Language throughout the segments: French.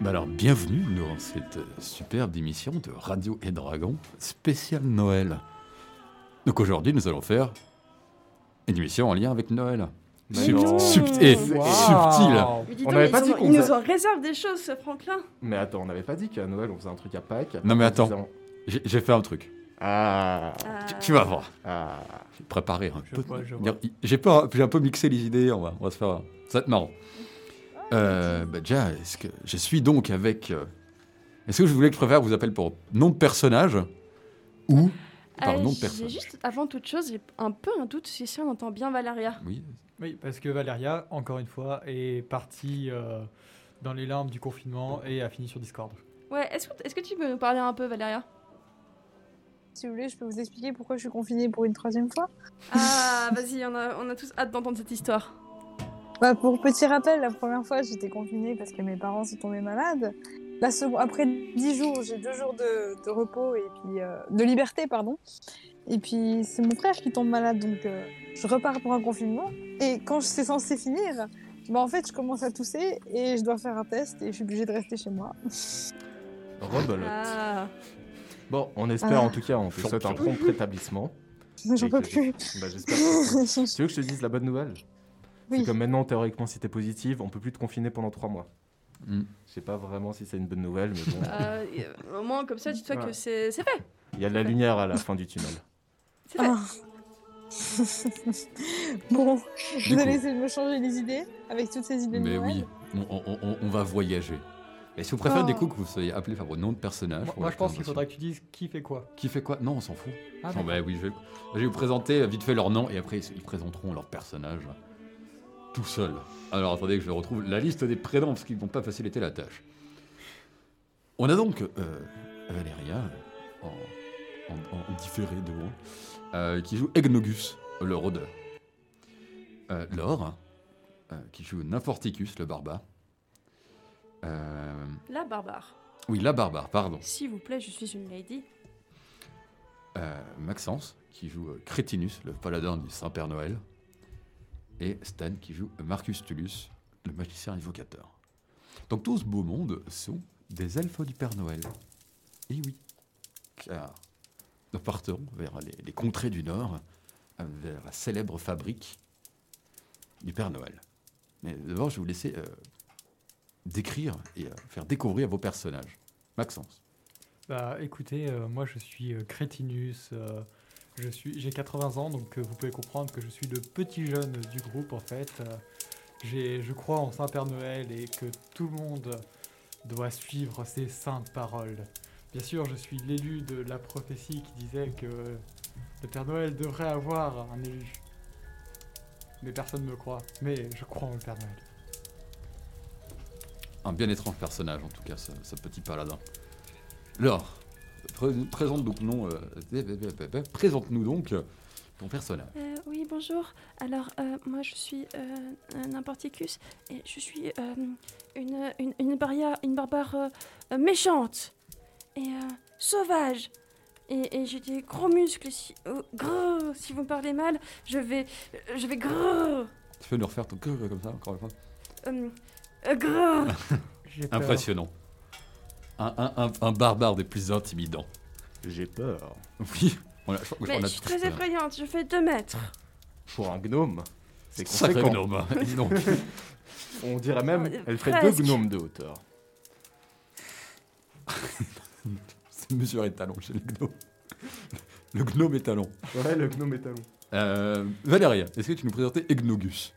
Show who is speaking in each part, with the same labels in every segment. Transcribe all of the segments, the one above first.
Speaker 1: Bah alors, bienvenue dans cette euh, superbe émission de Radio et Dragon spéciale Noël. Donc aujourd'hui, nous allons faire une émission en lien avec Noël.
Speaker 2: Mais
Speaker 1: Sub-
Speaker 2: Bah non.
Speaker 1: subt- et
Speaker 2: Wow.
Speaker 1: subtil.
Speaker 3: Mais dis
Speaker 2: On
Speaker 3: donc,
Speaker 2: n'avait
Speaker 3: ils
Speaker 2: pas
Speaker 3: ont-
Speaker 2: dit qu'on
Speaker 3: ils nous
Speaker 2: faisait-
Speaker 3: en réserve des choses, ce Franklin.
Speaker 2: Mais attends, on n'avait pas dit qu'à Noël on faisait un truc à Pâques.
Speaker 1: Non, mais
Speaker 2: en
Speaker 1: attends.
Speaker 2: disant-
Speaker 1: J'ai j'ai fait un truc.
Speaker 2: Ah,
Speaker 1: Tu, tu vas voir.
Speaker 2: ah.
Speaker 1: J'ai préparé hein. un
Speaker 4: Je
Speaker 1: peu.
Speaker 4: vois, je
Speaker 1: Dire- J'ai pas- j'ai un peu mixé les idées. On va, on va se faire. Ça va être marrant. Euh, bah déjà, est-ce que je suis donc avec. euh, Est-ce que je voulais que je préfère vous appelle pour nom de personnage ou par
Speaker 3: Euh,
Speaker 1: nom de
Speaker 3: j'ai
Speaker 1: personnage
Speaker 3: Juste avant toute chose, j'ai un peu un doute si si on entend bien Valeria.
Speaker 1: Oui,
Speaker 4: Oui, parce que Valeria, encore une fois, est partie euh, dans les larmes du confinement et a fini sur Discord.
Speaker 3: Ouais, est-ce que, est-ce que tu peux nous parler un peu, Valeria
Speaker 5: Si vous voulez, je peux vous expliquer pourquoi je suis confinée pour une troisième fois.
Speaker 3: Ah, vas-y, on a, on a tous hâte d'entendre cette histoire.
Speaker 5: Bah, pour petit rappel, la première fois, j'étais confinée parce que mes parents sont tombés malades. La seconde, après dix jours, j'ai deux jours de, de repos et puis euh, de liberté, pardon. Et puis c'est mon frère qui tombe malade, donc euh, je repars pour un confinement. Et quand c'est censé finir, bah en fait, je commence à tousser et je dois faire un test et je suis obligée de rester chez moi.
Speaker 2: Rebelote.
Speaker 3: Ah,
Speaker 2: Bon, on espère
Speaker 5: Ah.
Speaker 2: en tout cas, on te
Speaker 1: Champion.
Speaker 2: souhaite un prompt rétablissement.
Speaker 5: J'en
Speaker 2: Et
Speaker 5: peux
Speaker 2: que-
Speaker 5: plus.
Speaker 2: Bah, j'espère. que- tu veux que je te dise la bonne nouvelle C'est
Speaker 5: oui.
Speaker 2: que maintenant, théoriquement, si t'es positive, on peut plus te confiner pendant trois mois.
Speaker 1: Mm.
Speaker 2: Je sais pas vraiment si c'est une bonne nouvelle, mais bon,
Speaker 3: euh, et, euh, au moins, comme ça, dis-toi que
Speaker 2: Ouais.
Speaker 3: c'est, c'est fait.
Speaker 2: il y a de la lumière à la fin du tunnel.
Speaker 3: C'est fait.
Speaker 5: Ah. bon, je vous
Speaker 1: coup.
Speaker 5: allez essayer de me changer les idées avec toutes ces idées de
Speaker 1: mais
Speaker 5: Noël.
Speaker 1: oui, on, on- on- on va voyager. Et si vous préférez
Speaker 5: Oh.
Speaker 1: du coup que vous soyez appelé par vos noms de personnage,
Speaker 4: Moi,
Speaker 1: pour
Speaker 4: moi,
Speaker 1: la
Speaker 4: Ah, je pense qu'il
Speaker 1: présentation.
Speaker 4: faudrait que tu dises qui fait quoi.
Speaker 1: Qui fait quoi Non, on s'en fout.
Speaker 4: Ah,
Speaker 1: Non,
Speaker 4: d'accord.
Speaker 1: bah oui, je vais, je vais vous présenter euh, vite fait leur nom et après ils présenteront leur personnage tout seul. Alors attendez que je retrouve la liste des prénoms parce qu'ils vont pas faciliter la tâche. On a donc euh, Valéria en, en- en- en différé de haut, euh, qui joue Egnogus, le rôdeur. Euh, Laure, euh, qui joue Nymphorsticus, le barbare. Euh,
Speaker 3: La barbare.
Speaker 1: oui, la barbare, pardon.
Speaker 3: S'il vous plaît, je suis une lady.
Speaker 1: Euh, Maxence, qui joue euh, Crétinus, le paladin du Saint-Père Noël. Et Stan, qui joue Marcus Tullus, le magicien évocateur. Donc tout ce beau monde sont des elfes du Père Noël. Et oui, car nous partons vers les, les contrées du Nord, euh, vers la célèbre fabrique du Père Noël. Mais d'abord, je vais vous laisser euh, décrire et euh, faire découvrir vos personnages. Maxence.
Speaker 4: Bah, écoutez, euh, moi, je suis euh, Crétinus. euh, je suis, j'ai 80 ans, donc euh, vous pouvez comprendre que je suis le petit jeune du groupe, en fait. Euh, j'ai, je crois en Saint Père Noël et que tout le monde doit suivre ses saintes paroles. Bien sûr, je suis l'élu de la prophétie qui disait que le Père Noël devrait avoir un élu. Mais personne ne me croit. Mais je crois en le Père Noël.
Speaker 1: Un bien étrange personnage, en tout cas, ce, ce petit paladin. Alors, pré- présente donc non, euh, eh, eh, eh, eh, eh, présente-nous donc euh, ton personnage.
Speaker 3: Euh, oui, bonjour. Alors, euh, moi, je suis euh, un Nimporticus et je suis euh, une, une, une, baria- une barbare euh, euh, méchante et euh, sauvage. Et, et j'ai des gros muscles. Si, oh, grrr, si vous me parlez mal, je vais. Je vais. euh, Grrr,
Speaker 1: Tu peux nous refaire ton cœur comme ça, encore une fois
Speaker 3: euh, euh,
Speaker 1: Ah
Speaker 3: grrr.
Speaker 4: J'ai peur.
Speaker 1: Impressionnant. Un, un- un- un barbare des plus intimidants.
Speaker 2: J'ai peur.
Speaker 1: Oui, on a, je crois que j'en
Speaker 3: Mais
Speaker 1: ai
Speaker 3: je suis
Speaker 1: tous
Speaker 3: très
Speaker 1: un.
Speaker 3: effrayante, je fais 2 mètres.
Speaker 2: Pour un gnome, c'est
Speaker 1: Sacré
Speaker 2: conséquent.
Speaker 1: gnome, dis donc.
Speaker 2: On dirait même,
Speaker 3: Euh,
Speaker 2: elle fait
Speaker 3: presque.
Speaker 2: deux gnomes de hauteur.
Speaker 1: C'est mesuré de talon chez les gnomes. Le gnome est talon.
Speaker 2: Ouais, le gnome est talon.
Speaker 1: Euh, Valéria, est-ce que tu nous présentais Egnogus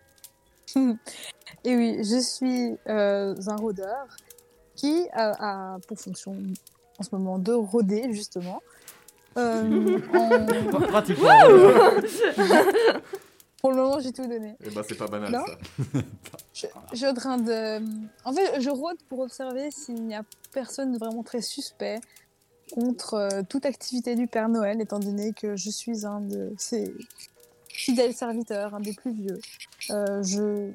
Speaker 5: Et oui, je suis euh, un rôdeur qui euh, a pour fonction en ce moment de rôder justement. Euh, en-
Speaker 4: Pratiquement.
Speaker 5: Pour le moment, j'ai tout donné.
Speaker 2: Eh ben, c'est pas banal
Speaker 5: Non.
Speaker 2: ça.
Speaker 5: Je, je suis en train de. En fait, je rôde pour observer s'il n'y a personne de vraiment très suspect contre euh, toute activité du Père Noël, étant donné que je suis un de ses fidèles serviteurs, un des plus vieux. Euh, je.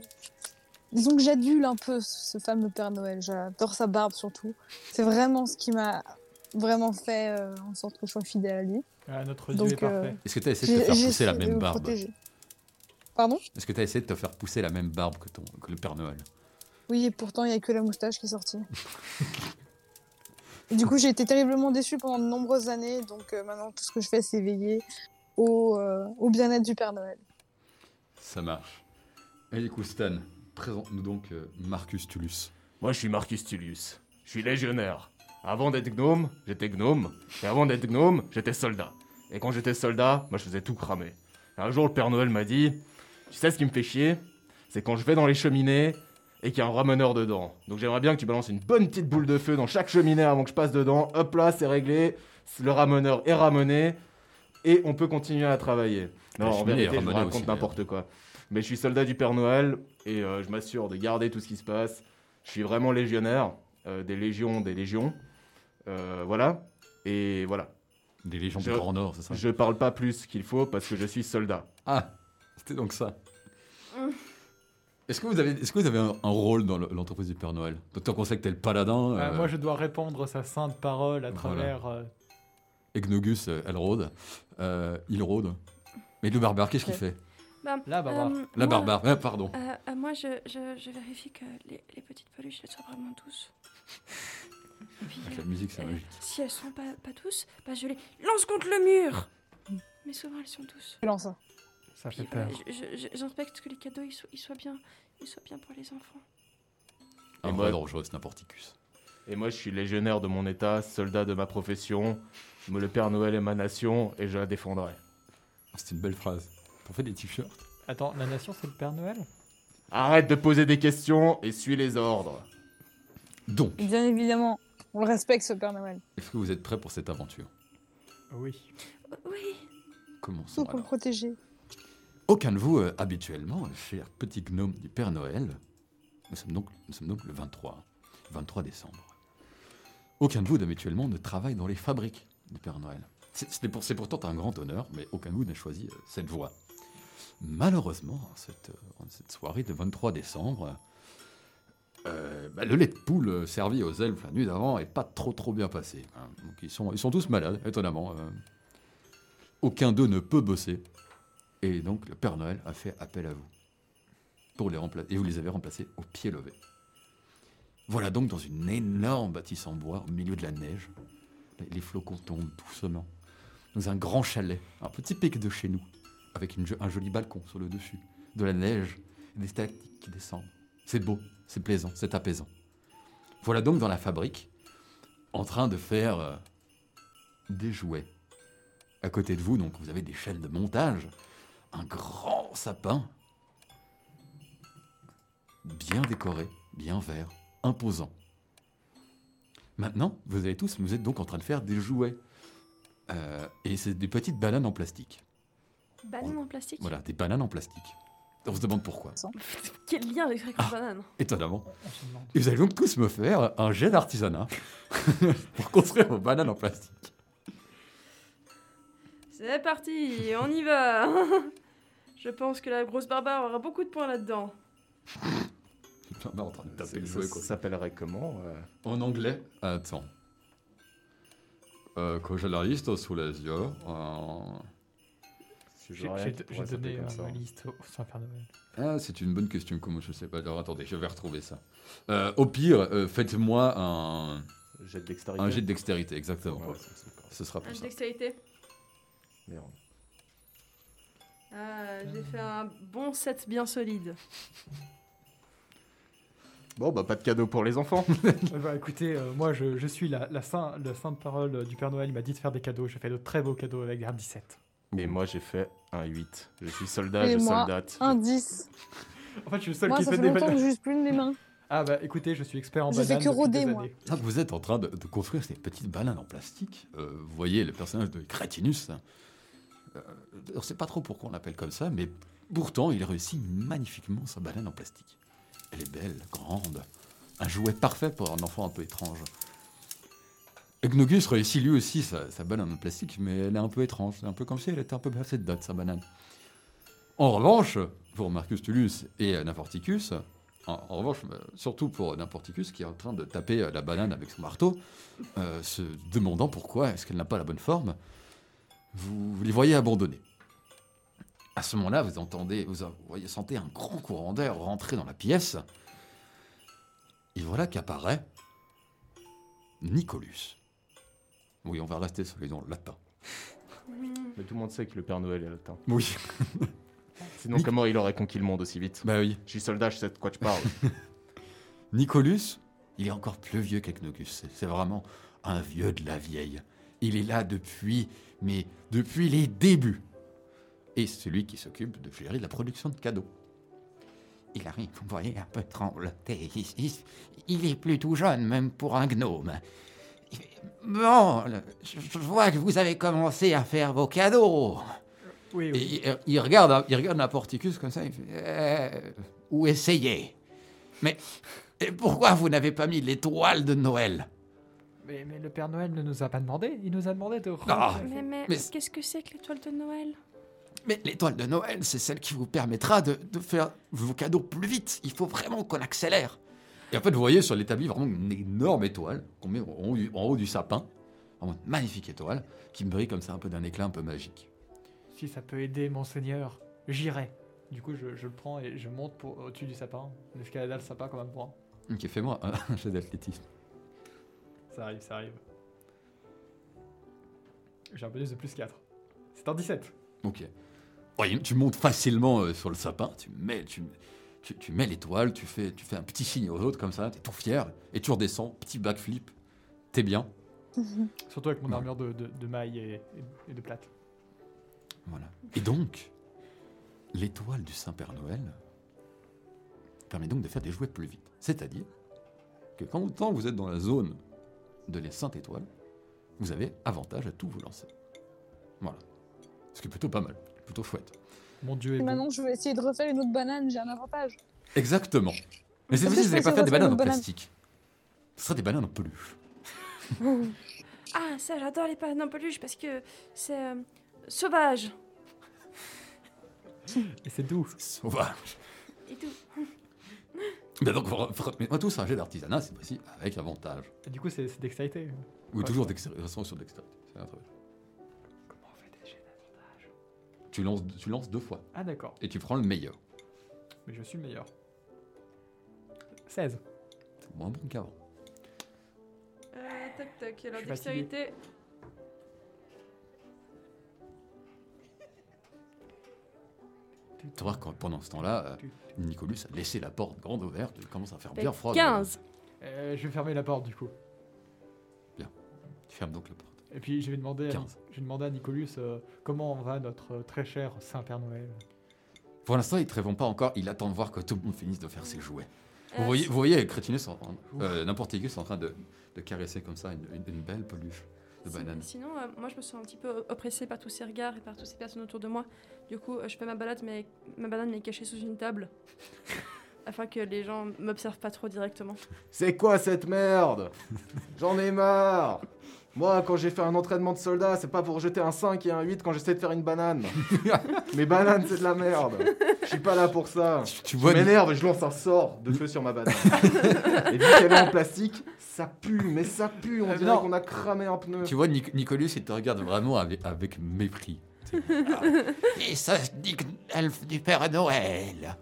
Speaker 5: Disons que j'adule un peu ce ce fameux Père Noël. J'adore sa barbe surtout. C'est vraiment ce qui m'a vraiment fait euh, en sorte que je sois fidèle à lui.
Speaker 4: Ah, notre Dieu
Speaker 5: Donc,
Speaker 4: est parfait.
Speaker 1: Est-ce que tu as essayé de te
Speaker 5: J'ai-
Speaker 1: faire
Speaker 5: j'ai
Speaker 1: pousser la
Speaker 5: su
Speaker 1: même
Speaker 5: le
Speaker 1: barbe
Speaker 5: protéger. Pardon
Speaker 1: Est-ce que tu as essayé de te faire pousser la même barbe que, ton, que le Père Noël
Speaker 5: Oui, et pourtant, il n'y a que la moustache qui est sortie. du coup, j'ai été terriblement déçue pendant de nombreuses années. Donc euh, maintenant, tout ce que je fais, c'est veiller au, euh, au bien-être du Père Noël.
Speaker 1: Ça marche. Et du coup, Stan, présente-nous donc euh, Marcus Tullus.
Speaker 2: Moi, je suis Marcus Tullius. Je suis légionnaire. Avant d'être gnome, j'étais gnome. Et avant d'être gnome, j'étais soldat. Et quand j'étais soldat, moi, je faisais tout cramer. Et un jour, le Père Noël m'a dit Tu sais ce qui me fait chier C'est quand je vais dans les cheminées et qu'il y a un rameneur dedans. Donc j'aimerais bien que tu balances une bonne petite boule de feu dans chaque cheminée avant que je passe dedans. Hop là, c'est réglé. Le rameneur est ramené. Et on peut continuer à travailler.
Speaker 1: La
Speaker 2: Non, en
Speaker 1: cheminée est
Speaker 2: vérité, je vous
Speaker 1: ramenée
Speaker 2: raconte
Speaker 1: aussi,
Speaker 2: n'importe quoi. Mais je suis soldat du Père Noël et euh, je m'assure de garder tout ce qui se passe. Je suis vraiment légionnaire, euh, des légions, des légions. Euh, voilà. Et voilà.
Speaker 1: Des légions
Speaker 2: Je-
Speaker 1: du Grand Nord, c'est ça
Speaker 2: Je parle pas plus qu'il faut parce que je suis soldat.
Speaker 1: Ah, c'était donc ça.
Speaker 3: Mm.
Speaker 1: Est-ce que vous avez, est-ce que vous avez un, un rôle dans le- l'entreprise du Père Noël Docteur Conseil que t'es le paladin,
Speaker 4: Ah,
Speaker 1: euh,
Speaker 4: moi, je dois répandre sa sainte parole à
Speaker 1: Voilà.
Speaker 4: travers. euh,
Speaker 1: Egnogus, euh, Elrod, euh, il rôde. Mais le barbare, qu'est-ce qu'il
Speaker 5: Ouais.
Speaker 1: fait
Speaker 4: la barbare.
Speaker 3: Euh,
Speaker 1: La
Speaker 3: moi,
Speaker 1: barbare, ah, pardon.
Speaker 3: euh, euh, moi, je, je- je vérifie que les, les petites peluches, elles soient vraiment douces. Et puis,
Speaker 1: Avec
Speaker 3: euh,
Speaker 1: la musique, c'est
Speaker 3: euh,
Speaker 1: magique.
Speaker 3: si elles sont pas, pas douces, bah, je les lance contre le mur. Mais souvent, elles sont douces.
Speaker 5: Je lance ça.
Speaker 4: Ça
Speaker 3: Puis,
Speaker 4: fait
Speaker 3: euh,
Speaker 4: peur.
Speaker 3: je- je- je- J'inspecte que les cadeaux ils soient, ils soient bien, ils soient bien pour les enfants.
Speaker 1: Un
Speaker 2: Et
Speaker 1: roi
Speaker 2: moi-
Speaker 1: dangereux, c'est Ah, n'importe qui.
Speaker 2: Et moi, je suis légionnaire de mon état, soldat de ma profession. Mais Le Père Noël est ma nation et je la défendrai.
Speaker 1: C'est une belle phrase. T'en fais des t-shirts
Speaker 4: Attends, la nation, c'est le Père Noël
Speaker 2: Arrête de poser des questions et suis les ordres.
Speaker 1: Donc,
Speaker 5: Bien évidemment, on le respecte, ce Père Noël.
Speaker 1: est-ce que vous êtes prêts pour cette aventure
Speaker 4: Oui.
Speaker 3: Oh, Oui,
Speaker 1: Commençons
Speaker 5: Tout pour le
Speaker 1: alors.
Speaker 5: protéger.
Speaker 1: Aucun de vous, euh, habituellement, euh, cher petit gnome du Père Noël, nous sommes donc, nous sommes donc le 23, 23 décembre. Aucun de vous, habituellement, ne travaille dans les fabriques du Père Noël. C'est c'est pour- c'est pourtant un grand honneur, mais aucun de vous n'a choisi euh, cette voie. Malheureusement, en cette, euh, en cette soirée de 23 décembre, euh, bah, le lait de poule euh, servi aux elfes la nuit d'avant est pas trop trop bien passé. hein. Donc ils sont, ils sont tous malades, étonnamment. euh. Aucun d'eux ne peut bosser. Et donc le Père Noël a fait appel à vous. Pour les rempla- et vous les avez remplacés au pied levé. Voilà donc dans une énorme bâtisse en bois au milieu de la neige. Les, les flocons tombent doucement. Dans un grand chalet, un petit pic de chez nous, avec une jo- un joli balcon sur le dessus, de la neige et des stalactites qui descendent. C'est beau, c'est plaisant, c'est apaisant. Voilà donc dans la fabrique, en train de faire euh, des jouets. À côté de vous, donc, vous avez des chaînes de montage un grand sapin, bien décoré, bien vert, imposant. Maintenant, vous avez tous, vous êtes donc en train de faire des jouets. Euh, et c'est des petites bananes en plastique.
Speaker 3: banane en plastique.
Speaker 1: Voilà, des bananes en plastique. On se demande pourquoi,
Speaker 3: Quel lien avec la
Speaker 1: Ah.
Speaker 3: banane
Speaker 1: étonnamment.
Speaker 4: On se Ah, demande.
Speaker 1: Et vous allez donc tous me faire un jet d'artisanat pour construire vos bananes en plastique.
Speaker 3: C'est parti, on y va. je pense que la grosse barbare aura beaucoup de points là-dedans.
Speaker 1: Putain, on est en train de taper le
Speaker 2: Ça
Speaker 1: jouet, quoi.
Speaker 2: s'appellerait comment euh
Speaker 1: En anglais Attends. Euh, quand j'ai la liste sous les yeux. euh,
Speaker 2: Si
Speaker 4: J'ai
Speaker 2: j'aurais,
Speaker 4: j'ai-
Speaker 2: pourrait
Speaker 4: j'ai donné
Speaker 2: s'appeler comme
Speaker 4: euh,
Speaker 2: ça. hein.
Speaker 4: ma liste au saint Père Noël.
Speaker 1: Ah, c'est une bonne question, comment je sais pas. Alors attendez, je vais retrouver ça. Euh, au pire, euh, faites-moi un,
Speaker 2: Jet de dextérité.
Speaker 1: un jet de dextérité, exactement.
Speaker 2: Ouais, ça, c'est encore-
Speaker 1: Ce sera
Speaker 3: Un
Speaker 1: plus
Speaker 3: de
Speaker 1: ça.
Speaker 3: dextérité.
Speaker 2: Merde.
Speaker 3: Ah, j'ai fait un bon set bien solide.
Speaker 2: Bon, bah, pas de cadeau pour les enfants.
Speaker 4: Eh ben, écoutez, euh, moi je, je suis la, la, saint- la sainte parole euh, du Père Noël. Il m'a dit de faire des cadeaux. J'ai fait de très beaux cadeaux avec un 17.
Speaker 2: Et moi, j'ai fait un 8. Je suis soldat,
Speaker 5: Et
Speaker 2: je
Speaker 5: moi,
Speaker 2: soldate.
Speaker 5: Un 10.
Speaker 4: En fait, je suis le seul
Speaker 5: Moi,
Speaker 4: qui
Speaker 5: ça
Speaker 4: fait
Speaker 5: fait
Speaker 4: des
Speaker 5: longtemps que
Speaker 4: bananes.
Speaker 5: je n'use plus mes mains.
Speaker 4: Ah bah écoutez, je suis expert en
Speaker 5: Je fais
Speaker 4: bananes.
Speaker 5: que
Speaker 4: depuis
Speaker 5: rôder,
Speaker 4: des
Speaker 5: moi.
Speaker 4: années.
Speaker 1: Ah, vous êtes en train de, de construire ces petites bananes en plastique. Euh, vous voyez le personnage de Crétinus. Euh, on ne sait pas trop pourquoi on l'appelle comme ça, mais pourtant il réussit magnifiquement sa banane en plastique. Elle est belle, grande. Un jouet parfait pour un enfant un peu étrange. Egnogus réussit lui aussi sa, sa banane en plastique, mais elle est un peu étrange. C'est un peu comme si elle était un peu passée de date, sa banane. En revanche, pour Marcus Tullus et euh, Naforticus, en, en revanche, euh, surtout pour Naporticus qui est en train de taper euh, la banane avec son marteau, euh, se demandant pourquoi est-ce qu'elle n'a pas la bonne forme, vous, vous les voyez abandonnés. À ce moment-là, vous entendez, vous, en- vous voyez, sentez un grand courant d'air rentrer dans la pièce. Et voilà qu'apparaît Nicolus. Oui, on va rester sur les noms latins.
Speaker 2: Mais tout le monde sait que le Père Noël est latin.
Speaker 1: Oui.
Speaker 2: Sinon,
Speaker 1: Nic-
Speaker 2: comment il aurait conquis le monde aussi vite
Speaker 1: Bah oui.
Speaker 2: Je suis soldat, je sais de quoi tu parles.
Speaker 1: Nicolus, il est encore plus vieux qu'Agnocus. C'est- C'est vraiment un vieux de la vieille. Il est là depuis, mais depuis les débuts. Et c'est celui qui s'occupe de gérer la production de cadeaux. Il arrive, vous voyez, un peu trembloté. Il, il- il est plus tout jeune, même pour un gnome. Bon, le- je je vois que vous avez commencé à faire vos cadeaux.
Speaker 4: Oui, oui.
Speaker 1: Et il, euh, il regarde, il regarde la porticus comme ça, il fait Euh, ou essayez. Mais et pourquoi vous n'avez pas mis l'étoile de Noël
Speaker 4: Mais, mais le Père Noël ne nous a pas demandé. Il nous a demandé de.
Speaker 1: Ah.
Speaker 3: Mais, mais,
Speaker 1: Mais-
Speaker 3: qu'est-ce que c'est que l'étoile de Noël
Speaker 1: Mais l'étoile de Noël, c'est celle qui vous permettra de, de faire vos cadeaux plus vite. Il faut vraiment qu'on accélère. Et en fait, vous voyez sur l'établi vraiment une énorme étoile qu'on met en haut, du- en haut du sapin, Vraiment une magnifique étoile qui brille comme ça un peu d'un éclat un peu magique.
Speaker 4: Si ça peut aider, monseigneur, j'irai. Du coup, je, je le prends et je monte pour, au-dessus du sapin. Escalade le sapin comme un point.
Speaker 1: Ok, fais-moi un jeu d'athlétisme.
Speaker 4: Ça arrive, ça arrive. J'ai un bonus de plus 4. C'est un 17.
Speaker 1: Ok. Ouais, tu montes facilement euh, sur le sapin, tu mets, tu, tu, tu mets l'étoile, tu fais, tu fais un petit signe aux autres comme ça, t'es tout fier, et tu redescends, petit backflip, t'es bien.
Speaker 4: Surtout avec mon
Speaker 1: Ouais.
Speaker 4: armure de, de, de maille et, et- et de plate.
Speaker 1: Voilà. Et donc, l'étoile du Saint-Père Noël permet donc de faire des jouets plus vite. C'est-à-dire que quand autant vous êtes dans la zone de les Sainte Étoile, vous avez avantage à tout vous lancer. Voilà. Ce qui est plutôt pas mal, plutôt chouette.
Speaker 4: Mon dieu est
Speaker 5: Et
Speaker 4: bon.
Speaker 5: maintenant, je vais essayer de refaire une autre banane, j'ai un avantage.
Speaker 1: Exactement. Mais c'est
Speaker 5: Est-ce
Speaker 1: pour ça que
Speaker 5: que je
Speaker 1: vous n'allez pas
Speaker 5: peux
Speaker 1: faire des
Speaker 5: essayer de
Speaker 1: bananes en
Speaker 5: refaire une
Speaker 1: plastique. Ce sera des bananes en peluche.
Speaker 3: Ah, ça, j'adore les bananes en peluche parce que c'est euh, sauvage
Speaker 4: Et c'est doux.
Speaker 1: Sauvage.
Speaker 3: et tout.
Speaker 1: Mais donc, moi tous un jet d'artisanat, c'est possible, avec avantage.
Speaker 4: Et du coup, c'est c'est d'excité.
Speaker 1: Ou
Speaker 4: Ouais.
Speaker 1: toujours d'extérieur, restons sur dextérité. C'est un truc.
Speaker 4: Comment on fait des jets d'avantage
Speaker 1: Tu lances, tu lances deux fois
Speaker 4: Ah, d'accord.
Speaker 1: et tu prends le meilleur.
Speaker 4: Mais je suis le meilleur. 16.
Speaker 1: C'est moins bon qu'avant.
Speaker 3: Euh, tac, tac,
Speaker 4: Je
Speaker 3: alors
Speaker 4: suis
Speaker 3: dextérité.
Speaker 1: Tu vas voir que pendant ce temps-là, euh, Nicolas a laissé la porte grande ouverte, il commence à faire
Speaker 3: Fait
Speaker 1: bien froid. dans-
Speaker 3: 15.
Speaker 4: Euh, je vais fermer la porte du coup.
Speaker 1: Tu fermes donc la porte.
Speaker 4: Et puis je vais demander à,
Speaker 1: 15.
Speaker 4: je vais demander à Nicolus euh, comment va notre euh, très cher Saint-Père Noël.
Speaker 1: Pour l'instant, il ne te répond pas encore, il attend de voir que tout le monde finisse de faire ses jouets.
Speaker 3: Euh,
Speaker 1: Vous voyez, vous voyez Crétinus, en- en- euh, n'importe qui, en train de, de caresser comme ça une, une- une belle peluche de
Speaker 3: si-
Speaker 1: banane.
Speaker 3: Sinon, euh, moi, je me sens un petit peu oppressée par tous ces regards et par toutes ces personnes autour de moi. Du coup, euh, je fais ma balade, mais ma banane mais cachée sous une table. Afin que les gens m'observent pas trop directement.
Speaker 2: C'est quoi cette merde J'en ai marre Moi, quand j'ai fait un entraînement de soldat, c'est pas pour jeter un 5 et un 8 quand j'essaie de faire une banane. Mes bananes, c'est de la merde. Je suis pas là pour ça.
Speaker 1: Tu- Tu
Speaker 2: Je
Speaker 1: vois,
Speaker 2: m'énerve et je lance un sort de feu sur ma banane. et vu qu'elle est en plastique, ça pue, mais ça pue. On
Speaker 4: Euh,
Speaker 2: dirait
Speaker 4: non.
Speaker 2: qu'on a cramé un pneu.
Speaker 1: Tu vois, Nic- Nicolas, il te regarde vraiment avec, avec mépris. Ah, Et ça, elfe du Père Noël.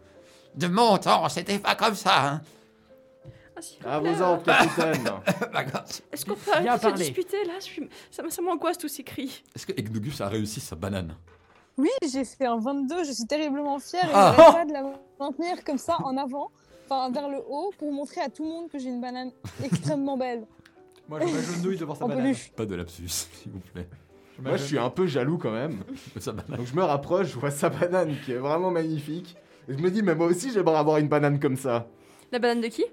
Speaker 1: De mon temps, c'était pas comme ça. Hein.
Speaker 3: Ah, s'il vous
Speaker 2: À
Speaker 3: plaît,
Speaker 2: vos
Speaker 3: euh,
Speaker 2: ordres, capitaine.
Speaker 3: Est-ce qu'on peut arrêter
Speaker 4: Bien
Speaker 3: de se
Speaker 4: parlé.
Speaker 3: disputer là Je suis- Ça, m- ça m'angoisse tous ces cris.
Speaker 1: Est-ce que Egnogus a réussi sa banane
Speaker 5: Oui, j'ai fait un 22, je suis terriblement fière et
Speaker 1: Ah.
Speaker 5: j'arrête pas de la maintenir comme ça en avant, enfin vers le haut, pour montrer à tout le monde que j'ai une banane extrêmement belle
Speaker 4: Moi je m'agenouille devant sa
Speaker 5: en
Speaker 4: banane.
Speaker 5: peluche.
Speaker 1: Pas de lapsus, s'il vous plaît.
Speaker 2: Moi, je suis un peu jaloux quand même.
Speaker 1: Sa banane.
Speaker 2: Donc je me rapproche, je vois sa banane qui est vraiment magnifique. Et je me dis, mais moi aussi, j'aimerais avoir une banane comme ça.
Speaker 3: La banane de qui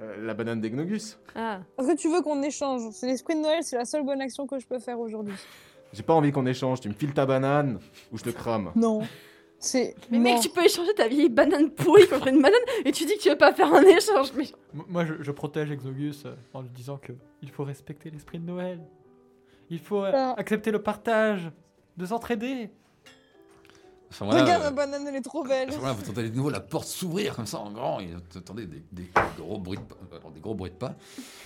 Speaker 2: Euh, la banane d'Egnogus.
Speaker 3: Ah,
Speaker 5: Est-ce que tu veux qu'on échange C'est l'esprit de Noël, c'est la seule bonne action que je peux faire aujourd'hui.
Speaker 2: J'ai pas envie qu'on échange. Tu me files ta banane ou je te crame.
Speaker 5: Non. C'est.
Speaker 3: mais
Speaker 5: non.
Speaker 3: mec, tu peux échanger ta vieille banane pourrie contre une banane et tu dis que tu veux pas faire un échange. Mais
Speaker 4: M- Moi je, je protège Exogus euh, en lui disant que il faut respecter l'esprit de Noël. Il faut euh,
Speaker 5: Ah.
Speaker 4: accepter le partage, de s'entraider.
Speaker 1: Enfin, voilà,
Speaker 5: Regarde,
Speaker 1: euh,
Speaker 5: ma banane, elle est trop belle.
Speaker 1: enfin, voilà, vous entendez de nouveau la porte s'ouvrir comme ça en grand et vous entendez des, des gros bruits de pas. alors, des gros bruits de pas.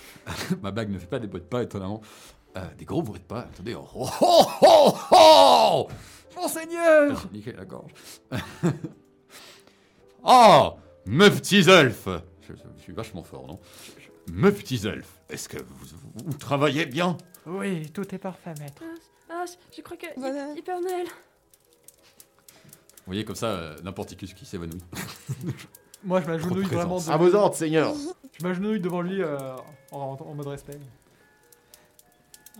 Speaker 1: Ma bague ne fait pas des bruits de pas, étonnamment. Euh, des gros bruits de pas. Attendez. Oh, oh, oh, oh
Speaker 4: Monseigneur
Speaker 1: J'ai niqué la gorge. oh Mes petits elfes je, je suis vachement fort, non Mes petits elfes, est-ce que vous, vous travaillez bien
Speaker 6: Oui, tout est parfait, maître.
Speaker 3: Ah, je- je crois que. il-
Speaker 5: Voilà.
Speaker 3: Il, Père Noël.
Speaker 1: Vous voyez comme ça, euh, n'importe qui qui s'évanouit.
Speaker 4: Moi, je m'agenouille
Speaker 1: Représente.
Speaker 4: vraiment. de-
Speaker 2: À vos ordres, seigneur
Speaker 4: Je m'agenouille devant lui euh, en, en mode respect.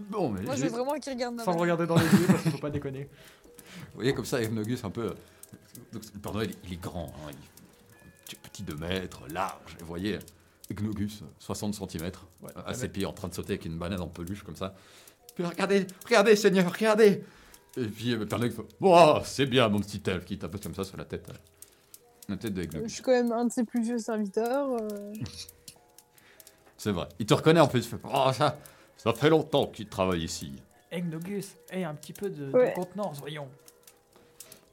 Speaker 1: Bon, mais
Speaker 5: Moi, je
Speaker 1: j'ai-
Speaker 5: veux vraiment qu'il regarde ma
Speaker 4: Sans le
Speaker 5: main.
Speaker 4: regarder dans les yeux, parce qu'il faut pas déconner.
Speaker 1: vous voyez comme ça, Evnogus un peu. euh, donc, le Père Noël, il est grand, hein, il est petit de mètre, large. Et vous voyez, Evnogus, 60 cm,
Speaker 4: Ouais,
Speaker 1: à ses
Speaker 4: avec-
Speaker 1: pieds, en train de sauter avec une banane en peluche comme ça. Puis regardez, regardez, Seigneur, regardez Et puis euh, le Père Noël, il fait Bon, ah, c'est bien, mon petit elfe, qui tapote comme ça sur la tête. euh, la tête de
Speaker 5: Je
Speaker 4: Euh,
Speaker 1: Egnogus.
Speaker 5: suis quand même un de ses plus vieux serviteurs. euh,
Speaker 1: C'est vrai. Il te reconnaît en plus. Il fait, Oh, ça, ça fait longtemps qu'il travaille ici.
Speaker 6: Egnogus, aie un petit peu de, de
Speaker 5: Ouais.
Speaker 6: contenance, voyons.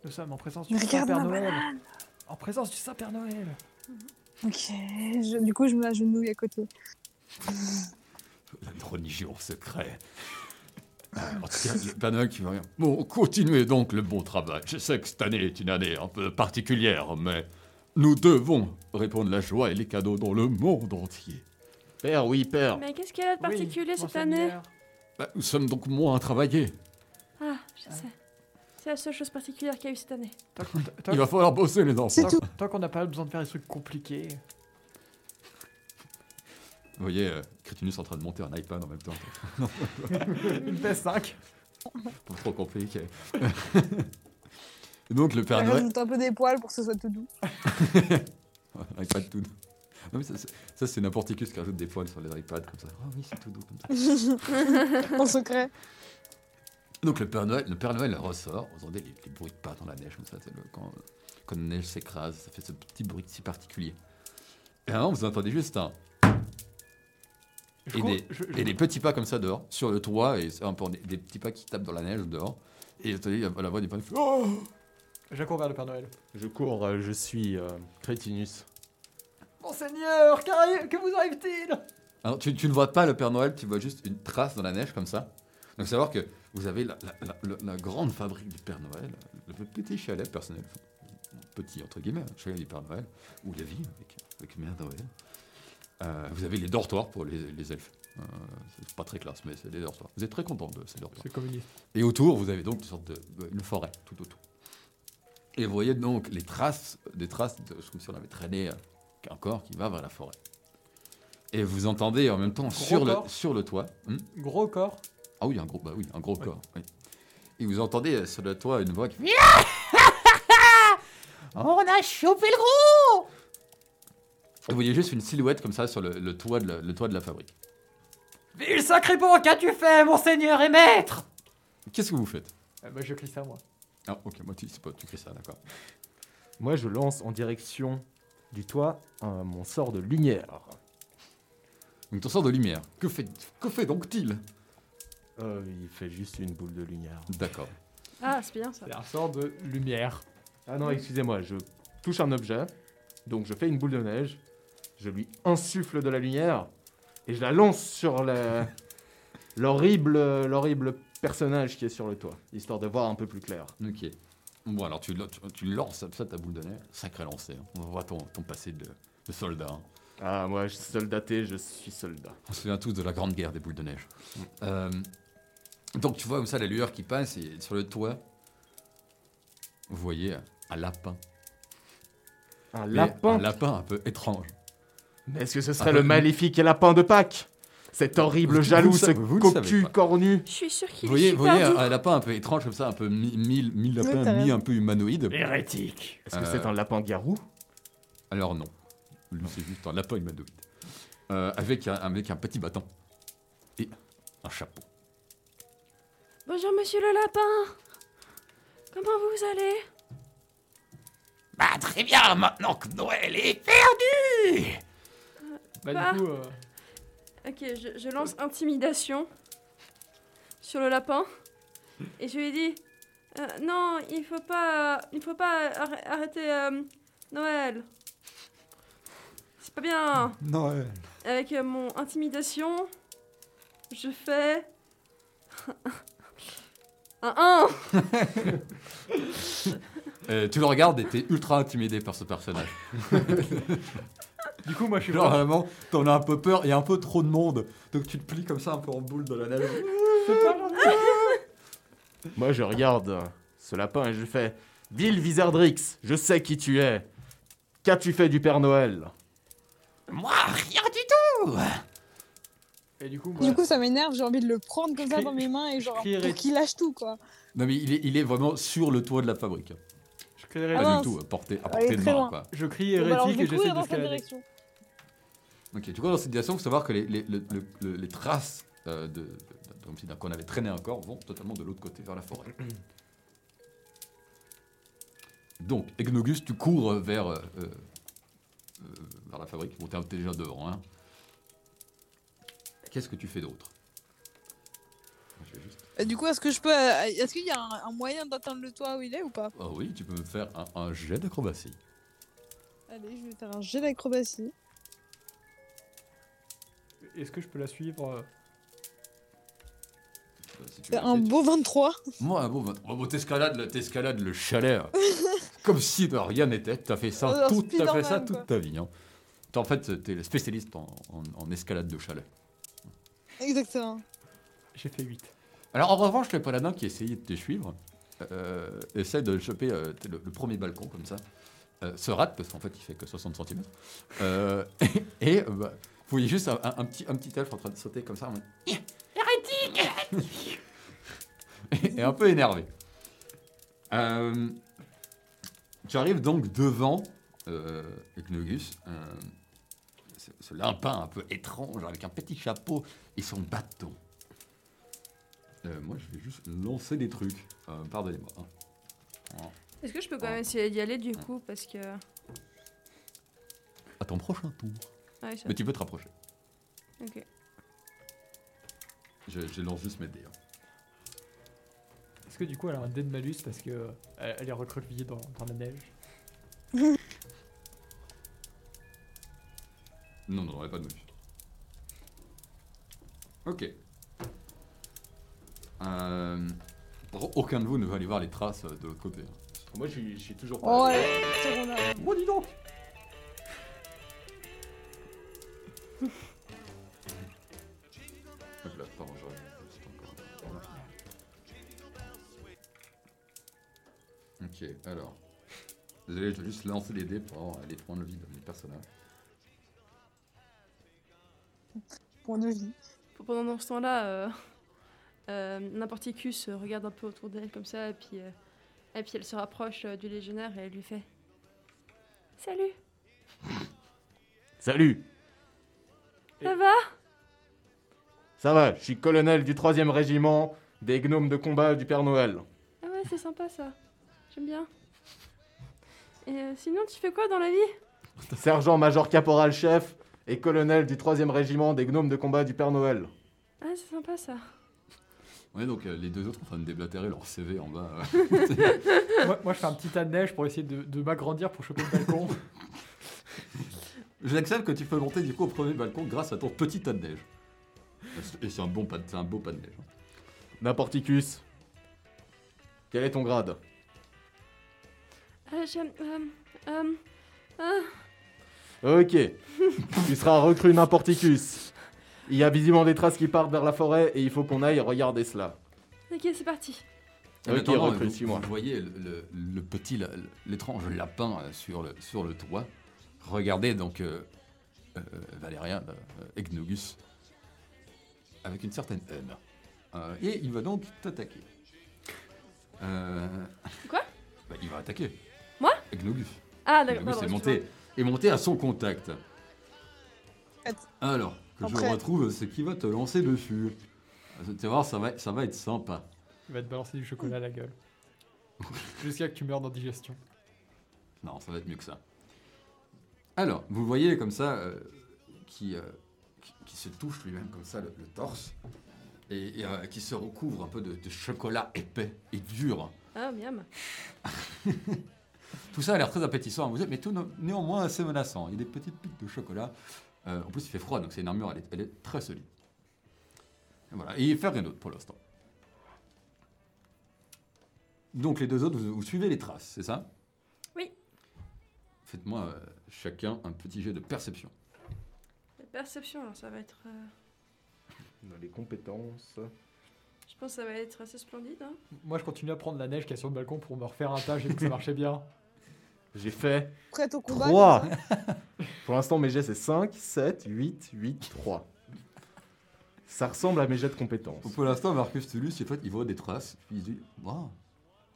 Speaker 6: Nous sommes en présence du
Speaker 5: Mais regarde
Speaker 6: Saint-Père
Speaker 5: ma
Speaker 6: Noël. En présence du Saint-Père Noël.
Speaker 5: Ok, je- du coup, je m'agenouille à côté.
Speaker 1: La religion secrète. En tout cas, le Père Noël qui va rien. Bon, continuez donc le bon travail. Je sais que cette année est une année un peu particulière, mais nous devons répandre la joie et les cadeaux dans le monde entier.
Speaker 2: Père, oui, père.
Speaker 3: Mais qu'est-ce qu'elle a de
Speaker 6: Oui,
Speaker 3: particulier cette année
Speaker 6: monseigneur.
Speaker 1: Bah, nous sommes donc moins à travailler.
Speaker 3: Ah, je sais. C'est la seule chose particulière qu'il y a eu cette année.
Speaker 6: Tant qu'on- tant-
Speaker 1: Il va falloir bosser, les enfants.
Speaker 5: C'est tout.
Speaker 6: tant- Tant qu'on n'a pas besoin de faire des trucs compliqués.
Speaker 1: Vous voyez, euh, Crétinus en train de monter un iPad en même temps.
Speaker 4: Une PS5.
Speaker 1: Pas trop compliqué. Et donc, le Père
Speaker 5: Je
Speaker 1: Noël.
Speaker 5: rajoute un peu des poils pour que ce soit tout doux.
Speaker 1: Un iPad Oh, tout doux. Non, mais ça, c'est- ça, c'est n'importe qui qui rajoute des poils sur les iPads comme ça. Ah oui, c'est tout doux comme ça.
Speaker 5: En secret.
Speaker 1: Donc le Père Noël, le Père Noël ressort. Vous entendez les, les bruits de pas dans la neige comme ça. c'est le- quand, quand la neige s'écrase, ça fait ce petit bruit si particulier. Et à un moment, vous entendez juste un.
Speaker 4: Je
Speaker 1: Et
Speaker 4: cours-
Speaker 1: des,
Speaker 4: je- je-
Speaker 1: et des petits pas comme ça dehors, sur le toit, et c'est un peu des, des petits pas qui tapent dans la neige dehors. Et vous entendez la voix du Père Noël. Oh
Speaker 4: J'accours vers le Père Noël.
Speaker 2: Je cours, euh, je suis euh, Crétinus.
Speaker 4: Monseigneur, qu'arrive- que vous arrive-t-il
Speaker 1: Alors, Ah tu, tu ne vois pas le Père Noël, tu vois juste une trace dans la neige comme ça. Donc, savoir que vous avez la, la- la- la- la grande fabrique du Père Noël, le petit chalet personnel, enfin, petit entre guillemets, hein, chalet du Père Noël, ou la ville avec, avec Mère Noël. Euh, vous avez les dortoirs pour les, les elfes. Euh, c'est pas très classe, mais c'est des dortoirs. Vous êtes très contents de ces dortoirs.
Speaker 4: C'est communiste.
Speaker 1: Et autour, vous avez donc une sorte de, de- une forêt tout autour. Et vous voyez donc les traces, des traces, de, comme si on avait traîné euh, un corps qui va vers la forêt. Et vous entendez en même temps sur le,
Speaker 4: corps.
Speaker 1: sur le toit. hmm
Speaker 4: Gros corps.
Speaker 1: ah oui, un gros, bah oui, un gros corps. oui. Et vous entendez euh, sur le toit une voix qui.
Speaker 6: On a chopé le gros
Speaker 1: Et vous voyez juste une silhouette comme ça sur le, le toit, de la, le toit de la fabrique.
Speaker 6: Ville sacré bon, qu'as-tu fait, monseigneur et maître
Speaker 1: Qu'est-ce que vous faites
Speaker 4: Euh, bah, je crie ça, moi.
Speaker 1: Ah, ok, moi tu sais pas, tu crées ça, d'accord.
Speaker 2: Moi, je lance en direction du toit euh, mon sort de lumière.
Speaker 1: Donc ton sort de lumière. Que fait, que fait donc-il
Speaker 2: Euh, il fait juste une boule de lumière.
Speaker 1: D'accord.
Speaker 3: Ah, c'est bien ça.
Speaker 4: C'est un sort de lumière.
Speaker 2: Ah non, excusez-moi, je touche un objet, donc je fais une boule de neige, je lui insuffle de la lumière, et je la lance sur la- l'horrible l'horrible personnage qui est sur le toit, histoire de voir un peu plus clair.
Speaker 1: Ok. Bon, alors tu, la- tu, tu lances ça ta boule de neige. Sacré lancer. hein. On voit ton, ton passé de, de soldat. hein.
Speaker 2: Ah, moi, je suis soldaté, je suis soldat.
Speaker 1: On se souvient tous de la Grande Guerre des boules de neige. Euh, donc tu vois comme ça la lueur qui passe et sur le toit, vous voyez un lapin.
Speaker 2: Un
Speaker 1: Mais
Speaker 2: lapin
Speaker 1: Un lapin un peu étrange.
Speaker 2: Mais est-ce que ce serait
Speaker 1: Ah,
Speaker 2: le
Speaker 1: euh,
Speaker 2: maléfique lapin de Pâques Cet
Speaker 1: Vous-
Speaker 2: horrible
Speaker 1: vous
Speaker 2: jaloux,
Speaker 1: le sa-
Speaker 2: ce
Speaker 1: vous le savez
Speaker 2: cocu
Speaker 1: pas.
Speaker 2: cornu
Speaker 3: Je suis sûre
Speaker 1: Vous
Speaker 3: qu'il est
Speaker 1: voyez, vous voyez euh,
Speaker 3: super
Speaker 1: un,
Speaker 3: doux.
Speaker 1: un lapin un peu étrange comme ça, un peu mi, mi- mi
Speaker 5: Oui,
Speaker 1: lapin,
Speaker 5: t'as
Speaker 1: mi
Speaker 5: raison.
Speaker 1: un peu humanoïde.
Speaker 6: Hérétique.
Speaker 2: Est-ce que
Speaker 1: Euh,
Speaker 2: c'est un lapin garou
Speaker 1: Alors non, lui c'est juste un lapin humanoïde. Euh, avec, un, avec un petit bâton et un chapeau.
Speaker 3: Bonjour, monsieur le lapin. Comment vous allez
Speaker 1: Bah très bien, maintenant que Noël est
Speaker 4: Bah,
Speaker 3: Ah.
Speaker 4: du coup, euh,
Speaker 3: Ok, je, je lance intimidation sur le lapin et je lui dis Euh, non, il faut pas, il faut pas arr- arrêter euh, Noël. C'est pas bien.
Speaker 1: Noël.
Speaker 3: Avec euh, mon intimidation, je fais un 1
Speaker 1: Euh, tu le regardes et t'es ultra intimidé par ce personnage.
Speaker 4: Du coup, moi, je suis
Speaker 1: Genre
Speaker 4: vraiment...
Speaker 1: vraiment, t'en as un peu peur et un peu trop de monde. Donc tu te plies comme ça un peu en boule dans la neige.
Speaker 4: C'est pas gentil.
Speaker 2: Moi, je regarde euh, ce lapin et je fais Ville Wizardrix, je sais qui tu es. Qu'as-tu fait du Père Noël
Speaker 1: Moi, rien du
Speaker 4: Et du coup, moi,
Speaker 5: Du coup, ça m'énerve, j'ai envie de le prendre comme ça
Speaker 4: crie-
Speaker 5: dans mes mains et
Speaker 4: je
Speaker 5: genre
Speaker 4: crierai-
Speaker 5: pour qu'il lâche tout quoi.
Speaker 1: tout. Non mais il est, il est vraiment sur le toit de la fabrique.
Speaker 4: je crierai
Speaker 5: Ah
Speaker 1: Pas
Speaker 5: mince.
Speaker 1: du tout, à portée, à
Speaker 5: Ah, il est
Speaker 1: portée de
Speaker 5: très
Speaker 1: main.
Speaker 5: loin.
Speaker 1: Quoi.
Speaker 4: Je crie
Speaker 5: Bon, bah, alors,
Speaker 4: hérétique
Speaker 5: je
Speaker 4: et
Speaker 5: vais courir
Speaker 4: j'essaie
Speaker 5: dans cette
Speaker 4: d'escalader.
Speaker 5: direction.
Speaker 1: Ok, tu crois dans cette direction, faut savoir que les, les, le- le- le- les traces euh, de, de- comme si d'un- qu'on avait traîné encore vont totalement de l'autre côté, vers la forêt. Donc, Egnogus, tu cours euh, vers, euh, euh, euh, vers la fabrique. Bon, t'es déjà devant. Hein. Qu'est-ce que tu fais d'autre Je vais juste-
Speaker 5: Euh, Du coup, est-ce que je peux. euh, Est-ce qu'il y a un, un moyen d'atteindre le toit où il est ou pas
Speaker 1: Ah oui, tu peux me faire un, un jet d'acrobatie.
Speaker 5: Allez, je vais faire un jet d'acrobatie.
Speaker 4: Est-ce que je peux la suivre
Speaker 1: Euh, si tu
Speaker 5: C'est
Speaker 1: veux
Speaker 5: un
Speaker 1: essayer, tu-
Speaker 5: beau 23.
Speaker 1: Moi, un beau vingt- oh, bon, t'escalades, le- t'escalades le chalet. hein. Comme si de rien n'était. T'as fait
Speaker 5: Oh,
Speaker 1: ça,
Speaker 5: alors,
Speaker 1: tout, t'as fait ça
Speaker 5: Spider-Man, quoi.
Speaker 1: toute ta vie. hein. T'es- En fait, t'es le spécialiste en, en- en escalade de chalet.
Speaker 5: Exactement.
Speaker 4: J'ai fait 8.
Speaker 1: Alors, en revanche, le paladin qui essayait de te suivre euh, essaie de choper euh, le, le premier balcon, comme ça. Euh, se rate, parce qu'en fait, il fait que 60 cm. et euh, bah, vous voyez juste un, un- un petit, un petit elfe en train de sauter comme ça. en mode, et un peu énervé. Euh, tu arrives donc devant euh, Ignogus, euh, ce, ce limpin un peu étrange avec un petit chapeau et son bâton. Euh, moi, je vais juste lancer des trucs. Euh, Pardonnez-moi. hein.
Speaker 3: Est-ce que je
Speaker 1: Ah.
Speaker 3: peux quand même essayer d'y aller du coup Parce que.
Speaker 1: À ton prochain tour.
Speaker 3: Ouais, ça-
Speaker 1: Mais tu peux te rapprocher.
Speaker 3: ok.
Speaker 1: Je, je lance juste mes dés. hein.
Speaker 4: Est-ce que du coup, elle a un dé de malus parce que euh, elle elle est recroquevillée dans, dans la neige
Speaker 1: Non, non, non, pas de bonus. Ok. Euh, aucun de vous ne veut aller voir les traces euh, de l'autre côté. hein.
Speaker 2: Moi, je suis- je suis toujours
Speaker 5: Oh,
Speaker 2: pas.
Speaker 5: allez, tirons là.
Speaker 1: Bon, dis donc Hop là, attends, je regarde, c'est encore- voilà. Ok, alors. Désolé, je vais juste lancer les dés pour aller prendre le vide des personnages.
Speaker 5: Point de vie.
Speaker 3: Pendant ce temps-là, euh, euh, N'importicus euh, regarde un peu autour d'elle comme ça, et puis, euh, et puis elle se rapproche euh, du légionnaire et elle lui fait Salut,
Speaker 2: Salut
Speaker 3: ça va
Speaker 2: Ça va, je suis colonel du 3ème régiment des gnomes de combat du Père Noël.
Speaker 3: Ah ouais, c'est sympa ça. J'aime bien. Et euh, sinon, tu fais quoi dans la vie
Speaker 2: Sergent-major caporal chef et colonel du 3ème régiment des gnomes de combat du Père Noël.
Speaker 3: Ah, c'est sympa ça.
Speaker 1: Ouais, donc euh, les deux autres sont en train de déblatérer leur CV en bas. euh.
Speaker 4: moi, moi, je fais un petit tas de neige pour essayer de, de m'agrandir pour choper le balcon.
Speaker 1: J'accepte que tu peux monter du coup au premier balcon grâce à ton petit tas de neige. Et c'est un, bon pas de- c'est un beau pas de neige. hein.
Speaker 2: N'importicus, quel est ton grade
Speaker 3: Ah, j'aime. euh, euh, ah,
Speaker 2: Ok, tu seras recru N'importicus. Il y a visiblement des traces qui partent vers la forêt et il faut qu'on aille regarder cela.
Speaker 3: ok, c'est parti.
Speaker 1: En
Speaker 2: Ok,
Speaker 1: attendant,
Speaker 2: recrute,
Speaker 1: vous-
Speaker 2: suis-moi.
Speaker 1: Vous voyez le, le- le petit, la- l'étrange lapin euh, sur le, sur le toit. Regardez donc euh, euh, Valérien, euh, Egnogus, avec une certaine haine. Euh, et il va donc t'attaquer. Euh,
Speaker 3: Quoi
Speaker 1: bah, Il va attaquer.
Speaker 3: Moi
Speaker 1: Egnogus.
Speaker 3: Ah,
Speaker 1: Egnogus
Speaker 3: d'accord. pardon,
Speaker 1: est
Speaker 3: excuse-moi.
Speaker 1: monté, est monté à son contact.
Speaker 5: Attends.
Speaker 1: Alors, que
Speaker 5: Après.
Speaker 1: je retrouve ce qui va te lancer dessus. Ah, Tu vas voir, ça va, ça va être sympa.
Speaker 4: Il va te balancer du chocolat à la gueule. Jusqu'à que tu meurs d'indigestion.
Speaker 1: Non, ça va être mieux que ça. Alors, vous le voyez comme ça, euh, qui, euh, qui, qui se touche lui-même comme ça, le, le torse, et, et, euh, qui se recouvre un peu de, de chocolat épais et dur.
Speaker 3: Ah, miam.
Speaker 1: Tout ça a l'air très appétissant, à vous dites, mais tout no- néanmoins assez menaçant. Il y a des petites piques de chocolat. Euh, en plus, il fait froid, donc c'est une armure, elle est, elle est très solide. Et voilà, et il fait rien d'autre pour l'instant. Donc les deux autres, vous, vous suivez les traces, c'est ça
Speaker 3: Oui.
Speaker 1: Faites-moi euh, chacun un petit jet de perception.
Speaker 3: La perception, ça va être. euh,
Speaker 2: Dans les compétences.
Speaker 3: je pense que ça va être assez splendide. hein.
Speaker 4: Moi, je continue à prendre la neige qu'il y a sur le balcon pour me refaire un tas. J'ai vu que ça marchait bien.
Speaker 2: J'ai fait
Speaker 5: Prête au combat.
Speaker 2: 3 Pour l'instant, mes jets, c'est 5, 7, 8, 8, 3. Ça ressemble à mes jets de compétences.
Speaker 1: Pour l'instant, Marcus Tullus, il, fait, il voit des traces, puis il se dit Waouh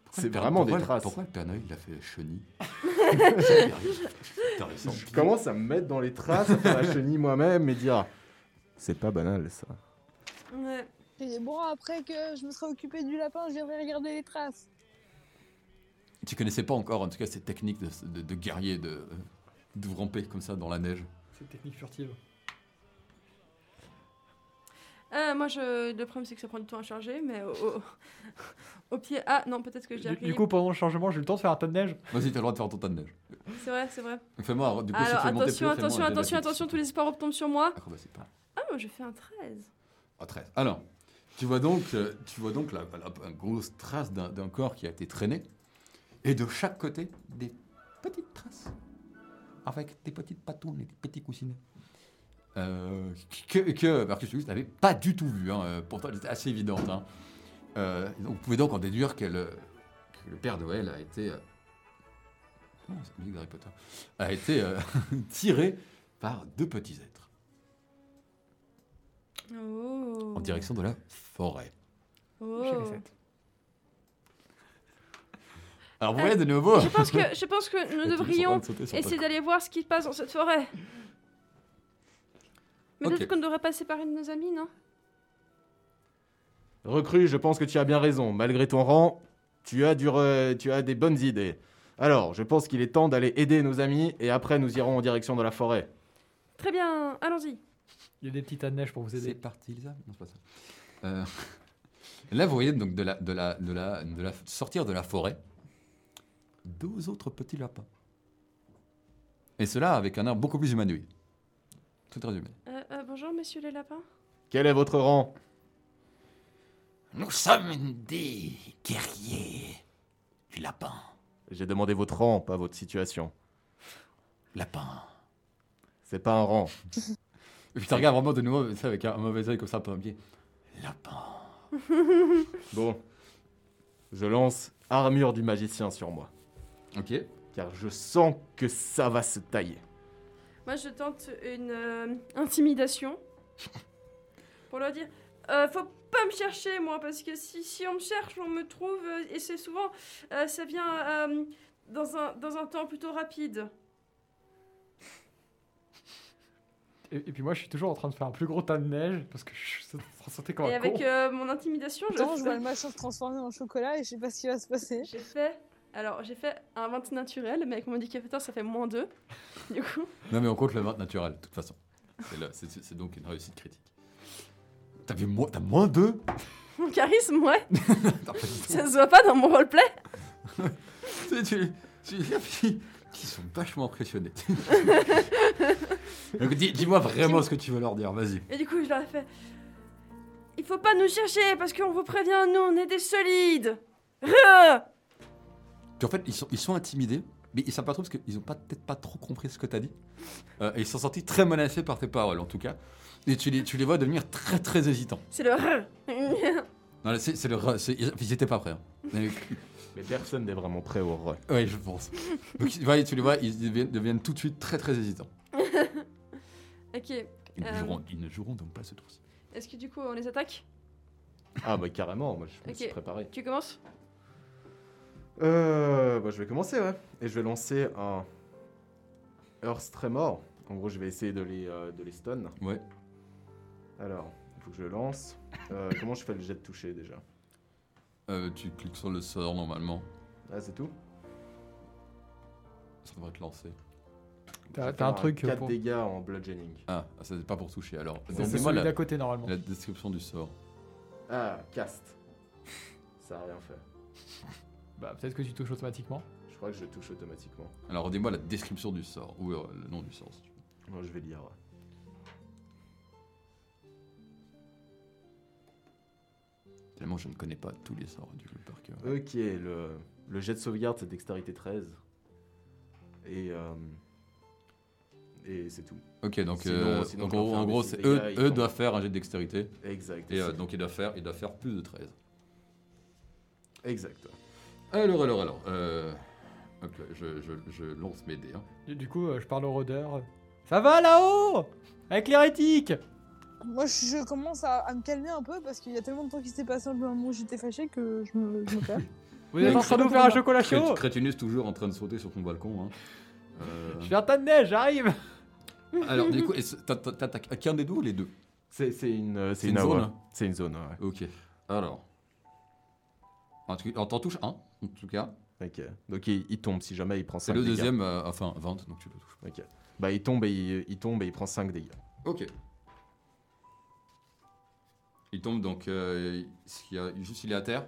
Speaker 1: pourquoi
Speaker 2: C'est
Speaker 1: le Père-
Speaker 2: vraiment des
Speaker 1: pourquoi le-
Speaker 2: traces.
Speaker 1: Pourquoi le Père Noël il a fait chenille Intéressant.
Speaker 2: Je commence à me mettre dans les traces, à faire la chenille moi-même et dire C'est pas banal ça.
Speaker 3: Ouais.
Speaker 5: Et bon, après que je me serai occupée du lapin, je viendrai regarder les traces.
Speaker 1: Tu connaissais pas encore, en tout cas, cette technique de, de- de guerrier, de, euh, de ramper comme ça dans la neige.
Speaker 4: Cette technique furtive.
Speaker 3: Ah, moi, je... le problème, c'est que ça prend du temps à charger, mais au, au- au pied. Ah, non, peut-être que je
Speaker 4: Du,
Speaker 3: dirais.
Speaker 4: du coup, pendant le changement, j'ai eu le temps de faire un tas de neige.
Speaker 1: Vas-y, t'as le droit de faire ton tas de neige.
Speaker 3: C'est vrai, c'est vrai.
Speaker 1: Fais-moi, du coup, si tu
Speaker 3: Alors,
Speaker 1: fais monter plus
Speaker 3: attention,
Speaker 1: haut, fais-moi
Speaker 3: attention,
Speaker 1: un dé
Speaker 3: attention,
Speaker 1: d'athlétisme.
Speaker 3: attention, tous les espoirs retombent sur moi.
Speaker 1: Acrobatique, pardon.
Speaker 3: Ah, moi, j'ai fait un 13.
Speaker 1: Ah, 13. Alors, tu vois donc, euh, tu vois donc la, la- la grosse trace d'un d'un corps qui a été traîné, et de chaque côté, des petites traces, avec des petites patounes et des petits coussinets. Euh, que, que Marcus Aurelius n'avait pas du tout vu, hein, euh, pourtant elle était assez évidente. hein. Euh, donc, vous pouvez donc en déduire qu'elle, euh, que le Père Noël a été. euh, comment c'est la musique d'Harry Potter A été euh, tiré par deux petits êtres
Speaker 3: Oh.
Speaker 1: en direction de la forêt.
Speaker 3: Oh.
Speaker 4: J'ai les sept.
Speaker 1: Alors vous voyez de nouveau
Speaker 3: Je pense que, je pense que nous devrions essayer d'aller voir ce qui se passe dans cette forêt. Mais
Speaker 1: Ok.
Speaker 3: Peut-être qu'on devrait passer par une de nos amies, non
Speaker 2: Recrue, je pense que tu as bien raison. Malgré ton rang, tu as, du re- tu as des bonnes idées. Alors, je pense qu'il est temps d'aller aider nos amis et après nous irons en direction de la forêt.
Speaker 3: Très bien, allons-y.
Speaker 4: Il y a des petits tas de neige pour vous
Speaker 1: C'est
Speaker 4: aider.
Speaker 1: parti, Lisa Non, c'est pas ça. Euh, là, vous voyez donc de la, de la, de la, de la, sortir de la forêt deux autres petits lapins. Et cela avec un air beaucoup plus humanoïde. Tout résumé.
Speaker 3: Euh, euh, bonjour, messieurs les lapins.
Speaker 2: Quel est votre rang
Speaker 1: Nous sommes des guerriers du lapin.
Speaker 2: J'ai demandé votre rang, pas votre situation.
Speaker 1: Lapin.
Speaker 2: C'est pas un rang.
Speaker 1: Et puis tu regardes vraiment de nouveau ça, avec un, un mauvais œil comme ça, pas un pied. Lapin.
Speaker 2: Bon. Je lance armure du magicien sur moi.
Speaker 1: Ok.
Speaker 2: Car je sens que ça va se tailler.
Speaker 3: Moi, je tente une euh, intimidation pour leur dire euh, faut pas me chercher, moi, parce que si, si on me cherche, on me trouve, euh, et c'est souvent, euh, ça vient euh, dans, un, dans un temps plutôt rapide.
Speaker 4: Et, et puis moi, je suis toujours en train de faire un plus gros tas de neige parce que je suis en train de sauter comme
Speaker 3: Et
Speaker 4: un
Speaker 3: avec
Speaker 4: con.
Speaker 3: euh, mon intimidation, je,
Speaker 5: Attends, je vois le machin se transformer en chocolat et je sais pas ce qui va se passer.
Speaker 3: j'ai fait. Alors, j'ai fait un 20 naturel, mais avec mon indicateur, ça fait moins 2. Du coup,
Speaker 1: Non, mais on compte le 20 naturel, de toute façon. C'est le- C'est c'est- c'est donc une réussite critique. T'as vu moins, t'as moins 2
Speaker 3: mon charisme, ouais, ça se voit pas dans mon roleplay.
Speaker 1: Tu- tu- tu- Ils ils sont vachement impressionnés. Donc, dis- Dis-moi vraiment ce que tu veux leur dire, vas-y.
Speaker 3: Et du coup, je leur ai fait Il faut pas nous chercher, parce qu'on vous prévient, nous, on est des solides. Ruh
Speaker 1: Puis en fait, ils sont, ils sont intimidés, mais ils savent pas trop parce qu'ils ont pas- peut-être pas trop compris ce que t'as dit. Euh, et ils sont sentis très menacés par tes paroles, en tout cas. Et tu les, tu les vois devenir très très hésitants.
Speaker 3: C'est le rrr.
Speaker 1: Non, là, c'est c'est le. re- c'est- Ils étaient pas prêts. hein. Mais-
Speaker 2: Mais personne n'est vraiment prêt au rang.
Speaker 1: Ouais, je pense. Donc, ils- ouais, tu les vois, ils deviennent, deviennent tout de suite très très hésitants.
Speaker 3: ok.
Speaker 1: Ils, ne
Speaker 3: Euh.
Speaker 1: joueront, ils ne joueront donc pas ce tour-ci.
Speaker 3: Est-ce que du coup on les attaque
Speaker 2: Ah bah carrément, moi je me suis
Speaker 3: Ok.
Speaker 2: préparé.
Speaker 3: Tu commences
Speaker 2: Euh, bah je vais commencer ouais. Et je vais lancer un Earth Tremor. En gros je vais essayer de les, euh, de les stun.
Speaker 1: Ouais.
Speaker 2: Alors, il faut que je lance. Euh, comment je fais le jet de toucher déjà
Speaker 1: Euh, tu cliques sur le sort normalement.
Speaker 2: Ah c'est tout
Speaker 1: Ça devrait te lancer.
Speaker 2: Je
Speaker 4: T'as
Speaker 2: vais
Speaker 4: t'as un
Speaker 2: faire
Speaker 4: truc euh,
Speaker 2: 4
Speaker 4: pour.
Speaker 2: dégâts en bludgeoning.
Speaker 1: Ah, ça c'est pas pour toucher alors.
Speaker 4: C'est
Speaker 1: Donc moi
Speaker 4: celui d'à
Speaker 1: la,
Speaker 4: côté normalement.
Speaker 1: la description du sort.
Speaker 2: Ah, cast. Ça a rien fait.
Speaker 4: Bah, peut-être que tu touches automatiquement.
Speaker 2: Je crois que je touche automatiquement.
Speaker 1: Alors dis-moi la description du sort, ou euh, le nom du sort si tu veux.
Speaker 2: Non, je vais lire.
Speaker 1: Tellement je ne connais pas tous les sorts du jeu par cœur.
Speaker 2: Ok, le, le jet de sauvegarde, c'est dextérité 13. Et euh, et c'est tout.
Speaker 1: Ok, donc,
Speaker 2: Sinon-
Speaker 1: euh,
Speaker 2: sinon
Speaker 1: donc,
Speaker 2: je leur
Speaker 1: en,
Speaker 2: fais un
Speaker 1: en gros,
Speaker 2: petit
Speaker 1: c'est
Speaker 2: dégât,
Speaker 1: eux,
Speaker 2: ils
Speaker 1: eux
Speaker 2: font-
Speaker 1: doivent faire un jet de dextérité.
Speaker 2: Exact.
Speaker 1: Et euh, donc, ils doivent, faire, ils doivent faire plus de 13.
Speaker 2: Exact.
Speaker 1: Alors, alors, alors. euh, hop là, je, je- je lance mes dés. hein.
Speaker 4: Du, du coup, euh, je parle au rôdeur. Ça va là-haut Avec l'hérétique
Speaker 5: Moi, je je commence à, à me calmer un peu parce qu'il y a tellement de temps qui s'est passé entre le moment où j'étais fâchée que je me, je me perds.
Speaker 4: Vous êtes en train de nous faire un chocolat
Speaker 1: Crét-
Speaker 4: chaud
Speaker 1: Crétinus toujours en train de sauter sur ton balcon. hein. Euh,
Speaker 4: Je fais un tas de neige, j'arrive
Speaker 1: alors, du coup, est-ce- t'a- t'a- t'attaques à qu'un des deux ou les deux
Speaker 2: C'est c'est une, euh,
Speaker 1: C'est
Speaker 2: c'est une,
Speaker 1: une
Speaker 2: awa.
Speaker 1: zone.
Speaker 2: C'est une zone, ouais.
Speaker 1: Ok. Alors. En tout- en t'en touches un, en tout cas.
Speaker 2: Ok. Donc il, il tombe si jamais il prend 5
Speaker 1: C'est le deuxième, euh, enfin 20, donc tu le touches.
Speaker 2: Ok. Bah il tombe et il, il tombe et il prend 5 dégâts.
Speaker 1: Ok. Il tombe donc. euh, s'il y a- juste il est à terre.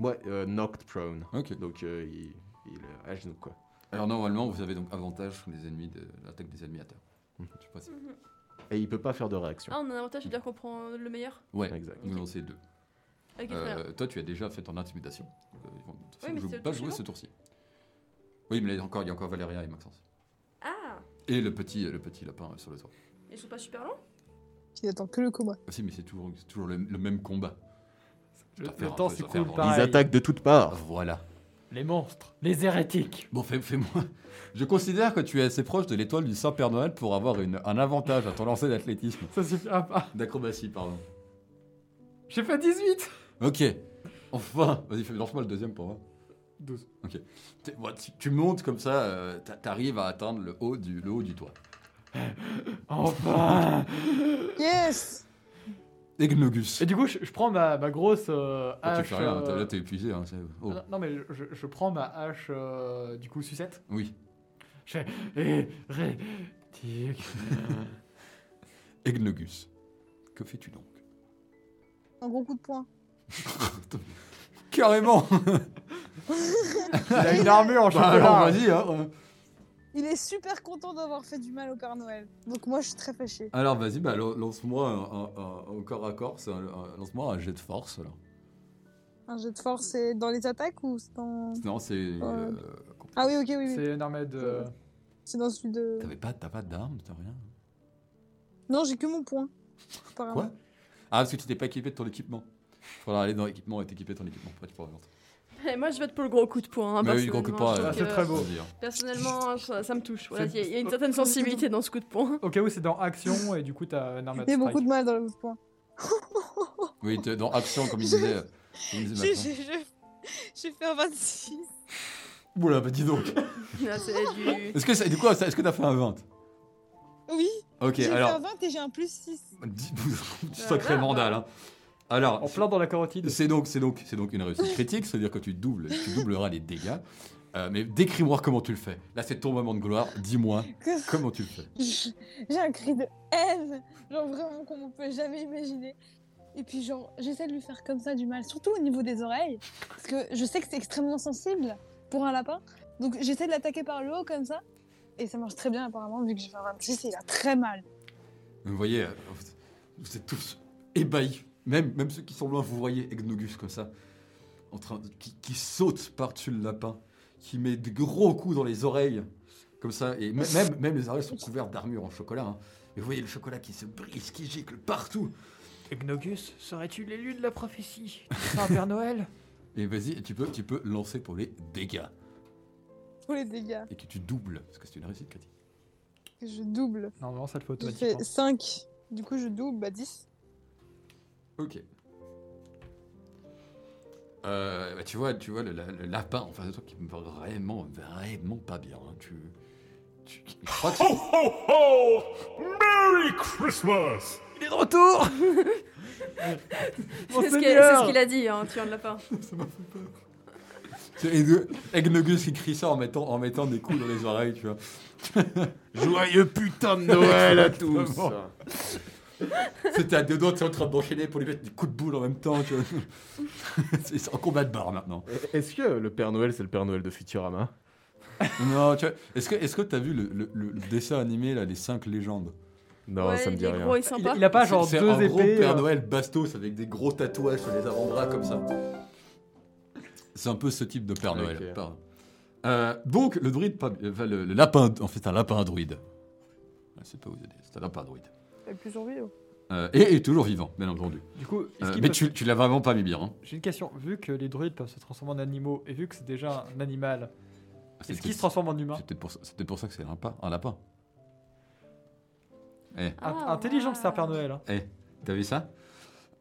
Speaker 2: Ouais, euh, knocked prone.
Speaker 1: Ok.
Speaker 2: Donc euh, il, il est à genoux, quoi.
Speaker 1: Alors normalement, vous avez donc avantage sur les ennemis de l'attaque des ennemis à terre.
Speaker 2: Mhm.
Speaker 1: Je sais pas si-
Speaker 3: Mhm.
Speaker 2: Et il peut pas faire de réaction.
Speaker 3: Ah, on a un avantage, c'est-à-dire qu'on prend le meilleur
Speaker 1: Ouais,
Speaker 2: Exact.
Speaker 1: vous lancez deux.
Speaker 3: avec les
Speaker 1: Euh,
Speaker 3: frères.
Speaker 1: toi, tu as déjà fait ton intimidation. Donc, euh, ils vont- de toute façon,
Speaker 3: mais
Speaker 1: je
Speaker 3: c'est
Speaker 1: veux
Speaker 3: le
Speaker 1: pas
Speaker 3: tour
Speaker 1: jouer
Speaker 3: suivant.
Speaker 1: ce tour-ci. Oui, mais il y a encore, il y a encore Valéria et Maxence.
Speaker 3: Ah
Speaker 1: Et le petit, le petit lapin euh, sur le toit.
Speaker 3: Ils sont pas super longs
Speaker 5: Il attend que le coma.
Speaker 1: Ah, si, mais c'est toujours, c'est toujours le, le même combat.
Speaker 4: Le,
Speaker 1: Putain, faire
Speaker 4: le
Speaker 1: un
Speaker 4: temps
Speaker 1: peu, ça va
Speaker 4: s'écoule
Speaker 1: faire
Speaker 4: pareil.
Speaker 2: Ils attaquent de toutes
Speaker 1: Ah.
Speaker 2: parts.
Speaker 1: Voilà.
Speaker 4: Les monstres, les hérétiques
Speaker 1: Bon, fais- fais-moi. Je considère que tu es assez proche de l'étoile du Saint-Père Noël pour avoir une- un avantage à ton lancer d'athlétisme.
Speaker 4: Ça suffit ah, ah,
Speaker 1: D'acrobatie, pardon.
Speaker 4: J'ai fait 18
Speaker 1: Ok. Enfin, vas-y, fais- lance-moi le deuxième pour moi.
Speaker 4: 12.
Speaker 1: T'es- bon, tu, tu montes comme ça, euh, t'a- t'arrives à atteindre le haut du, le haut du toit.
Speaker 4: Enfin
Speaker 5: Yes
Speaker 1: Egnogus.
Speaker 4: Et du coup, je, je prends ma, ma grosse euh,
Speaker 1: Ah,
Speaker 4: hache...
Speaker 1: tu fais rien,
Speaker 4: euh,
Speaker 1: t'as- là t'es épuisé. hein, c'est- oh,
Speaker 4: non, non, mais je, je prends ma hache, euh, du coup, sucette.
Speaker 1: Oui.
Speaker 4: Hérétique
Speaker 1: Egnogus. Que fais-tu donc
Speaker 5: Un gros coup de poing.
Speaker 1: Carrément
Speaker 4: Il a une armure en
Speaker 1: Bah,
Speaker 4: chocolat
Speaker 1: Alors vas-y. hein.
Speaker 5: Il est super content d'avoir fait du mal au Père Noël. Donc moi, je suis très fâchée.
Speaker 1: Alors vas-y, bah, lan- lance-moi un, un- un- au corps à corps, c'est un- un- lance-moi un jet de force. alors.
Speaker 5: Un jet de force, c'est dans les attaques ou c'est dans...
Speaker 1: Non, c'est. euh,
Speaker 5: Ah oui, ok, oui, oui.
Speaker 4: C'est une armée de...
Speaker 5: C'est dans celui de...
Speaker 1: T'avais pas, t'as pas d'armes, t'as rien.
Speaker 5: Non, j'ai que mon poing. apparemment.
Speaker 1: Quoi Ah, parce que tu t'es pas équipé de ton équipement. Faudra aller dans l'équipement et t'équiper de ton équipement. Après, tu pourras lancer.
Speaker 3: Eh, Moi, je vote pour le gros coup de poing. hein,
Speaker 1: Mais oui, gros coup de poing, euh,
Speaker 3: personnellement, je
Speaker 4: Ah,
Speaker 3: trouve
Speaker 4: c'est
Speaker 3: que-
Speaker 4: très beau.
Speaker 1: vas-y, hein.
Speaker 3: Personnellement, ça, ça me touche. Voilà, Il
Speaker 4: C'est-
Speaker 3: y, a- il y a une certaine sensibilité dans ce coup de poing.
Speaker 4: Au cas où, c'est dans action, et du coup, t'as une armée
Speaker 5: Il y
Speaker 4: de
Speaker 5: a beaucoup
Speaker 4: strike.
Speaker 5: de mal dans le poing.
Speaker 1: Oui, t'es dans action, comme il disait. Comme il disait Macron.
Speaker 5: J'ai fait un 26.
Speaker 1: Oula, bah dis donc.
Speaker 3: Ah, c'est du-
Speaker 1: Est-ce que, ça- du coup, ça- est-ce que t'as fait un 20
Speaker 5: Oui,
Speaker 1: Ok,
Speaker 5: j'ai
Speaker 1: alors.
Speaker 5: fait un 20 et j'ai un plus 6.
Speaker 1: Dis- Sacré
Speaker 3: Ah,
Speaker 1: mandal, hein. Alors,
Speaker 4: En plein dans la carotide.
Speaker 1: c'est donc, c'est donc, c'est donc une réussite critique, c'est-à-dire que tu doubles, tu doubleras les dégâts. Euh, mais décris-moi comment tu le fais. Là, c'est ton moment de gloire. Dis-moi comment tu le fais.
Speaker 5: Je- J'ai un cri de haine, genre vraiment qu'on ne peut jamais imaginer. Et puis genre, j'essaie de lui faire comme ça du mal, surtout au niveau des oreilles, parce que je sais que c'est extrêmement sensible pour un lapin. Donc j'essaie de l'attaquer par le haut comme ça, et ça marche très bien apparemment, vu que j'ai fait un 26 et il a très mal.
Speaker 1: Vous voyez, euh, vous- vous êtes tous ébahis. Même, même ceux qui sont loin, vous voyez Egnogus comme ça, en train de- qui, qui saute par-dessus le lapin, qui met de gros coups dans les oreilles, comme ça. Et m- même, même les oreilles sont couvertes d'armure en chocolat. hein. Mais vous voyez le chocolat qui se brise, qui gicle partout.
Speaker 6: Ignogus, serais-tu l'élu de la prophétie Saint Père Noël
Speaker 1: Et vas-y, tu peux, tu peux lancer pour les dégâts.
Speaker 5: Pour les dégâts,
Speaker 1: Et que tu doubles, parce que c'est une réussite critique.
Speaker 5: je double.
Speaker 4: Normalement, ça le faut
Speaker 5: J'ai
Speaker 4: automatiquement.
Speaker 5: fait 5, du coup je double, bah 10.
Speaker 1: Ok. Euh, bah, tu vois, tu vois le, la- le lapin en face de toi qui est vraiment, vraiment pas bien. hein. Tu, tu- je crois que c'est-
Speaker 7: ho ho! Merry Christmas!
Speaker 6: Il est de retour
Speaker 4: Oh,
Speaker 3: C'est ce qu'il c'est ce qu'il a dit, hein, tueur de lapin.
Speaker 1: c'est Egno- Egnogus qui crie ça en mettant, en mettant des coups dans les oreilles, tu vois.
Speaker 2: Joyeux putain de Noël à tous
Speaker 1: Exactement. C'était à deux doigts, tu es en train d'enchaîner pour lui mettre des coups de boule en même temps, tu vois. c'est c'est en combat de barre maintenant.
Speaker 2: Est-ce que le Père Noël c'est le Père Noël de Futurama
Speaker 1: Non, tu vois, est-ce que, est-ce que t'as vu le, le- le dessin animé là, les 5 légendes
Speaker 2: Non,
Speaker 3: ouais,
Speaker 2: ça me
Speaker 3: il
Speaker 2: dit
Speaker 3: est
Speaker 2: rien.
Speaker 3: gros et sympa.
Speaker 4: Il, il a pas
Speaker 1: C'est-
Speaker 4: genre
Speaker 1: c'est
Speaker 4: deux
Speaker 1: un gros
Speaker 4: épées.
Speaker 1: Père
Speaker 4: euh,
Speaker 1: Noël bastos avec des gros tatouages sur les avant-bras comme ça. C'est un peu ce type de Père Noël.
Speaker 2: Ok.
Speaker 1: pardon. Euh, donc le druide, pas- euh, enfin, le, le lapin, en fait un lapin druide. Elle sait pas vous aider. Ça n'a pas droit.
Speaker 5: T'as plus envie. oh.
Speaker 1: Euh, et, et toujours vivant, bien entendu.
Speaker 4: Du coup, est-ce
Speaker 1: Euh,
Speaker 4: qu'il
Speaker 1: mais
Speaker 4: peut-
Speaker 1: tu, tu l'as vraiment pas mis bien. Hein.
Speaker 4: j'ai une question. Vu que les druides peuvent se transformer en animaux et vu que c'est déjà un animal,
Speaker 1: Ah, C'est
Speaker 4: est-ce qu'il
Speaker 1: peut-être-
Speaker 4: se transforme en humain
Speaker 1: c'est peut-être pour, ça- c'est peut-être pour ça que c'est un, lapin- un lapin.
Speaker 4: Un-
Speaker 3: Ah,
Speaker 4: Intelligent, c'est un Père
Speaker 3: ouais.
Speaker 4: Noël. hein.
Speaker 1: T'as vu ça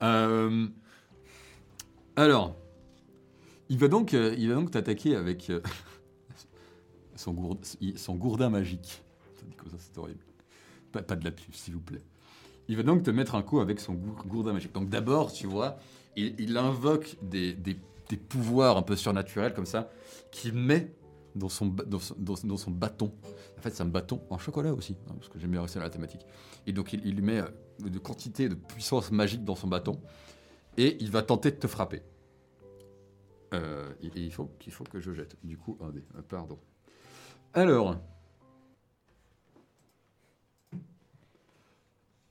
Speaker 1: Euh, Alors, il va donc, euh, il va donc t'attaquer avec euh, son, gourde- il- son gourdin magique. Ça dit comme ça, c'est horrible. Pas, pas de la pub, s'il vous plaît. Il va donc te mettre un coup avec son gour- gourdin magique. Donc d'abord, tu vois, il, il invoque des, des- des pouvoirs un peu surnaturels comme ça, qu'il met dans son, ba- dans, son, dans son- dans son bâton. En fait, c'est un bâton en chocolat aussi, hein, parce que j'aime bien réussir la thématique. Et donc, il, il lui met euh, de quantité de puissance magique dans son bâton et il va tenter de te frapper. Euh, et- et il faut, qu'il faut que je jette. Du coup, un dé. Euh, Pardon. Alors.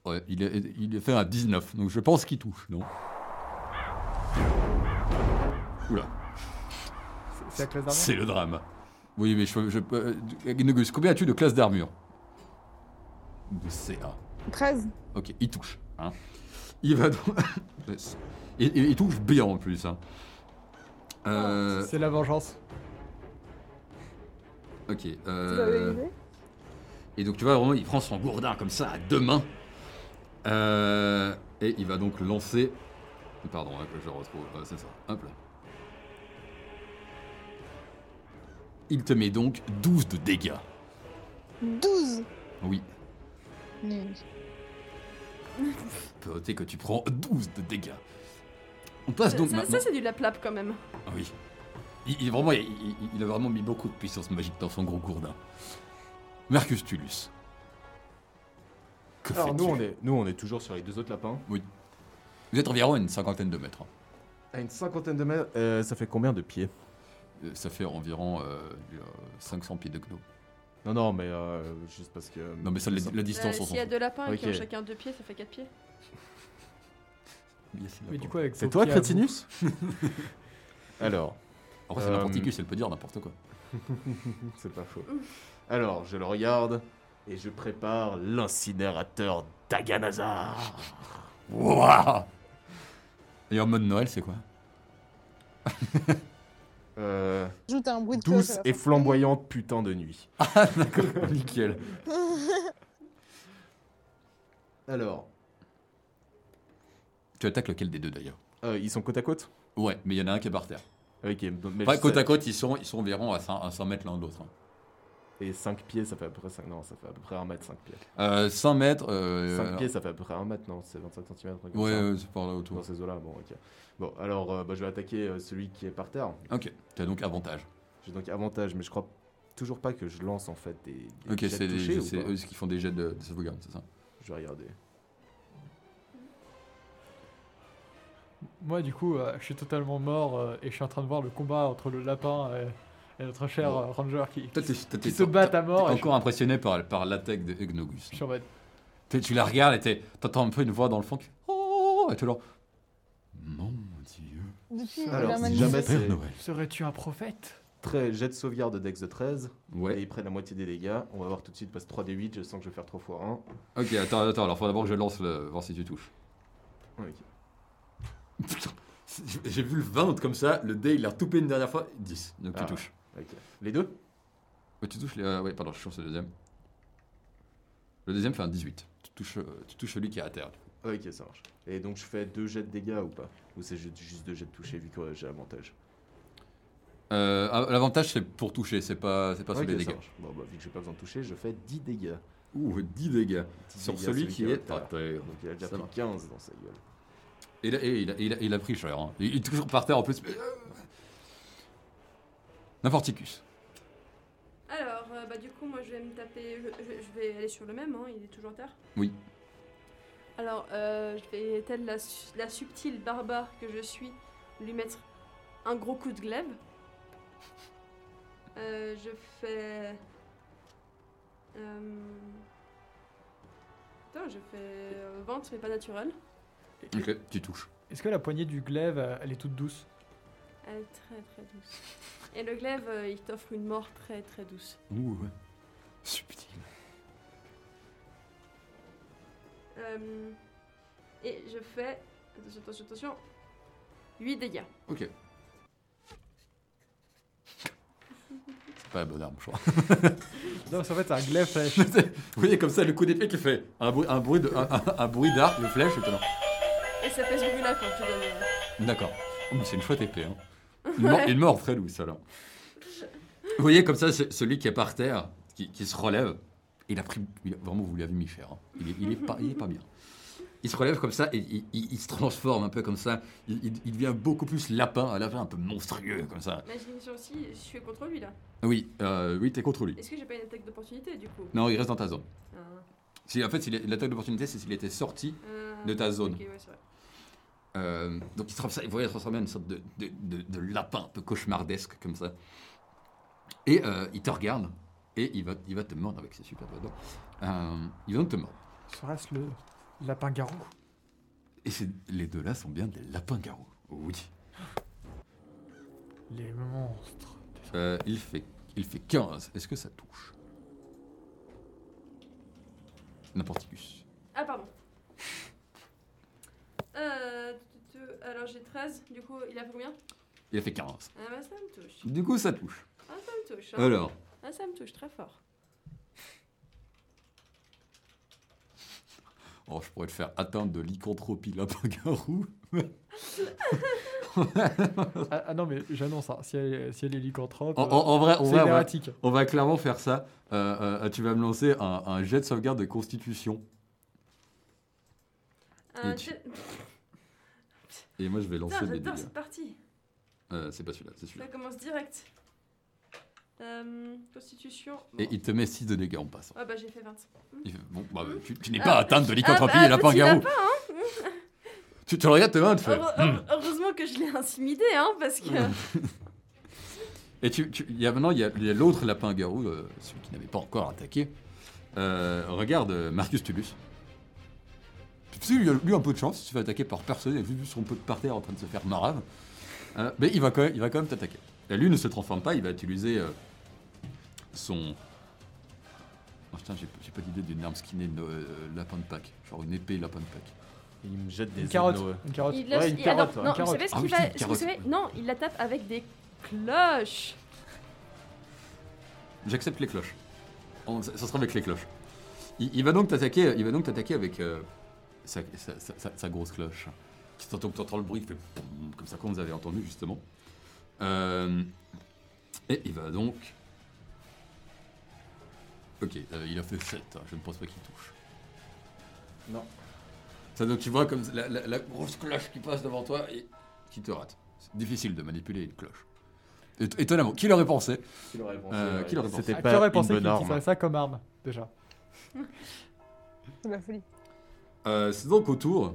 Speaker 1: Ouais, il, est, il est fait un 19, donc je pense qu'il touche, non Oula,
Speaker 4: C'est- C'est la classe d'armure.
Speaker 1: c'est le drame. Oui, mais je. je euh, Nogus, combien as-tu de classe d'armure De CA.
Speaker 5: 13.
Speaker 1: Ok, il touche. hein. Il va donc... il, il- il touche bien en plus. hein. Euh,
Speaker 3: Ah,
Speaker 4: C'est la vengeance.
Speaker 1: ok.
Speaker 5: Tu
Speaker 1: euh,
Speaker 5: l'avais idée
Speaker 1: et donc tu vois, vraiment, il prend son gourdin comme ça à deux mains. Euh, et il va donc lancer... Pardon, hein, que je retrouve. euh, C'est ça. Hop là. Il te met donc 12 de dégâts.
Speaker 5: 12.
Speaker 1: Oui.
Speaker 5: Nul.
Speaker 1: Peut noter que tu prends 12 de dégâts. On passe
Speaker 3: Ça-
Speaker 1: Ah, donc
Speaker 3: ça,
Speaker 1: maintenant...
Speaker 3: ça, c'est du lap-lap quand même.
Speaker 1: Ah Oui. Il, il- vraiment, il, il- il a vraiment mis beaucoup de puissance magique dans son gros gourdin. Marcus Tullus. Que
Speaker 2: Alors
Speaker 1: faites-vous
Speaker 2: nous on, est, nous, on est toujours sur les deux autres lapins.
Speaker 1: Vous êtes environ à une cinquantaine de mètres. hein.
Speaker 2: À une cinquantaine de mètres, euh, ça fait combien de pieds
Speaker 1: Euh, Ça fait environ euh, euh, 500 pieds de gnome.
Speaker 2: Non, non, mais euh, juste parce que...
Speaker 1: Non, mais ça, la, la
Speaker 3: Euh,
Speaker 1: distance, on s'en
Speaker 3: S'il y a
Speaker 1: fout.
Speaker 3: deux lapins qui
Speaker 2: Ok.
Speaker 3: ont chacun deux pieds, ça fait quatre pieds.
Speaker 1: Yes, il a
Speaker 4: Mais
Speaker 1: pas-
Speaker 4: du coup, avec
Speaker 2: C'est
Speaker 4: vos
Speaker 2: toi,
Speaker 4: pieds à vous-
Speaker 2: Crétinus Alors,
Speaker 1: Après, Oh, c'est n'importe
Speaker 2: Euh,
Speaker 1: qui, c'est le peut dire n'importe quoi.
Speaker 2: c'est pas faux. Alors, je le regarde et je prépare l'incinérateur d'Aganazar.
Speaker 1: Wouah Et en mode Noël, c'est quoi
Speaker 2: Euh,
Speaker 5: Ajoute un bruit de cloche.
Speaker 2: douce et flamboyante putain de nuit.
Speaker 1: Nickel.
Speaker 2: Alors,
Speaker 1: Tu attaques lequel des deux d'ailleurs
Speaker 2: euh, ils sont côte à côte
Speaker 1: Ouais, mais il y en a un qui est par terre.
Speaker 2: Ok, donc- mais
Speaker 1: Enfin,
Speaker 2: je
Speaker 1: côte
Speaker 2: sais-
Speaker 1: à côte, ils sont, ils sont environ à 100, mètres l'un de l'autre. hein.
Speaker 2: Et 5 pieds, ça fait à peu près 5... Non, ça fait à peu près 1 mètre, 5 pieds.
Speaker 1: Euh, 100 mètres. euh,
Speaker 2: 5
Speaker 1: alors-
Speaker 2: pieds, ça fait à peu près 1 mètre, non C'est 25 cm.
Speaker 1: Ouais, ouais, c'est par là
Speaker 2: dans
Speaker 1: autour.
Speaker 2: ces eaux-là, bon, ok. Bon, alors, euh, bah, je vais attaquer euh, celui qui est par terre.
Speaker 1: Ok, tu as donc avantage.
Speaker 2: J'ai donc avantage, mais je crois toujours pas que je lance, en fait, des, des
Speaker 1: Ok,
Speaker 2: jets
Speaker 1: c'est des-
Speaker 2: touchés
Speaker 1: je
Speaker 2: ou
Speaker 1: sais,
Speaker 2: pas
Speaker 1: eux ce qui font des jets de, de sauvegarde, c'est ça
Speaker 2: Je vais regarder.
Speaker 4: Moi, du coup, euh, je suis totalement mort euh, et je suis en train de voir le combat entre le lapin euh, et, notre cher
Speaker 1: Bon.
Speaker 4: euh, ranger qui,
Speaker 1: Toi,
Speaker 4: qui-
Speaker 1: t'es- t'es-
Speaker 4: qui
Speaker 1: t'es-
Speaker 4: se bat
Speaker 1: t'es
Speaker 4: à mort. et je-
Speaker 1: encore impressionné par, par l'attaque de Egnogus.
Speaker 4: je suis en mode,
Speaker 1: T'es- Tu la regardes et t'es- t'entends un peu une voix dans le fond qui Oh Et tu leur. Mon dieu.
Speaker 5: Depuis
Speaker 2: Alors,
Speaker 5: la
Speaker 2: si
Speaker 5: manip-
Speaker 2: jamais- c'est-
Speaker 1: Noël.
Speaker 4: serais-tu un prophète
Speaker 2: Très jet de sauvegarde de Dex de 13, et
Speaker 1: Ouais.
Speaker 2: ils prennent la moitié des dégâts. On va voir tout de suite, parce que 3d8, je sens que je vais faire 3 fois 1.
Speaker 1: Ok, attends, attends, alors faut d'abord que je lance le. voir si tu touches. Putain, J'ai vu le 20 comme ça, le dé il l'a toupé une dernière fois, 10. Donc
Speaker 2: Ah.
Speaker 1: tu touches.
Speaker 2: Les deux
Speaker 1: Ouais, tu touches les. euh, ouais, pardon, je suis sur ce deuxième. Le deuxième fait un 18. Tu touches, euh, tu touches celui qui est à terre.
Speaker 2: Ok, ça marche. Et donc, je fais 2 jets de dégâts ou pas Ou c'est ju- juste 2 jets de toucher, vu que euh, j'ai avantage
Speaker 1: Euh, ah, L'avantage c'est pour toucher, c'est pas, c'est pas sur
Speaker 2: Ok,
Speaker 1: les
Speaker 2: ça
Speaker 1: dégâts.
Speaker 2: marche. Bon, bah, vu que j'ai pas besoin de toucher, je fais 10 dégâts.
Speaker 1: Ouh, 10 dégâts.
Speaker 2: 10
Speaker 1: Sur
Speaker 2: dégâts,
Speaker 1: celui qui est
Speaker 2: par
Speaker 1: par
Speaker 2: terre.
Speaker 1: terre.
Speaker 2: Donc, il a déjà
Speaker 1: Ça
Speaker 2: pris
Speaker 1: marche.
Speaker 2: 15 dans sa gueule.
Speaker 1: Et là- et il, a, il a- il a pris cher. hein. Il, il est toujours par terre en plus. euh, N'importicus.
Speaker 3: Alors, euh, bah, du coup, moi, je vais me taper. Je, je- je vais aller sur le même, hein, il est toujours en terre.
Speaker 1: Oui.
Speaker 3: Alors, euh, je vais, telle la, su- la subtile barbare que je suis, lui mettre un gros coup de glaive. Euh, je fais. Euh... Putain, je fais euh, 20, mais pas naturel.
Speaker 1: Ok, tu touches.
Speaker 4: Est-ce que la poignée du glaive, euh, elle est toute douce
Speaker 3: Elle est très très douce. Et le glaive, euh, il t'offre une mort très très douce.
Speaker 1: Ouh, ouais. Subtil.
Speaker 3: Euh, et je fais. Attention, attention, attention. 8 dégâts.
Speaker 1: Ok. C'est pas la bonne arme, je crois.
Speaker 4: Non, parce qu'en fait, c'est un glaive flèche.
Speaker 1: Vous voyez comme ça le coup d'épée qui fait un bruit, un bruit de- un- un- un bruit d'arc de flèche étonnant.
Speaker 3: Et ça fait ce bruit-là quand tu donnes. euh,
Speaker 1: D'accord. Oh, mais c'est une chouette épée. Hein. Une, mort, une mort très douce, alors. Vous voyez, comme ça, c'est celui qui est par terre, qui, qui se relève, il a pris. il a- vraiment, vous l'avez mis faire. hein. Il, est, il, est pas, il est pas bien. Il se relève comme ça et il, il- il se transforme un peu comme ça. Il, il- il devient beaucoup plus lapin à la fin, un peu monstrueux comme ça.
Speaker 3: Mais j'ai une chance aussi, je suis contre lui là.
Speaker 1: Oui, euh, oui, t'es contre lui.
Speaker 3: Est-ce que j'ai pas une attaque d'opportunité du coup
Speaker 1: Non, il reste dans ta zone.
Speaker 3: Ah,
Speaker 1: Si, en fait, s'il est- l'attaque d'opportunité, c'est s'il était sorti
Speaker 3: euh,
Speaker 1: de ta zone.
Speaker 3: Ok, ouais, c'est vrai.
Speaker 1: Euh, donc il se transforme, vous voyez, il se transforme en une sorte de, de- de- de lapin un peu cauchemardesque comme ça. Et euh, il te regarde et il va, il va te mordre avec ses super doigts. Euh, il va donc te mordre.
Speaker 4: Serait-ce le lapin garou
Speaker 1: Et c'est- les deux-là sont bien des lapins-garous. Oui.
Speaker 4: Les monstres.
Speaker 1: Euh, il, fait, il fait 15. Est-ce que ça touche N'importe qui.
Speaker 3: Ah, pardon. Euh, tu- tu- alors j'ai 13, du coup il a fait combien
Speaker 1: Il a fait 15.
Speaker 3: Ah bah ça me touche.
Speaker 1: Du coup, ça touche.
Speaker 3: Ah ça me touche. hein.
Speaker 1: Alors,
Speaker 3: Ah ça me touche très fort.
Speaker 1: oh, je pourrais te faire atteindre de lycanthropie lapin-garou.
Speaker 4: Ah, ah non, mais j'annonce, hein, si, elle, si elle est lycanthrope,
Speaker 1: En,
Speaker 4: euh,
Speaker 1: en- en vrai, en
Speaker 4: c'est
Speaker 1: vrai, en vrai,
Speaker 4: hérétique.
Speaker 1: On va clairement faire ça. Euh, euh, tu vas me lancer un, un jet de sauvegarde de constitution.
Speaker 3: Un
Speaker 1: tu-
Speaker 3: jet-
Speaker 1: Et moi, je vais lancer
Speaker 3: Euh, Putain,
Speaker 1: des
Speaker 3: j'adore
Speaker 1: dégâts.
Speaker 3: cette partie.
Speaker 1: Euh, c'est pas celui-là, c'est
Speaker 3: Ça
Speaker 1: celui-là.
Speaker 3: commence direct. Euh, constitution. bon.
Speaker 1: Et il te met 6 de dégâts en passant.
Speaker 3: Ah bah j'ai fait 20.
Speaker 1: Il fait, bon, bah, tu, tu n'es
Speaker 3: Ah,
Speaker 1: pas atteinte de lycanthropie
Speaker 3: ah bah,
Speaker 1: et lapin
Speaker 3: petit
Speaker 1: garou.
Speaker 3: lapin,
Speaker 1: Tu te regardes tes mains, tu fais.
Speaker 3: Heure- heure- heureusement que je l'ai intimidé, hein, parce que.
Speaker 1: Hmm. Et tu, tu- il y a maintenant, il y a, il y a l'autre lapin garou, euh, celui qui n'avait pas encore attaqué. Euh, regarde euh, Marcus Tullus. Si lui, lui un peu de chance, il se fait attaquer par personne, il a juste son peu de par terre en train de se faire marave. Euh, mais il va quand même, il va quand même t'attaquer. Et lui ne se transforme pas, il va utiliser euh, son. Oh putain, j'ai j'ai pas d'idée d'une arme skinée de euh, lapin de Pâques. Genre une épée lapin de Pâques.
Speaker 2: Il me jette des
Speaker 4: Une carotte.
Speaker 2: anneaux.
Speaker 4: Une carotte.
Speaker 3: Il lâche-
Speaker 2: Ouais, une
Speaker 3: il-
Speaker 2: carotte,
Speaker 3: alors,
Speaker 2: ouais,
Speaker 3: non,
Speaker 4: une
Speaker 3: vous savez ce
Speaker 1: carotte.
Speaker 3: qu'il
Speaker 1: Ah oui,
Speaker 3: va.
Speaker 1: une
Speaker 3: ce que vous
Speaker 1: carotte.
Speaker 3: savez non, il la tape avec des cloches.
Speaker 1: J'accepte les cloches. On- ça ça sera avec les cloches. Il, il va donc t'attaquer. Il va donc t'attaquer avec euh, sa, sa- sa- sa- sa grosse cloche. Qui t'entend, t'entends le bruit qui fait poum, comme ça qu'on vous avez entendu justement. Euh, et il va donc. Ok, euh, il a fait 7, hein, je ne pense pas qu'il touche.
Speaker 2: Non.
Speaker 1: Ça, donc tu vois comme la, la- la grosse cloche qui passe devant toi et qui te rate. C'est difficile de manipuler une cloche. Éton- Étonnamment, qui l'aurait pensé
Speaker 2: Qui l'aurait pensé
Speaker 1: Euh,
Speaker 2: ouais.
Speaker 1: qui l'aurait pensé
Speaker 2: C'était
Speaker 4: Ah, qui
Speaker 2: pas
Speaker 4: aurait
Speaker 2: une
Speaker 4: pensé
Speaker 2: bonne
Speaker 4: qu'il
Speaker 2: arme.
Speaker 4: utilisait ça comme arme, déjà
Speaker 5: C'est la folie.
Speaker 1: Euh, c'est donc au tour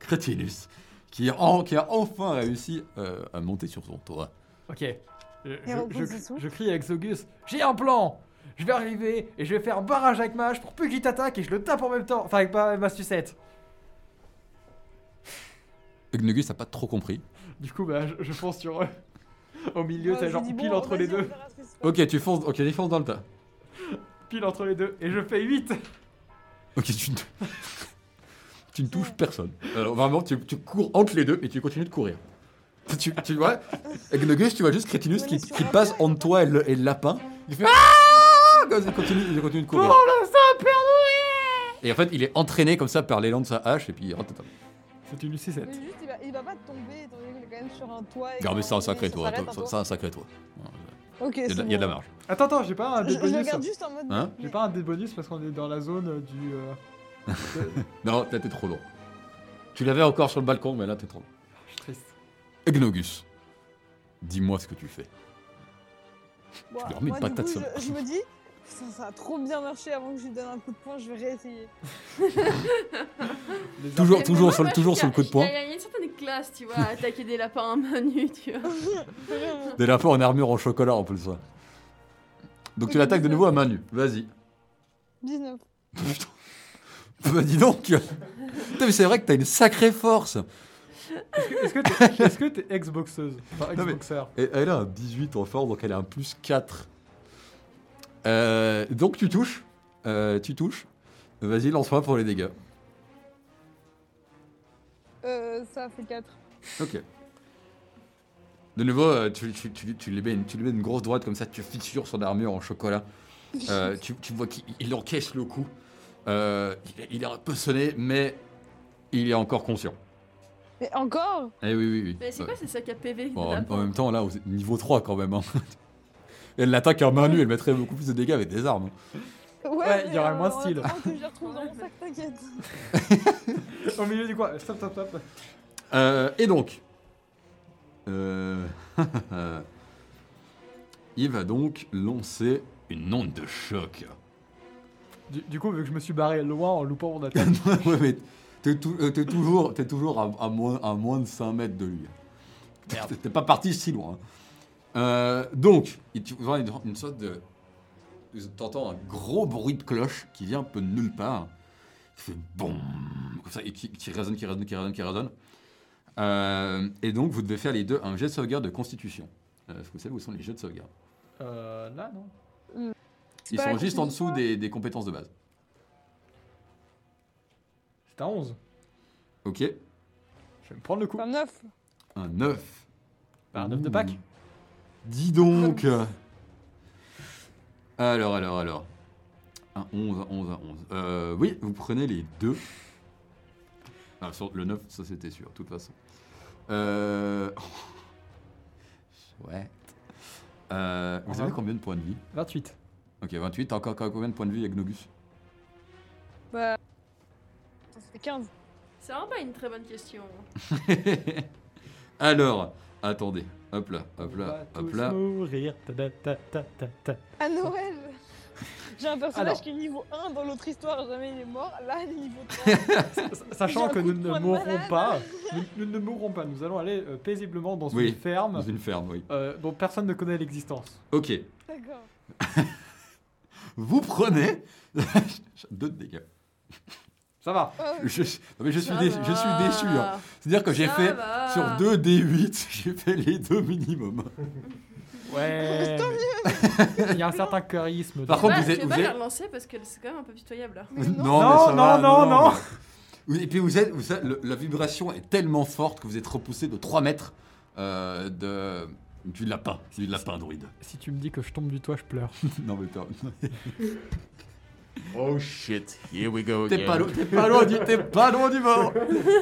Speaker 1: Crétinus qui, a en- qui a enfin réussi euh, à monter sur son toit.
Speaker 4: Ok. Je, je- je-
Speaker 5: reposition.
Speaker 4: je crie avec Zogus J'ai un plan Je vais arriver et je vais faire barrage avec Mage pour plus qu'il t'attaque et je le tape en même temps. Enfin, avec ma, ma sucette.
Speaker 1: Gnugus n'a pas trop compris.
Speaker 4: Du coup, bah, je, je fonce sur eux. Au milieu,
Speaker 5: Moi,
Speaker 4: t'as
Speaker 5: je
Speaker 4: genre
Speaker 5: dis,
Speaker 4: pile
Speaker 5: bon,
Speaker 4: entre les
Speaker 5: vas-y, on
Speaker 4: deux.
Speaker 5: verra ce que c'est.
Speaker 1: Ok, tu fonces, ok, il fonce dans le tas.
Speaker 4: Pile entre les deux. Et je fais 8.
Speaker 1: Ok, tu ne, tu ne touches personne. Alors vraiment, tu, tu cours entre les deux et tu continues de courir. Tu, tu vois, Gnugus, tu vois juste Crétinus qui, qui passe entre toi et le, et le lapin. Il fait Ah Comme ça, Il continue, il continue de courir. Et en fait, il est entraîné comme ça par l'élan de sa hache et puis. oh, tata.
Speaker 4: C'est une
Speaker 5: Mais
Speaker 4: sucette.
Speaker 5: juste, il va, il va pas tomber, étant donné qu'il est quand même sur un toit. et
Speaker 1: Garde, mais
Speaker 5: qu'à
Speaker 1: c'est un
Speaker 5: moment donné,
Speaker 1: sacré
Speaker 5: ça
Speaker 1: toit.
Speaker 5: s'arrête
Speaker 1: attends,
Speaker 5: un
Speaker 1: ça-
Speaker 5: toit.
Speaker 1: C'est un sacré toit. Il
Speaker 5: Ok,
Speaker 1: y a de
Speaker 5: c'est
Speaker 1: la- il y a de la
Speaker 5: bon.
Speaker 1: marge.
Speaker 4: Attends, attends, j'ai Ah, pas un
Speaker 5: Je,
Speaker 4: dé
Speaker 5: je le
Speaker 4: bonus.
Speaker 5: garde juste en mode.
Speaker 1: Hein
Speaker 4: J'ai pas un dé bonus parce qu'on est dans la zone du. euh,
Speaker 1: Non, là t'es trop loin. Tu l'avais encore sur le balcon, mais là t'es trop loin.
Speaker 4: ah, Je suis triste.
Speaker 1: Egnogus, dis-moi ce que tu fais.
Speaker 5: Bon,
Speaker 1: leur mets une
Speaker 5: moi,
Speaker 1: patate
Speaker 5: du
Speaker 1: sur
Speaker 5: coup,
Speaker 1: le-
Speaker 5: je, je me dis, putain, ça a trop bien marché avant que je lui donne un coup de poing, je vais réessayer.
Speaker 4: Les
Speaker 1: Toujours,
Speaker 5: Mais
Speaker 1: toujours,
Speaker 5: moi,
Speaker 1: sur, le-
Speaker 3: Moi, je
Speaker 1: toujours
Speaker 3: suis
Speaker 1: sur le coup de
Speaker 3: ca-
Speaker 1: poing.
Speaker 3: Il y a il y a une certaine classe, tu vois, à attaquer des lapins à main nue, tu vois.
Speaker 5: Vraiment.
Speaker 1: Des lapins en armure en chocolat, on peut le savoir. Donc tu
Speaker 5: Et
Speaker 1: l'attaques de
Speaker 5: dix-neuf.
Speaker 1: nouveau à main nue. Vas-y.
Speaker 5: 19.
Speaker 1: Bah dis donc Putain, mais c'est vrai que t'as une sacrée force
Speaker 4: Est-ce que t'es- est-ce que t'es ex-boxeuse Enfin,
Speaker 1: Non, mais-
Speaker 4: ex-boxeur.
Speaker 1: Et elle a un 18 en force, donc elle a un plus 4. Euh, donc tu touches. Euh, tu touches. Vas-y, lance-moi pour les dégâts.
Speaker 5: Euh, ça fait 4.
Speaker 1: Ok. De nouveau, euh, tu, tu, tu, tu lui mets une, tu lui mets une grosse droite comme ça, tu fissures son armure en chocolat. Euh, tu, tu vois qu'il il encaisse le coup. Euh, il, est- il est un peu sonné, mais il est encore conscient.
Speaker 5: Mais encore
Speaker 1: Eh oui, oui, oui.
Speaker 3: Mais c'est
Speaker 1: Ouais. Oh,
Speaker 3: quoi ces sacs à PV
Speaker 1: Bon, en, en même temps, là, vous êtes niveau 3 quand même. hein. Elle l'attaque à main nue, elle mettrait beaucoup plus de dégâts avec des armes.
Speaker 5: Ouais,
Speaker 4: Ouais, il y
Speaker 5: mais,
Speaker 4: aura
Speaker 5: euh,
Speaker 4: moins
Speaker 5: on
Speaker 4: style.
Speaker 5: attend que je les retrouve dans mon sac, t'inquiète.
Speaker 4: Au milieu du quoi Stop, stop, stop.
Speaker 1: Euh, et donc, euh, il va donc lancer une onde de choc.
Speaker 4: Du, du coup, vu que je me suis barré loin en loupant mon attaque,
Speaker 1: ouais, mais t'es, tou- euh, t'es toujours, t'es toujours à, à moins, à moins de 5 mètres de lui.
Speaker 2: Merde.
Speaker 1: T'es pas parti si loin. hein. Euh, donc, il- tu vois une, une sorte de. T'entends un gros bruit de cloche qui vient un peu de nulle part. Qui fait BOUM Comme ça, et qui, qui résonne, qui résonne, qui résonne, qui résonne. Euh, et donc, vous devez faire les deux un jet de sauvegarde de constitution. Euh, Est-ce que vous savez où sont les jets de sauvegarde
Speaker 4: euh, là non.
Speaker 1: Ils
Speaker 5: pas
Speaker 1: sont
Speaker 5: la
Speaker 1: juste en
Speaker 5: constitution hein
Speaker 1: dessous des, des compétences de base.
Speaker 4: C'était un 11.
Speaker 1: Ok
Speaker 4: Je vais me prendre le coup.
Speaker 5: Enfin, 9.
Speaker 1: Un 9.
Speaker 4: Bah, un 9 de Pâques.
Speaker 1: Dis donc Alors, alors, alors. Un 11, un 11, un 11. Euh, oui, vous prenez les deux. Ah, sur le 9, ça c'était sûr, de toute façon. Euh... Ouais. Euh, vous avez
Speaker 4: Ouais.
Speaker 1: combien de points de vie
Speaker 4: 28.
Speaker 1: Ok, 28. T'as encore encore combien de points de vie avec Nogus
Speaker 5: Bah. Ça fait 15.
Speaker 3: C'est vraiment pas une très bonne question.
Speaker 1: Alors, attendez. Hop là, hop
Speaker 4: On va
Speaker 1: là, hop
Speaker 4: tous
Speaker 1: là.
Speaker 4: Mourir. Ta, ta, ta, ta, ta, ta.
Speaker 5: À Noël J'ai un personnage
Speaker 4: Alors.
Speaker 5: qui est niveau 1 dans l'autre histoire, jamais il est mort. Là, il est niveau 3.
Speaker 4: Sachant
Speaker 5: J'ai un
Speaker 4: que
Speaker 5: coup
Speaker 4: nous
Speaker 5: de
Speaker 4: ne
Speaker 5: poing de
Speaker 4: mourrons
Speaker 5: malade.
Speaker 4: pas, nous, nous ne mourrons pas, nous allons aller euh, paisiblement dans
Speaker 1: Oui.
Speaker 4: une ferme
Speaker 1: Dans une ferme, oui.
Speaker 4: euh, dont personne ne connaît l'existence.
Speaker 1: Ok.
Speaker 5: D'accord.
Speaker 1: Vous prenez... Deux de dégâts.
Speaker 4: Ça va.
Speaker 5: Ah ouais.
Speaker 1: Je, non, mais je suis, déçu, je suis déçu. hein. C'est-à-dire que j'ai
Speaker 3: Ça
Speaker 1: fait
Speaker 3: va.
Speaker 1: sur 2 D8, j'ai fait les deux minimum.
Speaker 4: Ouais. Il y a un certain charisme.
Speaker 1: Par
Speaker 4: dans-
Speaker 1: contre,
Speaker 3: Bah,
Speaker 1: vous êtes-
Speaker 3: je vais pas
Speaker 1: vous êtes-
Speaker 3: la relancer parce que c'est quand même un peu pitoyable. là.
Speaker 5: Mais non.
Speaker 4: Non, non, non, non.
Speaker 1: mais- Et puis vous êtes, vous êtes- le- la vibration est tellement forte que vous êtes repoussé de 3 mètres euh, de, du lapin, du lapin druide.
Speaker 4: si tu me dis que je tombe du toit, je pleure.
Speaker 1: non mais t'as-
Speaker 2: Oh shit, here we go
Speaker 1: t'es
Speaker 2: again.
Speaker 1: pas, loin- t'es pas loin du, t'es pas loin du mort.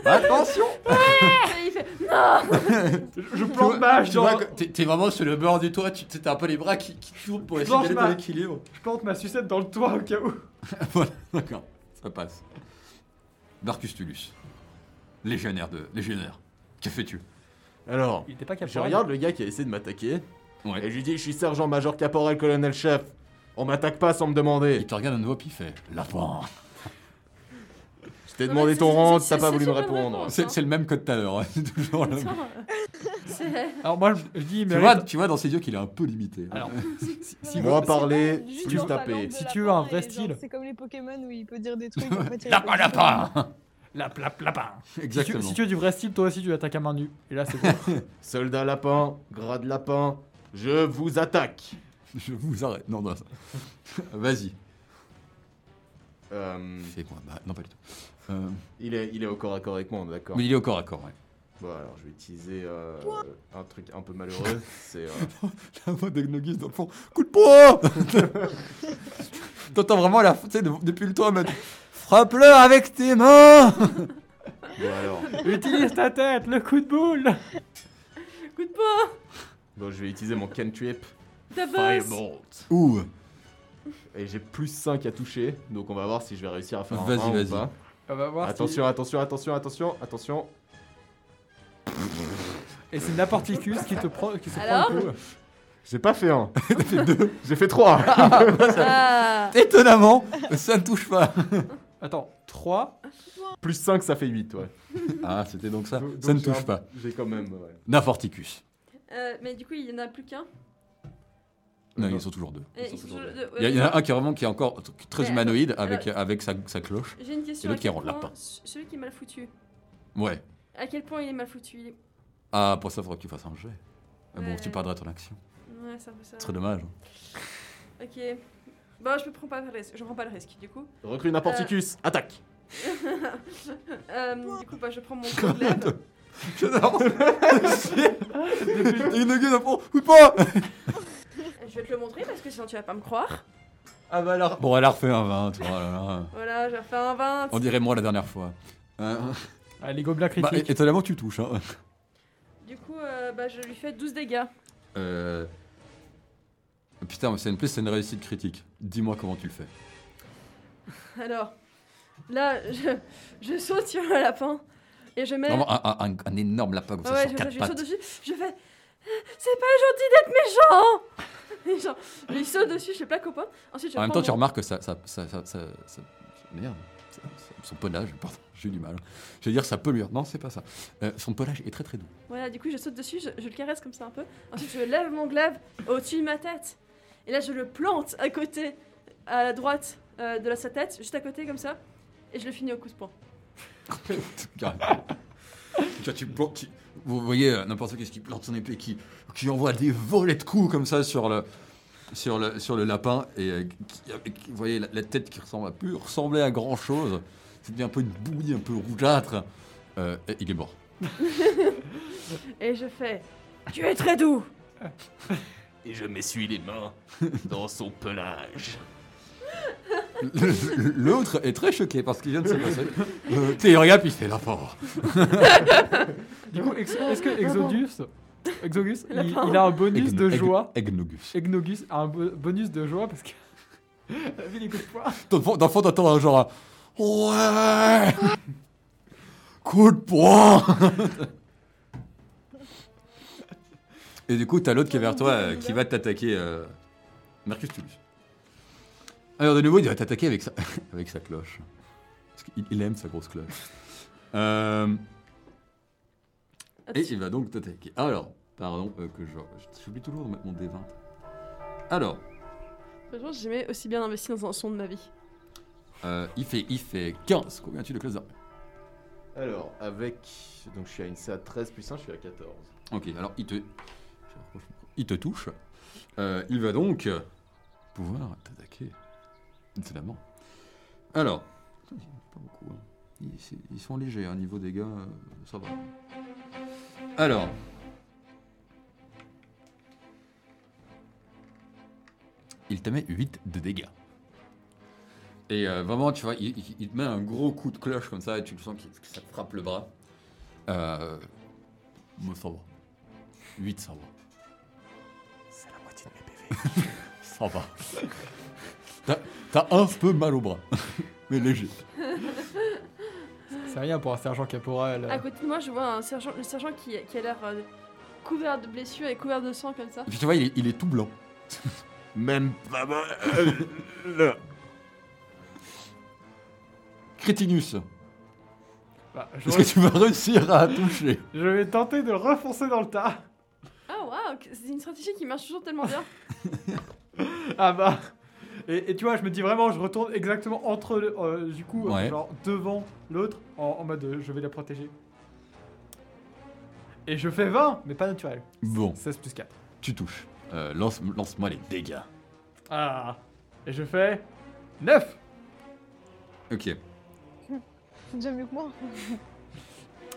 Speaker 1: Attention.
Speaker 3: Et il fait
Speaker 4: Je
Speaker 1: Tu vois-
Speaker 4: plante ma hache
Speaker 1: tu vois
Speaker 4: dans-
Speaker 1: que T'es t'es vraiment sur le bord du toit, tu- t'as un peu les bras qui, qui tournent pour
Speaker 4: Je
Speaker 1: essayer
Speaker 4: planche
Speaker 1: d'aller
Speaker 4: ma-
Speaker 1: dans l'équilibre.
Speaker 4: je plante ma sucette dans le toit au cas où.
Speaker 1: Voilà, d'accord, ça passe. Marcus Tullus, légionnaire de. Légionnaire. Que fais-tu
Speaker 2: Alors,
Speaker 4: Il était pas capable.
Speaker 2: je regarde le gars qui a essayé de m'attaquer. Et
Speaker 1: Ouais.
Speaker 2: je lui dis, je suis sergent-major caporal colonel chef. On m'attaque pas sans me demander.
Speaker 1: Il te regarde à nouveau, puis il fait Lapin.
Speaker 2: Je t'ai
Speaker 3: Non,
Speaker 2: demandé
Speaker 3: mais
Speaker 2: ton
Speaker 3: c'est-
Speaker 2: rang,
Speaker 3: c'est-
Speaker 2: t'as
Speaker 3: c'est-
Speaker 2: pas
Speaker 3: c'est
Speaker 2: voulu me
Speaker 3: pas une
Speaker 2: répondre.
Speaker 3: réponse.
Speaker 1: C'est c'est le même que tout à l'heure, hein, c'est toujours le même.
Speaker 3: Attends, c'est-
Speaker 4: Alors moi, je, je dis, il
Speaker 1: Tu
Speaker 4: mérite-
Speaker 1: vois, tu vois dans ses yeux qu'il est un peu limité.
Speaker 4: Alors,
Speaker 5: Non, mais
Speaker 2: Moins
Speaker 5: c'est
Speaker 2: parler,
Speaker 5: pas juste
Speaker 2: plus
Speaker 5: dans sa
Speaker 2: taper.
Speaker 5: langue de
Speaker 4: Si tu veux un
Speaker 5: lapin,
Speaker 4: vrai
Speaker 5: et genre,
Speaker 4: style.
Speaker 5: C'est comme les Pokémon où il peut dire des trucs. en fait, il
Speaker 1: Lapin,
Speaker 5: répond.
Speaker 1: lapin
Speaker 4: la la- lapin. Si tu,
Speaker 1: Exactement.
Speaker 4: si tu as du vrai style, toi aussi tu attaques à main nue. Et là, c'est bon.
Speaker 2: Soldat lapin, grade lapin, je vous attaque.
Speaker 1: Je vous arrête. Non, non, ça. Vas-y.
Speaker 2: Euh,
Speaker 1: Fais-moi. mal. Bah, non, pas du tout. Euh,
Speaker 2: il, est, il est au corps à corps avec moi, on est d'accord.
Speaker 1: mais il est au corps à corps, ouais.
Speaker 2: Bon, alors je vais utiliser euh, un truc un peu malheureux. C'est. euh,
Speaker 1: La voix de Gnogis dans le fond. Coup de poing T'entends vraiment la. Tu sais, de- depuis le toit, mais. Frappe-le avec tes mains
Speaker 2: bon, alors.
Speaker 4: Utilise ta tête, le coup de boule.
Speaker 3: Coup de poing
Speaker 2: Bon, je vais utiliser mon cantrip
Speaker 3: Ta bosse
Speaker 2: Firebolt.
Speaker 1: Ouh
Speaker 2: Et j'ai plus 5 à toucher, donc on va voir si je vais réussir à faire un
Speaker 1: Vas-y,
Speaker 2: 1
Speaker 1: vas-y.
Speaker 2: ou pas.
Speaker 4: On va voir. si-
Speaker 2: Attention, attention, attention, attention, attention.
Speaker 4: Et c'est Naporticus qui te prend, qui se
Speaker 3: Alors
Speaker 4: prend le coup.
Speaker 2: J'ai pas fait un. J'ai fait deux. J'ai fait trois.
Speaker 3: Ah
Speaker 1: Étonnamment, ça ne touche pas.
Speaker 4: Attends, 3
Speaker 2: Plus 5, ça fait 8, ouais.
Speaker 1: Ah, c'était donc ça.
Speaker 2: Donc,
Speaker 1: ça ne
Speaker 2: j'ai
Speaker 1: touche
Speaker 2: un-
Speaker 1: pas.
Speaker 2: J'ai quand même. ouais.
Speaker 1: Naforticus.
Speaker 3: Euh, Mais du coup, il y en a plus qu'un.
Speaker 1: Non,
Speaker 2: non.
Speaker 1: ils sont toujours deux.
Speaker 3: Et
Speaker 2: sont
Speaker 3: ils sont
Speaker 2: toujours
Speaker 3: sur le-
Speaker 2: deux.
Speaker 3: de-
Speaker 1: Il y, a- il y en a un qui est vraiment qui est encore t- très
Speaker 3: Mais
Speaker 1: humanoïde
Speaker 3: alors-
Speaker 1: avec, avec sa, sa cloche.
Speaker 3: J'ai une question.
Speaker 1: Et l'autre
Speaker 3: à
Speaker 1: qui est
Speaker 3: quel
Speaker 1: en
Speaker 3: point-
Speaker 1: lapin.
Speaker 3: ce- Celui qui est mal foutu.
Speaker 1: Ouais.
Speaker 3: À quel point il est mal foutu il est-
Speaker 1: Ah, pour ça, faudrait que tu fasses un jet. Ah Bon,
Speaker 3: Ouais.
Speaker 1: tu perdrais ton action. hein.
Speaker 3: Ouais, c'est un peu ça.
Speaker 1: Ce serait dommage.
Speaker 3: Ok. Bon, je prends pas le risque. Je prends pas le risque. Du coup,
Speaker 2: Recrue Naporticus, attaque
Speaker 3: Euh, du coup, bah, je prends mon coup de lèvres.
Speaker 1: J'adore. Il ne gueule pas. Ou pas
Speaker 3: Je vais te le montrer parce que sinon tu vas pas me croire.
Speaker 6: Ah bah alors.
Speaker 1: Bon, elle a refait un 20. toi, oh là là.
Speaker 3: Voilà, j'ai refait un 20.
Speaker 1: On dirait moi la dernière fois. Euh,
Speaker 4: Ah, les gobelins
Speaker 1: bah,
Speaker 4: critiques.
Speaker 1: étonnamment, tu touches. Hein.
Speaker 3: Du coup, euh, bah, je lui fais 12 dégâts.
Speaker 1: Euh... Putain, mais c'est une plus, c'est une réussite critique. Dis-moi comment tu le fais.
Speaker 3: Alors, là, je, je saute sur le lapin et je mets.
Speaker 1: Vraiment un, un- un- un énorme lapin comme
Speaker 3: Ah
Speaker 1: ça
Speaker 3: ouais,
Speaker 1: sur
Speaker 3: je,
Speaker 1: quatre
Speaker 3: je lui saute
Speaker 1: pattes.
Speaker 3: dessus. Je fais. C'est pas gentil d'être méchant Et genre, je lui saute dessus, je le plaque au poing. Ensuite, je
Speaker 1: En même
Speaker 3: prends
Speaker 1: temps, tu
Speaker 3: mon-
Speaker 1: remarques que ça, ça, ça, ça, ça- ça- merde, ça- ça- son pelage, pardon, j'ai eu du mal. Je veux dire, ça peut lui. Non, c'est pas ça. Euh, son pelage est très très doux.
Speaker 3: Voilà, du coup, je saute dessus, je, je le caresse comme ça un peu. Ensuite, je lève mon glaive au-dessus de ma tête. Et là, je le plante à côté, à la droite euh, de la, sa tête, juste à côté, comme ça. Et je le finis au coup de poing.
Speaker 1: Carrément. Quand tu plantes- tu- vous voyez euh, n'importe qui qui plante son épée, qui, qui envoie des volets de coups comme ça sur le, sur le, sur le lapin, et euh, qui- avec- vous voyez la, la tête qui ressemble à plus ressembler à grand chose. C'est devenu un peu une bouillie, un peu rougeâtre. Euh, et il est mort.
Speaker 3: Et je fais Tu es très doux
Speaker 2: Et je m'essuie les mains dans son pelage.
Speaker 1: L'autre est très choqué parce qu'il vient de se passer. Euh, tu sais, il regarde, puis il fait la pauvre.
Speaker 4: Du coup, ex- est-ce que Exodus, Exodus, il,
Speaker 3: Lapin.
Speaker 4: il a un bonus
Speaker 1: Egn-
Speaker 4: de
Speaker 1: Egn-
Speaker 4: joie
Speaker 1: Egnogus.
Speaker 4: Egnogus a un bo- bonus de joie parce que. La vie n'écoute pas.
Speaker 1: Dans le fond- dans le fond, t'entends un genre. un Ouais Coup de poing Et du coup, t'as l'autre qui est vers toi euh, qui va t'attaquer. Euh, Marcus Tullius. Alors, de nouveau, il va t'attaquer avec sa, avec sa cloche. Parce qu'il il aime sa grosse cloche. Euh. Et il va donc t'attaquer. Alors, pardon, euh, que je. J'oublie toujours de mettre mon D20. Alors,
Speaker 3: Franchement, j'ai jamais aussi bien investi dans un son de ma vie.
Speaker 1: euh, il, fait, il fait 15. Combien tu de classe d'armure
Speaker 2: Alors, avec. Donc je suis à une CA 13 plus 1, je suis à 14.
Speaker 1: Ok, alors il te. je rapproche mon micro. Il te touche. Euh, il va donc euh, pouvoir t'attaquer. Évidemment. Alors. Putain, il y en a pas beaucoup. hein. Ils, c'est- ils sont légers, hein, niveau dégâts, euh, ça va. Alors. Il te met 8 de dégâts. Et euh, vraiment, tu vois, il, il- il te met un gros coup de cloche comme ça et tu le sens qu'il- que ça te frappe le bras. Euh, moi, ça va. 8, ça va.
Speaker 2: C'est la moitié de mes PV.
Speaker 1: Ça va. T'as- T'as un peu mal au bras. Mais léger.
Speaker 4: C'est rien pour un sergent caporal.
Speaker 3: À côté de moi, je vois un sergent, le sergent qui, qui a l'air euh, couvert de blessures et couvert de sang comme ça.
Speaker 1: Et Puis tu vois, il est, il est tout blanc.
Speaker 2: Même pas mal. Là.
Speaker 1: Crétinus.
Speaker 4: Bah, je,
Speaker 1: Est-ce que tu vas réussir à toucher
Speaker 4: je vais tenter de refoncer dans le tas.
Speaker 3: Ah waouh, c'est une stratégie qui marche toujours tellement bien.
Speaker 4: Ah bah. Et, et tu vois, je me dis vraiment, je retourne exactement entre, le- euh, du coup, euh,
Speaker 1: Ouais.
Speaker 4: genre devant l'autre, en, en mode euh, je vais la protéger. Et je fais 20, mais pas naturel.
Speaker 1: Bon,
Speaker 4: 16 plus 4.
Speaker 1: tu touches. Euh, lance- Lance-moi les dégâts.
Speaker 4: Ah. Et je fais 9.
Speaker 1: Ok.
Speaker 5: C'est déjà mieux que moi.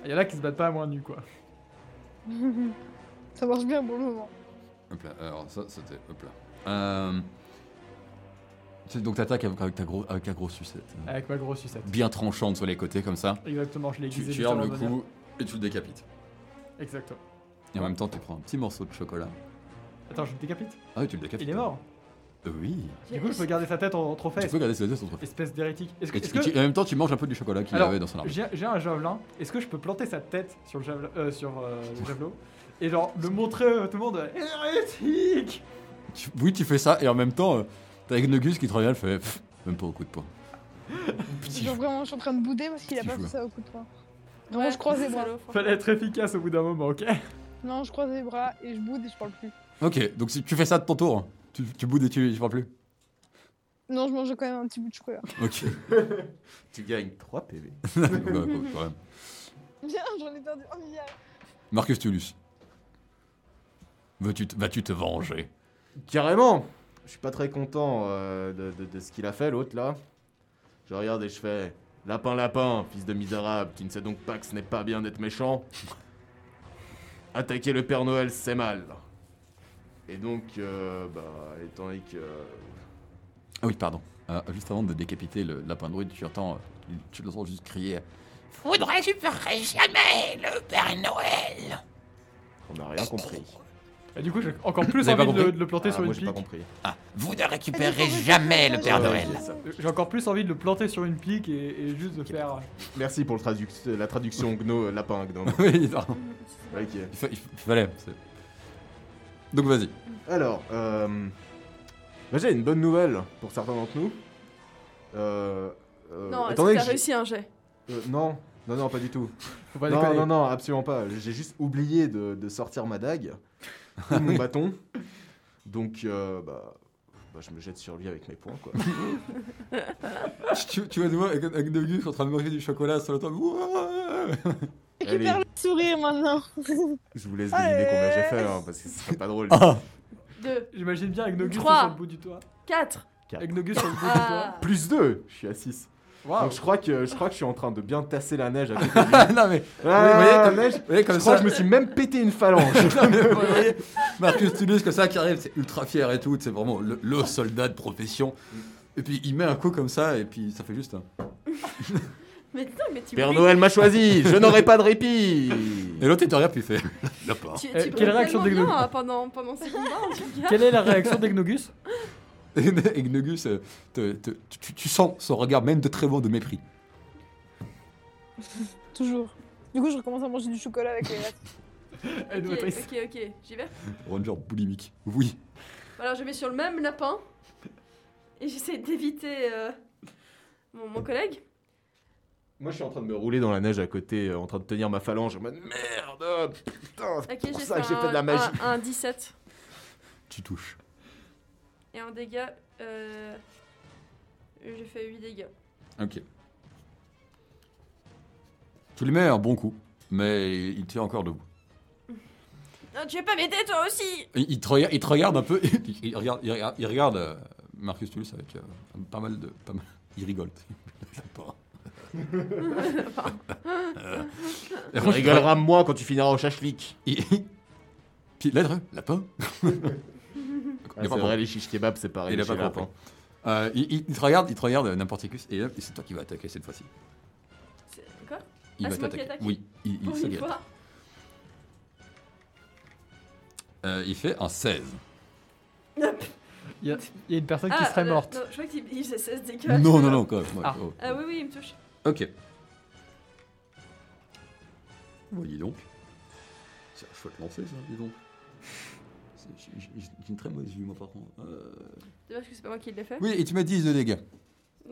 Speaker 4: Il y en a qui se battent pas à moins nu, quoi.
Speaker 5: Ça marche bien pour le moment.
Speaker 1: Hop là. Alors, ça, c'était. Hop là. Euh... c'est- Donc, t'attaques avec, avec ta gros, avec ta grosse sucette. hein.
Speaker 4: Avec ma grosse sucette.
Speaker 1: Bien tranchante sur les côtés, comme ça.
Speaker 4: Exactement, je l'ai
Speaker 1: Tu,
Speaker 4: aiguisé.
Speaker 1: tu
Speaker 4: juste
Speaker 1: heurles
Speaker 4: avant
Speaker 1: le
Speaker 4: de venir.
Speaker 1: coup et tu le décapites.
Speaker 4: Exactement.
Speaker 1: Et en même temps, tu prends un petit morceau de chocolat.
Speaker 4: Attends, je le décapite.
Speaker 1: Ah oui, tu le décapites.
Speaker 4: Il est mort.
Speaker 1: Euh, Oui.
Speaker 4: Du coup, je peux garder sa tête en, en trophée.
Speaker 1: Tu peux garder ses yeux sur ton
Speaker 4: Espèce d'hérétique. Est-ce que,
Speaker 1: Et, tu-
Speaker 4: est-ce que-
Speaker 1: et tu- en même temps, tu manges un peu du chocolat qu'il
Speaker 4: Alors,
Speaker 1: avait dans son arme.
Speaker 4: j'ai j'ai un javelin. Est-ce que je peux planter sa tête sur le javelin, euh, sur euh, le javelot et genre le montrer euh, à tout le monde hérétique
Speaker 1: Tu- oui, tu fais ça, et en même temps, euh, t'as Agnogus qui te regarde, fait Pff, même pas au coup de poing. Petit
Speaker 5: Genre vraiment, je suis en train de bouder parce qu'il a
Speaker 1: Petit
Speaker 5: pas fait
Speaker 1: joueur.
Speaker 5: ça au coup de poing. Vraiment, je croise les bras.
Speaker 4: Fallait être efficace au bout d'un moment, ok
Speaker 5: Non, je croise les bras et je boude et je parle plus.
Speaker 1: Ok, donc si tu fais ça de ton tour, hein. tu, tu boudes et tu, tu parles plus.
Speaker 5: Non, je mange quand même un petit bout de chocolat.
Speaker 1: Ok.
Speaker 2: Tu gagnes 3 PV.
Speaker 1: Bah, quoi, quand même.
Speaker 5: Bien, j'en ai perdu un milliard.
Speaker 1: Marcus Tullus. Vas-tu te, vas-tu te venger
Speaker 2: Carrément je suis pas très content euh, de, de- de ce qu'il a fait, l'autre là. Je regarde et je fais Lapin, lapin, fils de misérable, tu ne sais donc pas que ce n'est pas bien d'être méchant. Attaquer le Père Noël, c'est mal. Et donc, euh, bah, étant donné que.
Speaker 1: Ah oui, pardon. Euh, juste avant de décapiter le lapin druide, tu entends, euh, tu l'entends juste crier.
Speaker 2: On n'a rien compris.
Speaker 4: Et du coup, j'ai encore plus
Speaker 1: Vous avez pas
Speaker 4: envie de,
Speaker 1: compris
Speaker 4: de le planter
Speaker 2: Ah,
Speaker 4: sur
Speaker 2: moi
Speaker 4: une
Speaker 2: j'ai pas
Speaker 4: pique.
Speaker 2: compris.
Speaker 8: Vous ne
Speaker 1: Ah,
Speaker 8: récupérez jamais le Père
Speaker 2: Ouais,
Speaker 8: Noël.
Speaker 2: c'est ça.
Speaker 4: J'ai encore plus envie de le planter sur une pique et, et juste de faire.
Speaker 2: Merci pour le traduc- la traduction gno, euh, lapin gnome.
Speaker 1: oui, pardon.
Speaker 2: Ok.
Speaker 1: Il, fa- il fallait. c'est- Donc vas-y.
Speaker 2: Alors, euh, bah, j'ai une bonne nouvelle pour certains d'entre nous. Euh, euh,
Speaker 3: Non, est-ce
Speaker 2: attendez
Speaker 3: que t'as
Speaker 2: que j'ai-
Speaker 3: réussi un jet
Speaker 2: euh, non, non, non, pas du tout.
Speaker 4: Faut pas
Speaker 2: non,
Speaker 4: déconner.
Speaker 2: non, non, absolument pas. J'ai juste oublié de, de sortir ma dague ou mon bâton. Donc, euh, bah, bah, je me jette sur lui avec mes poings, quoi.
Speaker 1: tu, tu vois, nous, avec, avec deux gus en train de manger du chocolat sur le temps.
Speaker 5: Récupère
Speaker 2: Allez.
Speaker 5: le sourire maintenant.
Speaker 2: Je vous laisse deviner combien j'ai fait, hein, parce que ce serait pas drôle.
Speaker 3: Deux,
Speaker 4: J'imagine bien avec Nogus
Speaker 3: Trois.
Speaker 4: sur le bout du toit.
Speaker 3: quatre.
Speaker 2: Quatre.
Speaker 4: Avec Nogus sur le bout
Speaker 3: Ah.
Speaker 2: Plus 2 Je suis à 6.
Speaker 4: du toit. Waouh.
Speaker 2: Donc, je crois, que, je crois que je suis en train de bien tasser la neige. Avec...
Speaker 1: non mais,
Speaker 2: Ah,
Speaker 1: comme-
Speaker 2: neige
Speaker 1: vous voyez, comme
Speaker 2: Je
Speaker 1: ça,
Speaker 2: crois que je me suis même pété une phalange.
Speaker 1: Non, mais vous voyez, Marcus Tullius comme ça qui arrive, c'est ultra fier et tout, c'est vraiment le, le soldat de profession. Et puis il met un coup comme ça et puis ça fait juste un...
Speaker 3: Mais non, mais tu
Speaker 2: Père
Speaker 3: brilles-
Speaker 2: Noël m'a choisi, je n'aurai pas de répit.
Speaker 1: Et l'autre il te regarde puis il fait... Lapin.
Speaker 3: Tu, tu
Speaker 4: Euh,
Speaker 3: brilles
Speaker 4: quelle réaction
Speaker 3: tellement
Speaker 4: des
Speaker 3: bien, hein, pendant, pendant ces combats, en tout cas.
Speaker 4: Quelle est la réaction d'Egnogus
Speaker 1: Et et Gnogus, euh, te- te- tu- tu, tu sens son regard même de très loin de mépris.
Speaker 5: Toujours. Du coup, je recommence à manger du chocolat avec les lettres.
Speaker 4: Elle doit
Speaker 3: Ok,
Speaker 4: être triste.
Speaker 3: ok, ok, j'y vais.
Speaker 1: Ranger boulimique. Oui.
Speaker 3: Alors je mets sur le même lapin et j'essaie d'éviter euh, mon, mon collègue.
Speaker 2: Moi, je suis en train de me rouler dans la neige à côté, euh, en train de tenir ma phalange. En mode merde, oh, putain, c'est
Speaker 3: Ok,
Speaker 2: pour
Speaker 3: j'ai
Speaker 2: ça
Speaker 3: fait,
Speaker 2: que j'ai
Speaker 3: un-
Speaker 2: fait de la magie.
Speaker 3: Un, un 17
Speaker 1: Tu touches.
Speaker 3: et un dégât. Euh, j'ai fait 8 dégâts.
Speaker 1: Ok. Tu lui mets un bon coup, mais il tient encore debout.
Speaker 3: Non, tu veux pas m'aider toi aussi
Speaker 1: Il, il te, rega- il te regarde un peu, il, il regarde, il regarde, il regarde, euh, Marcus Tullius avec euh, pas mal de... Pas mal. Il rigole. Lapin. Et
Speaker 2: Tu
Speaker 1: franchement,
Speaker 2: rigoleras de moi quand tu finiras au chachlik.
Speaker 1: il- il- Puis l'être, hein, lapin.
Speaker 2: Ah,
Speaker 1: Il est
Speaker 2: c'est
Speaker 1: pas
Speaker 2: vrai,
Speaker 1: bon.
Speaker 2: les chiches kebab, c'est pareil.
Speaker 1: Il a
Speaker 2: chez
Speaker 1: pas
Speaker 2: les
Speaker 1: compris.
Speaker 2: lapins.
Speaker 1: Euh, il, il- il te regarde, il te regarde euh, n'importe qui, et, euh, c'est toi qui vas attaquer cette fois-ci.
Speaker 3: C'est- Quoi
Speaker 1: Il
Speaker 3: Ah,
Speaker 1: va
Speaker 3: c'est moi qui
Speaker 1: t'attaquer.
Speaker 3: attaque
Speaker 1: Oui, il, il
Speaker 3: Pour
Speaker 1: se
Speaker 3: une
Speaker 1: gâte.
Speaker 3: fois
Speaker 1: Euh, il fait un 16.
Speaker 4: Il y, a- il y a une personne qui
Speaker 3: Ah,
Speaker 4: serait
Speaker 3: euh,
Speaker 4: morte.
Speaker 3: non, je crois qu'il il faisait 16 dégâts.
Speaker 1: Non, non, non, quand même. ouais,
Speaker 4: Ah.
Speaker 1: oh,
Speaker 3: Ah
Speaker 1: oh.
Speaker 3: oui, oui, il me touche.
Speaker 1: Ok. Voyez donc. C'est un chouette lancé, ça, dis donc. C'est- j'ai- J'ai j'ai une très mauvaise vue, moi, par contre. Euh,
Speaker 3: C'est parce que c'est pas moi qui l'ai fait.
Speaker 1: Oui, et tu m'as 10 de dégâts.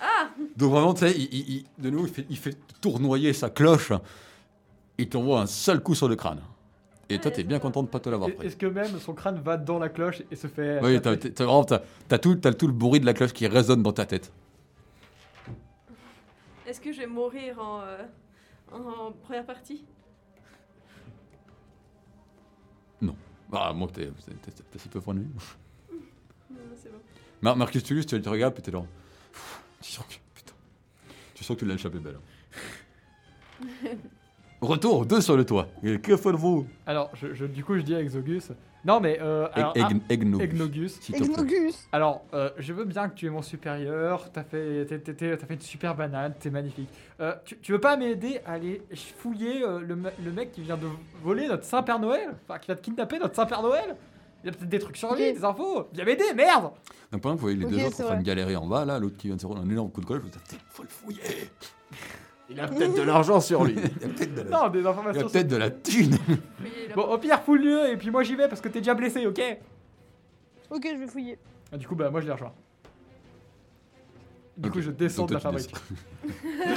Speaker 3: Ah
Speaker 1: Donc vraiment, tu sais, il, il- il- de nouveau, il fait, il fait tournoyer sa cloche. Il t'envoie un seul coup sur le crâne. Et toi,
Speaker 3: Ouais,
Speaker 1: t'es
Speaker 3: ça
Speaker 1: bien
Speaker 3: va.
Speaker 1: content de pas te l'avoir
Speaker 4: Ah, Et-
Speaker 1: pris.
Speaker 4: Est-ce que même son crâne va dans la cloche et se fait.
Speaker 1: Oui, t'as t'as- t'as vraiment- t'as- t'as tout, t'as tout le bruit de la cloche qui résonne dans ta tête.
Speaker 3: Est-ce que je vais mourir en, euh, en première partie
Speaker 1: Bah, moi, t'es t'es- t'es- t'as si peu point de vue.
Speaker 3: Non, non, c'est bon.
Speaker 1: Mar- Marcus Tullius, tu te regardes, puis t'es là. Pff, Tu sens que, putain, tu sens que tu l'as échappé belle. hein. Retour, deux sur le toit. Et Que faites-vous
Speaker 4: Alors, je, je- du coup, je dis à Exogus. Non, mais. Euh, alors, ah,
Speaker 1: Egn- Egno.
Speaker 4: Egnogus.
Speaker 1: S'il te plaît.
Speaker 5: Egnogus.
Speaker 4: Alors, euh, je veux bien que tu es mon supérieur. T'as fait, t'es- t'es- t'es- t'as fait une super banane, t'es magnifique. Euh, tu, tu veux pas m'aider à aller fouiller euh, le, me- le mec qui vient de voler notre Saint Père Noël Enfin, qui vient de kidnapper notre Saint Père Noël Il y a peut-être des trucs sur lui,
Speaker 5: Ok.
Speaker 4: des infos. Viens m'aider, merde
Speaker 1: Donc, pendant que vous voyez les
Speaker 5: Ok,
Speaker 1: deux autres
Speaker 5: c'est
Speaker 1: en train
Speaker 5: vrai.
Speaker 1: de galérer en bas, là, l'autre qui vient de se rouler un énorme coup de colle, vous dites Putain, faut le fouiller.
Speaker 2: Il a peut-être de l'argent sur lui.
Speaker 1: Il y a peut-être de la,
Speaker 4: Non, des
Speaker 1: il y a
Speaker 4: informations.
Speaker 1: peut-être de la thune.
Speaker 3: Fouillez-le.
Speaker 4: Bon, au pire, fouille-le et puis moi j'y vais parce que t'es déjà blessé, ok
Speaker 5: Ok, je vais fouiller.
Speaker 4: Ah, Du coup, bah, moi je les rejoins. Du
Speaker 1: Ok,
Speaker 4: coup, je descends
Speaker 1: donc
Speaker 4: de la
Speaker 1: toi, tu
Speaker 4: fabrique.
Speaker 1: descends.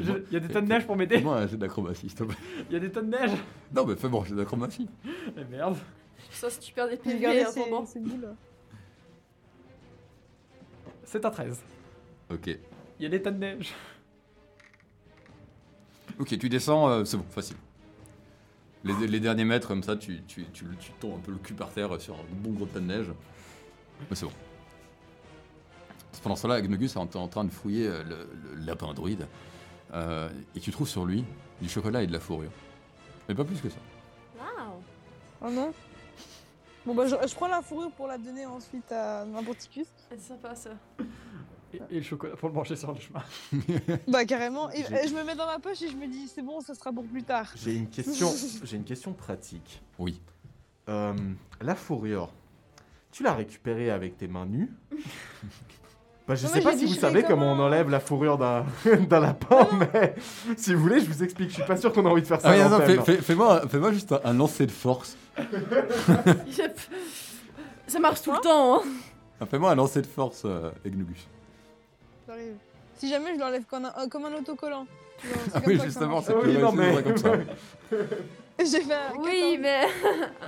Speaker 4: Je- Il y a des tonnes de neige pour m'aider.
Speaker 1: Fais-moi un jet d'acrobatie, s'il te plaît.
Speaker 4: Il y a des tonnes de neige.
Speaker 1: Non, mais fais-moi un jet d'acrobatie.
Speaker 4: Eh merde.
Speaker 3: Ça, si tu perds des
Speaker 5: J'ai
Speaker 3: PV
Speaker 5: gardé
Speaker 3: hein, pendant.
Speaker 5: ces, ces boules.
Speaker 4: C'est un 13.
Speaker 1: Ok.
Speaker 4: Il y a des tonnes de neige.
Speaker 1: Ok, tu descends, euh, c'est bon, facile. Les, les derniers mètres, comme ça, tu, tu, tu, tu tombes un peu le cul par terre euh, sur un bon gros tas de neige. Mais c'est bon. Pendant cela, Agnogus est en, en train de fouiller euh, le, le lapin druide. euh, et tu trouves sur lui du chocolat et de la fourrure. Mais pas plus que ça.
Speaker 9: Waouh
Speaker 5: Oh non Bon bah je, je prends la fourrure pour la donner ensuite à Nimporticus.
Speaker 3: Ah, C'est sympa ça.
Speaker 4: Et, et le chocolat, faut le manger sur le chemin.
Speaker 5: Bah carrément. Et, et je me mets dans ma poche et je me dis c'est bon, ça sera pour plus tard.
Speaker 2: J'ai une question, j'ai une question pratique.
Speaker 1: Oui.
Speaker 2: Euh, la fourrure, tu l'as récupérée avec tes mains nues Bah, je
Speaker 5: Non,
Speaker 2: sais
Speaker 5: mais
Speaker 2: pas
Speaker 5: j'ai
Speaker 2: si
Speaker 5: dit,
Speaker 2: vous
Speaker 5: je
Speaker 2: savez
Speaker 5: fais
Speaker 2: comment on
Speaker 5: comment
Speaker 2: enlève la fourrure d'un d'un lapin, mais si vous voulez, je vous explique. Je suis pas sûr qu'on a envie de faire
Speaker 5: Ah,
Speaker 2: ça. à l'antenne.
Speaker 1: Fais-moi juste un, lancer de force.
Speaker 3: Yep. Ça marche tout le temps, hein.
Speaker 1: Fais-moi un lancer de force, euh, Agnogus.
Speaker 5: J'arrive. Si jamais je l'enlève comme un, euh, comme un autocollant. Tu vois, c'est
Speaker 1: Ah
Speaker 5: comme
Speaker 1: oui,
Speaker 5: ça que ça
Speaker 1: justement,
Speaker 5: marche.
Speaker 1: c'est
Speaker 2: Ah oui,
Speaker 1: plus
Speaker 2: non,
Speaker 1: réussi,
Speaker 2: mais-
Speaker 1: c'est comme ça.
Speaker 5: J'ai fait un 14.
Speaker 9: Oui, mais.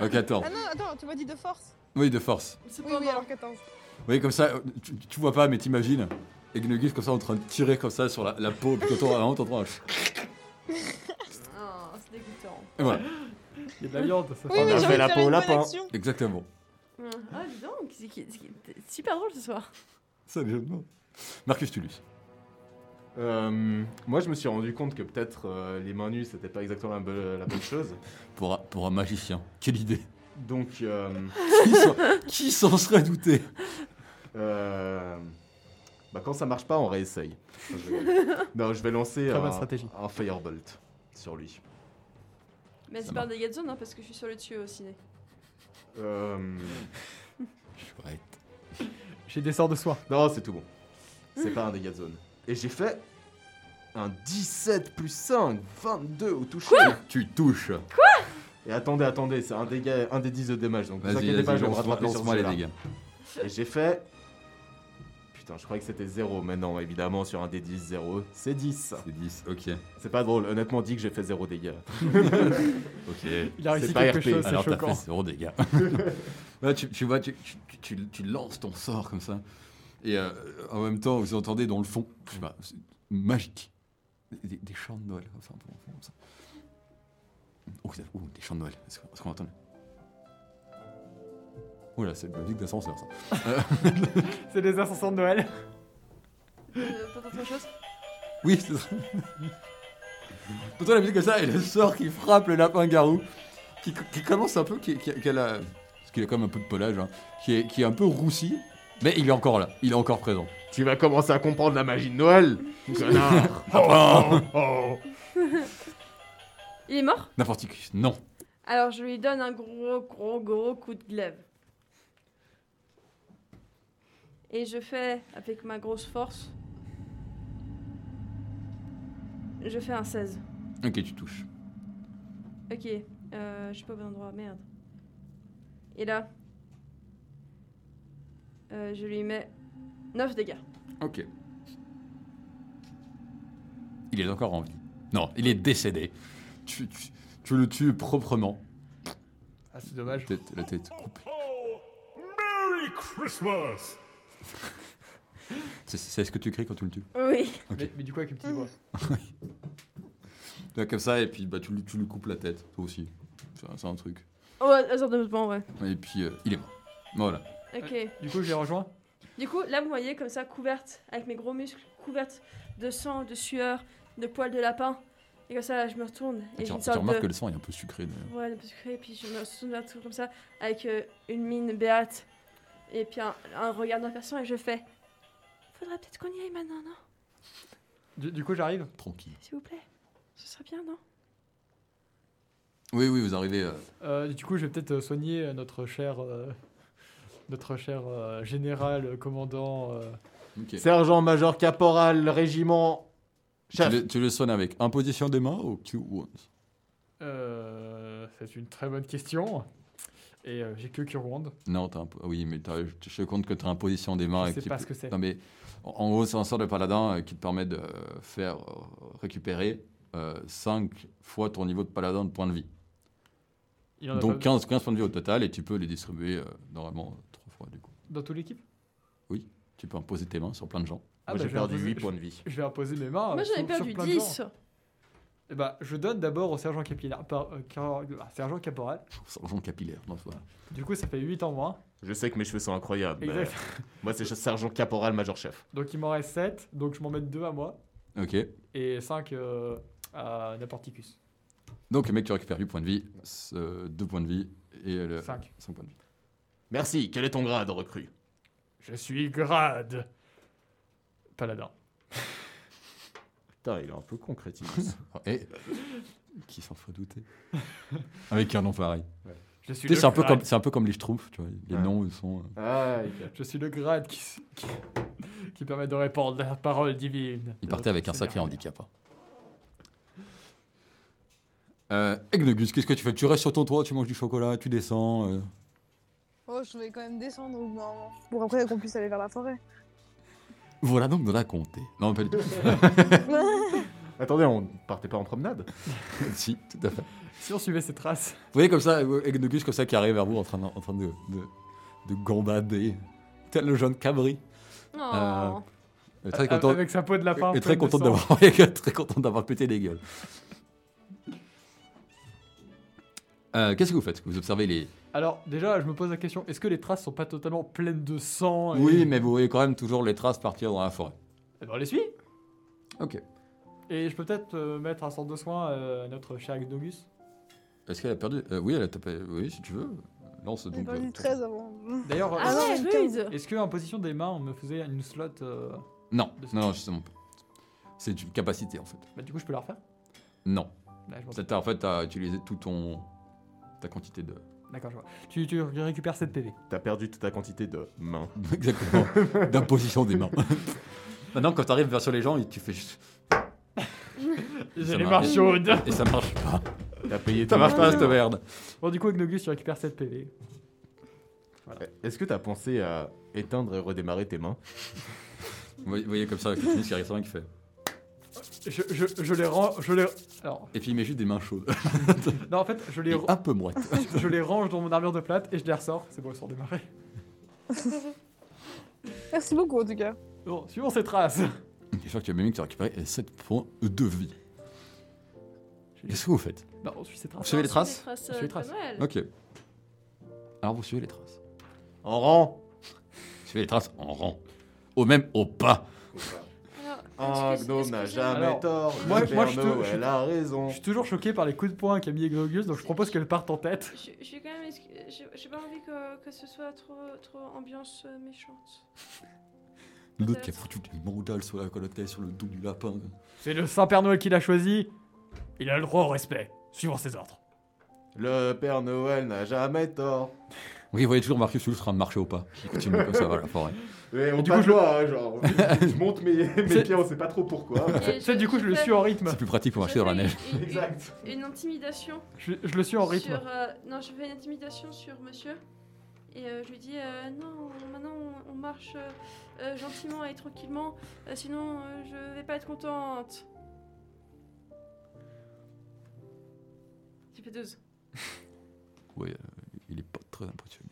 Speaker 1: Euh, 14.
Speaker 5: Ah non, attends, tu m'as dit de force.
Speaker 1: Oui, de force.
Speaker 5: Oui,
Speaker 3: Cependant,
Speaker 5: oui,
Speaker 9: hein.
Speaker 5: alors 14.
Speaker 1: Oui, comme ça, euh, tu, tu vois pas, mais t'imagines. Agnogus, comme ça, en train de tirer comme ça sur la, la peau. Puis quand on rentre, on entend un-
Speaker 9: Oh, c'est dégoûtant.
Speaker 1: Et voilà,
Speaker 4: Il y a de la viande, ça.
Speaker 5: Oui,
Speaker 2: On
Speaker 5: mais
Speaker 2: a
Speaker 5: j'ai envie de
Speaker 2: fait la
Speaker 5: faire
Speaker 2: peau au
Speaker 5: une bonne
Speaker 2: lapin.
Speaker 5: action.
Speaker 1: exactement.
Speaker 9: Ah, dis donc, c'est qui- c'est qui- c'est super drôle ce soir.
Speaker 1: Ça, déjà, non. Marcus Tullus.
Speaker 2: Euh, moi, je me suis rendu compte que peut-être euh, les mains nues, c'était pas exactement la, bo- la bonne chose.
Speaker 1: Pour, un- pour un magicien, quelle idée.
Speaker 2: Donc, euh,
Speaker 1: Qui s'en- Qui s'en serait douté
Speaker 2: euh, bah, quand ça marche pas, on réessaye. Non, je vais- Non, je vais lancer
Speaker 1: Ah.
Speaker 4: Très bonne
Speaker 2: un,
Speaker 4: stratégie.
Speaker 2: un firebolt sur lui.
Speaker 3: mais
Speaker 1: Ça
Speaker 3: c'est pas un dégât de zone, hein, parce que je suis sur le tuyau au ciné.
Speaker 2: Euh,
Speaker 1: Chouette.
Speaker 4: J'ai des sorts de soins.
Speaker 2: non, c'est tout bon. C'est pas un dégât de zone. Et j'ai fait un 17 plus 5, 22 au toucher.
Speaker 1: Tu touches.
Speaker 2: Et attendez, attendez, c'est un dégât, un des 10 de dommage. Donc, vous
Speaker 1: Vas-y,
Speaker 2: inquiétez pas,
Speaker 1: vas-y,
Speaker 2: je vais me
Speaker 1: lance-moi
Speaker 2: rattraper sur
Speaker 1: lance-moi les
Speaker 2: celui-là.
Speaker 1: dégâts.
Speaker 2: Et j'ai fait. Putain, je croyais que c'était 0, mais non, évidemment, sur un D10, 0, c'est 10.
Speaker 1: C'est 10, ok.
Speaker 2: C'est pas drôle, honnêtement, dit que j'ai fait 0 dégâts.
Speaker 1: Ok.
Speaker 4: Il a
Speaker 2: C'est
Speaker 4: réussi
Speaker 2: pas
Speaker 4: quelque
Speaker 2: RP,
Speaker 4: chose, c'est
Speaker 1: Alors t'as
Speaker 4: choquant.
Speaker 1: fait zéro dégâts. Là, tu, tu vois, tu, tu- tu- tu- tu lances ton sort comme ça. Et euh, en même temps, vous entendez dans le fond, je sais pas, c'est magique, des, des- des chants de Noël. Comme ça, un peu en fond, comme ça. Oh, ça- oh, des chants de Noël. Est-ce qu'on est-ce qu'on entend Oula, c'est la musique d'ascenseur, ça.
Speaker 4: C'est des ascenseurs de Noël.
Speaker 3: Euh, Pas d'autre chose
Speaker 1: Oui, c'est ça. T'entends la musique comme ça et le sort qui frappe le lapin-garou, qui, qui commence un peu, qui, qui- qui a la- Parce qu'il a quand même un peu de pelage, hein, qui, est, qui est un peu roussi, mais il est encore là, il est encore présent.
Speaker 2: Tu vas commencer à comprendre la magie de Noël Connard oh, oh, oh.
Speaker 3: Il est mort
Speaker 1: N'importe qui, non.
Speaker 3: Alors je lui donne un gros, gros, gros coup de glaive. Et je fais, avec ma grosse force, je fais un 16.
Speaker 1: Ok, tu touches.
Speaker 3: Ok, euh, je suis pas au bon endroit, merde. Et là, euh, je lui mets 9 dégâts.
Speaker 1: Ok. Il est encore en vie. Non, il est décédé. Tu, tu- tu le tues proprement.
Speaker 4: Ah, c'est dommage.
Speaker 1: Tête- la tête coupée.
Speaker 7: Oh, Merry Christmas!
Speaker 1: C'est- C'est ce que tu cries quand tu le tues
Speaker 3: Oui.
Speaker 4: Mais, mais du coup, avec une petite voix.
Speaker 1: Tu vas Comme ça, et puis bah, tu, lui- tu lui coupes la tête, toi aussi. C'est un- C'est un truc.
Speaker 3: Oh, hasardeusement, ouais.
Speaker 1: Et puis, euh, il est mort. Voilà.
Speaker 3: Ok.
Speaker 4: Du coup, j'ai rejoint.
Speaker 3: Du coup, là, vous voyez comme ça, couverte, avec mes gros muscles, couverte de sang, de sueur, de poils de lapin. Et comme ça, là, je me retourne. Et
Speaker 1: tu,
Speaker 3: j'ai une
Speaker 1: tu
Speaker 3: sorte
Speaker 1: remarques
Speaker 3: de.
Speaker 1: que le sang est un peu sucré. euh, d'ailleurs.
Speaker 3: Ouais, de sucré, et puis je me retourne vers tout comme ça, avec euh, une mine béate. Et puis un, un regard d'inversion, et je fais. Faudrait peut-être qu'on y aille maintenant, non
Speaker 4: Du, du coup, j'arrive.
Speaker 1: Tranquille.
Speaker 3: S'il vous plaît. Ce serait bien, non
Speaker 1: Oui, oui, vous arrivez. euh,
Speaker 4: Euh, du coup, je vais peut-être euh, soigner euh, notre cher, euh, notre cher euh, général euh, commandant. euh,
Speaker 1: ok.
Speaker 2: Sergent-major caporal, régiment.
Speaker 1: Tu,
Speaker 2: Chef.
Speaker 1: le, tu le sonnes avec imposition des mains ou Q wounds
Speaker 4: euh, c'est une très bonne question. Et euh, j'ai que Curwand.
Speaker 1: Non, t'as impo- Oui, mais t'as- je te compte que tu as imposition des
Speaker 2: Ah,
Speaker 1: mains.
Speaker 4: Je
Speaker 1: et
Speaker 4: sais
Speaker 1: qui
Speaker 4: pas
Speaker 1: peut-
Speaker 4: ce que c'est.
Speaker 1: Non, mais en, en gros, c'est un sort de paladin euh, qui te permet de euh, faire euh, récupérer 5 fois ton niveau de paladin de points de vie.
Speaker 4: Il en a
Speaker 1: Donc
Speaker 4: pas
Speaker 1: 15, 15 points de vie au total et tu peux les distribuer euh, normalement 3 fois du coup.
Speaker 4: dans toute l'équipe.
Speaker 1: Tu peux imposer tes mains sur plein de gens.
Speaker 4: Ah,
Speaker 2: Moi,
Speaker 4: bah,
Speaker 2: j'ai
Speaker 4: je vais
Speaker 2: perdu
Speaker 4: imposer-
Speaker 2: 8 points de vie.
Speaker 4: Je vais imposer mes mains.
Speaker 3: Moi, j'en
Speaker 4: euh,
Speaker 3: ai
Speaker 4: sur- sur
Speaker 3: perdu
Speaker 4: plein de gens.
Speaker 3: 10.
Speaker 4: Eh ben, je donne d'abord au sergent Capilar, par- euh, car- ah, sergent Caporal.
Speaker 1: Sergent capillaire, non, voilà.
Speaker 4: Du coup, ça fait 8 en moins.
Speaker 2: Je sais que mes cheveux sont incroyables. mais
Speaker 4: Exact.
Speaker 2: moi, c'est sergent caporal, major chef.
Speaker 4: Donc il m'en reste 7, donc je m'en mets 2 à moi
Speaker 1: Ok.
Speaker 4: et 5 à Naporticus.
Speaker 1: Donc, mec, tu récupères 8 points de vie, 2 points de vie et
Speaker 2: Euh,
Speaker 1: le...
Speaker 4: 5.
Speaker 1: 5 points de vie.
Speaker 2: Merci. Quel est ton grade, recrue
Speaker 4: Je suis grade Paladin.
Speaker 2: Putain, il est un peu con, Crétinus.
Speaker 1: Oh, Et. Qui s'en faut douter Avec un nom pareil.
Speaker 4: Je
Speaker 1: Tu
Speaker 4: suis
Speaker 1: sais,
Speaker 4: le
Speaker 1: c'est un, peu
Speaker 4: grade.
Speaker 1: comme- c'est un peu comme les Schtroumpfs, tu vois. Les
Speaker 2: Ouais.
Speaker 1: noms, ils sont. euh,
Speaker 2: ah,
Speaker 4: Je suis le grade qui, s- qui, qui permet de répandre la parole divine.
Speaker 1: Il partait avec un sacré handicap. hein. Euh, Egnogus, qu'est-ce que tu fais Tu restes sur ton toit, tu manges du chocolat, tu descends. euh.
Speaker 5: Oh, je vais quand même descendre au bout d'un moment, pour après qu'on puisse aller vers la forêt.
Speaker 1: Voilà donc de la comté. Non, pas du tout.
Speaker 2: Attendez, on partait pas en promenade
Speaker 1: si, tout à fait. Vous
Speaker 4: Si on suivait ses traces,
Speaker 1: voyez comme ça, euh, Egnogus comme ça qui arrive vers vous en train, de- en train de, de, de gambader. Tel le jeune cabri.
Speaker 9: Oh. Non.
Speaker 1: Euh, Très
Speaker 4: a-
Speaker 1: content,
Speaker 4: Ah, avec sa peau de lapin.
Speaker 1: et très
Speaker 4: pleine de
Speaker 1: content
Speaker 4: sang.
Speaker 1: d'avoir très content d'avoir pété les gueules. Euh, Qu'est-ce que vous faites Vous observez les,
Speaker 4: Alors déjà, je me pose la question, est-ce que les traces sont pas totalement pleines de sang et-
Speaker 1: Oui, mais vous voyez quand même toujours les traces partir dans la forêt.
Speaker 4: Eh ben, on les suit
Speaker 1: Ok.
Speaker 4: Et je peux peut-être euh, mettre un centre de soin euh, à notre cher Ignogus
Speaker 1: Est-ce qu'elle a perdu Euh, Oui, elle a tapé. Oui, si tu veux. Lance
Speaker 5: J'ai
Speaker 1: donc.
Speaker 5: perdu
Speaker 1: euh,
Speaker 5: 13 avant.
Speaker 4: D'ailleurs,
Speaker 9: Ah
Speaker 4: euh,
Speaker 9: ouais,
Speaker 5: non,
Speaker 9: rude.
Speaker 4: est-ce qu'en position des mains, on me faisait une slot euh,
Speaker 1: Non, non, non, justement. C'est une capacité en fait.
Speaker 4: Bah du coup, je peux la refaire
Speaker 1: Non.
Speaker 4: Là, je m'en-
Speaker 1: C'est en fait, t'as utilisé tout ton. ta quantité de.
Speaker 4: D'accord, je vois. Tu, tu récupères 7 PV.
Speaker 2: T'as perdu toute ta quantité de mains.
Speaker 1: Exactement. D'imposition des mains. Maintenant, quand t'arrives vers sur les gens, tu fais juste.
Speaker 4: J'ai
Speaker 1: Ça
Speaker 4: les mains
Speaker 1: marche.
Speaker 4: chaudes
Speaker 1: Et ça marche pas.
Speaker 2: T'as payé
Speaker 1: Ça
Speaker 2: tout.
Speaker 1: marche pas, cette merde.
Speaker 4: Bon, du coup, Ignogus, tu récupères 7 PV.
Speaker 2: Est-ce que t'as pensé à éteindre et redémarrer tes mains
Speaker 1: Vous voyez- vous voyez comme ça, le technicien qui arrive sur un qui fait.
Speaker 4: Je, je, je les rends. Je les... Alors,
Speaker 1: Et puis il met juste des mains chaudes.
Speaker 4: non, en fait, je les,
Speaker 1: Et
Speaker 4: re-
Speaker 1: un peu moites.
Speaker 4: je les range dans mon armure de plate et je les ressors. C'est bon, ils sont démarrés.
Speaker 5: Merci beaucoup en tout cas.
Speaker 4: Bon, suivons ces traces.
Speaker 1: Je crois que tu as même que tu as récupéré 7 points de vie. Qu'est-ce que vous faites
Speaker 4: Bah, on suit ces traces.
Speaker 1: Vous suivez les traces
Speaker 9: traces.
Speaker 4: Je suis
Speaker 9: euh,
Speaker 4: les
Speaker 9: de
Speaker 4: traces.
Speaker 9: Noël.
Speaker 1: Ok. Alors vous suivez les traces.
Speaker 2: En rang
Speaker 1: Vous suivez les traces en rang. Au même au pas.
Speaker 9: Alors,
Speaker 2: Un
Speaker 9: excuse-
Speaker 2: Ah, gnome n'a
Speaker 9: excusez-
Speaker 2: Oh, jamais
Speaker 4: Alors,
Speaker 2: tort.
Speaker 4: moi-
Speaker 2: le
Speaker 4: moi,
Speaker 2: Père
Speaker 4: je te-
Speaker 2: Noël a raison.
Speaker 4: Je suis toujours choqué par les coups de poing qu'a mis Ignogus, donc je propose qu'elle parte en tête.
Speaker 9: Je, je suis quand même. excu- je- J'ai pas envie que, que ce soit trop, trop ambiance euh, méchante.
Speaker 1: L'autre qui a foutu des mandales sur la colotée, sur le dos du lapin.
Speaker 4: C'est le Saint-Père Noël qui l'a choisi. Il a le droit au respect, suivant ses ordres.
Speaker 2: Le Père Noël n'a jamais tort.
Speaker 1: Oui, vous voyez toujours Marcus Hulse en train de marcher au pas. Il continue comme ça, va la forêt.
Speaker 2: Et on
Speaker 4: Et du
Speaker 2: du
Speaker 4: coup,
Speaker 2: coup,
Speaker 4: je-
Speaker 2: genre. je monte mes, mes
Speaker 4: C'est-
Speaker 2: pieds, on sait pas trop pourquoi.
Speaker 9: Et
Speaker 4: C'est du coup, je le
Speaker 9: fais-
Speaker 4: suis en rythme.
Speaker 1: C'est plus pratique pour
Speaker 9: je
Speaker 1: marcher dans la
Speaker 9: fais
Speaker 1: neige.
Speaker 9: une- une-
Speaker 2: Exact.
Speaker 9: Une, intimidation.
Speaker 4: Je, je le suis en rythme.
Speaker 9: Sur, euh, non, je fais une intimidation sur monsieur. Et euh, je lui dis euh, Non, maintenant on, on marche euh, euh, gentiment et tranquillement. euh, sinon, euh, je vais pas être contente. J'ai fait 12.
Speaker 1: Oui, euh, il est pas très impressionné.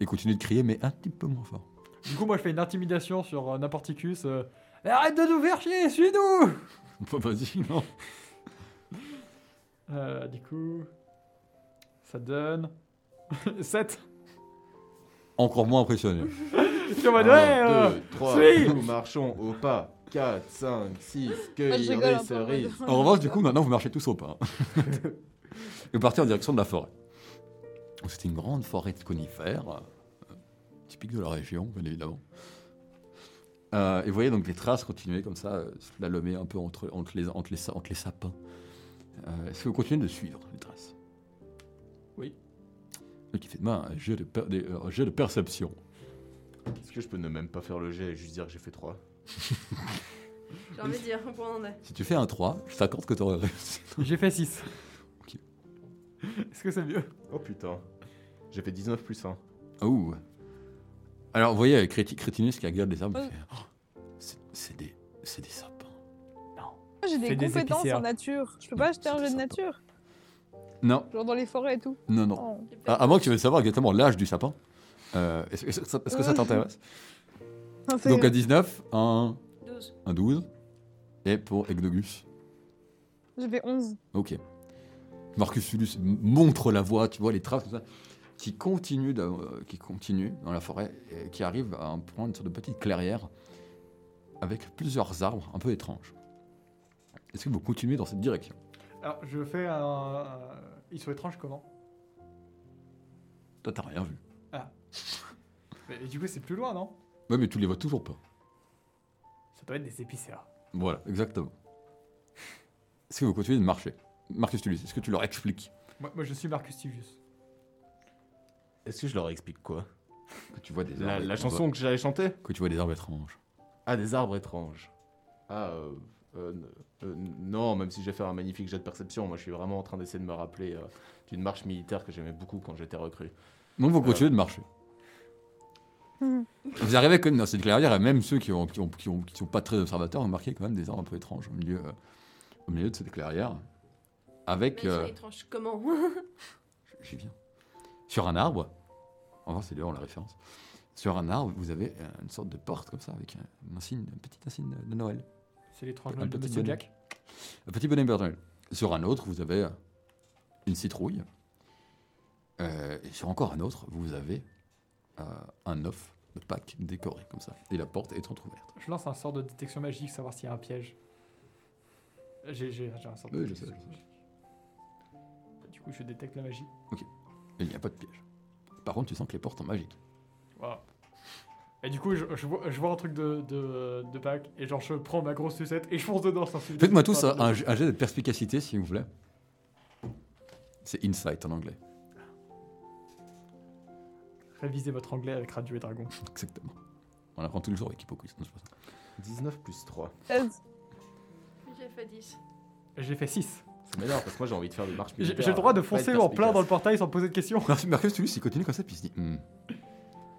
Speaker 1: Il continue de crier, mais un petit peu moins fort.
Speaker 4: Du coup, moi, je fais une intimidation sur euh, Naporticus. euh, Eh, Arrête de nous faire chier, suis-nous
Speaker 1: Bah, Vas-y, non.
Speaker 4: Euh, Du coup, ça donne 7.
Speaker 1: Encore moins impressionné.
Speaker 4: Je mode, ouais, euh,
Speaker 2: 1, 2, 3,
Speaker 4: suis.
Speaker 2: nous marchons au pas. 4, 5, 6,
Speaker 5: Ah, je
Speaker 2: cueillir
Speaker 5: rigole
Speaker 2: des
Speaker 5: un peu. en
Speaker 2: cerises.
Speaker 5: mode-
Speaker 1: En revanche, du coup, maintenant, vous marchez tous au pas. et vous partez en direction de la forêt. Donc, C'était une grande forêt de conifères, euh, typique de la région, bien évidemment. Euh, et vous voyez donc les traces continuer comme ça, euh, slalomées un peu entre, entre, les, entre, les, sa- entre les sapins. Euh, Est-ce que vous continuez de suivre les traces
Speaker 4: Oui.
Speaker 1: Donc il fait demain un jeu de, per- des- euh, un jeu de perception.
Speaker 2: Est-ce que je peux ne même pas faire le jet et juste dire que j'ai fait 3
Speaker 9: J'ai envie de dire où on en est.
Speaker 1: Si tu fais un 3, je t'accorde que tu aurais réussi.
Speaker 4: j'ai fait 6.
Speaker 1: Ok.
Speaker 4: Est-ce que c'est mieux
Speaker 2: Oh putain. J'ai fait 19 plus 1.
Speaker 1: Oh. Alors, vous voyez, Créti- Crétinus qui regarde les arbres, il fait,
Speaker 5: Oh.
Speaker 1: Oh, c'est- c'est des, c'est des sapins.
Speaker 5: Moi, J'ai des
Speaker 4: Fais des
Speaker 5: compétences
Speaker 4: épicéas.
Speaker 5: en nature. Je peux pas acheter un jeu de nature,
Speaker 1: Non,
Speaker 5: genre dans les forêts et tout.
Speaker 1: non, non.
Speaker 5: Oh.
Speaker 1: À, Ah, à moins que tu veuilles savoir exactement l'âge du sapin. Euh, Est-ce est-ce que ça- est-ce que ça t'intéresse
Speaker 5: Non, c'est-
Speaker 1: Donc, euh, à 19, un,
Speaker 9: 12.
Speaker 1: un 12. Et pour Egnogus
Speaker 5: J'avais 11.
Speaker 1: Ok. Marcus Tullius m- montre la voie, tu vois les traces, tout ça, qui continue, d'av- euh, qui continue dans la forêt, et qui arrive à un point, une sorte de petite clairière, avec plusieurs arbres un peu étranges. Est-ce que vous continuez dans cette direction
Speaker 4: Alors, je fais un. Ils sont étranges comment
Speaker 1: Toi, t'as rien vu.
Speaker 4: Mais du coup, c'est plus loin, non
Speaker 1: Ouais, mais tu les vois toujours pas.
Speaker 4: Ça doit être des épicéas.
Speaker 1: Voilà, exactement. Est-ce que vous continuez de marcher Marcus Tullius, est-ce que tu leur expliques
Speaker 4: Moi, moi, je suis Marcus Tivius.
Speaker 2: Est-ce que je leur explique quoi
Speaker 1: que tu vois des
Speaker 2: La,
Speaker 1: arbres
Speaker 2: la
Speaker 1: étranges-
Speaker 2: chanson que j'avais chantée
Speaker 1: que tu vois des arbres étranges
Speaker 2: Ah, des arbres étranges. Ah, euh, euh, n- euh, n- non, même si j'ai fait un magnifique jet de perception, moi je suis vraiment en train d'essayer de me rappeler euh, d'une marche militaire que j'aimais beaucoup quand j'étais recrue.
Speaker 1: Donc vous
Speaker 2: Alors.
Speaker 1: continuez de marcher.
Speaker 5: Hmm.
Speaker 1: Vous arrivez quand même dans cette clairière et même ceux qui ont, qui ont- qui ont- qui sont pas très observateurs ont remarqué quand même des arbres un peu étranges au milieu, euh, au milieu de cette clairière.
Speaker 9: Mais
Speaker 1: Avec,
Speaker 9: ils sont
Speaker 1: euh,
Speaker 9: étranges, comment
Speaker 1: j'y viens, sur un arbre, on va voir si les gens ont la référence, sur un arbre vous avez euh, une sorte de porte comme ça avec un, un signe, un petit insigne de Noël.
Speaker 4: C'est l'étrange
Speaker 1: Un
Speaker 4: Noël de
Speaker 1: petit
Speaker 4: Monsieur
Speaker 1: bonhomme.
Speaker 4: Jack.
Speaker 1: Un petit bonhomme Père Noël. Sur un autre, vous avez euh, une citrouille. Euh, et sur encore un autre, vous avez euh, un œuf de Pâques décoré comme ça. Et la porte est entrouverte.
Speaker 4: Je lance un sort de détection magique, savoir s'il y a un piège. J'ai j'ai- j'ai un sort de
Speaker 1: Oui, je sais,
Speaker 4: détection magique. Du coup, je détecte la magie.
Speaker 1: Il n'y a pas de piège. Par contre, tu sens que les portes sont magiques.
Speaker 4: Waouh. Et du coup, je, je vois, je vois un truc de, de, de Pâques, et genre, je prends ma grosse sucette et je fonce dedans sans filer.
Speaker 1: Faites-moi tous un, un jet un jet de perspicacité, s'il vous plaît. C'est insight en anglais.
Speaker 4: Révisez votre anglais avec Radio et Dragon.
Speaker 1: Exactement. On apprend tous les jours avec Hippocalypse.
Speaker 2: 19 plus 3.
Speaker 5: 16.
Speaker 9: J'ai fait 10.
Speaker 4: J'ai fait 6.
Speaker 2: Mais non, parce que moi j'ai envie de faire des marches
Speaker 4: J'ai
Speaker 2: militaires.
Speaker 4: j'ai le droit de
Speaker 2: Faut être
Speaker 4: foncer en plein dans le
Speaker 2: perspicace.
Speaker 4: portail sans poser de questions.
Speaker 1: Marcus, Marcus Tullius, il continue comme ça, puis il se dit Hmm.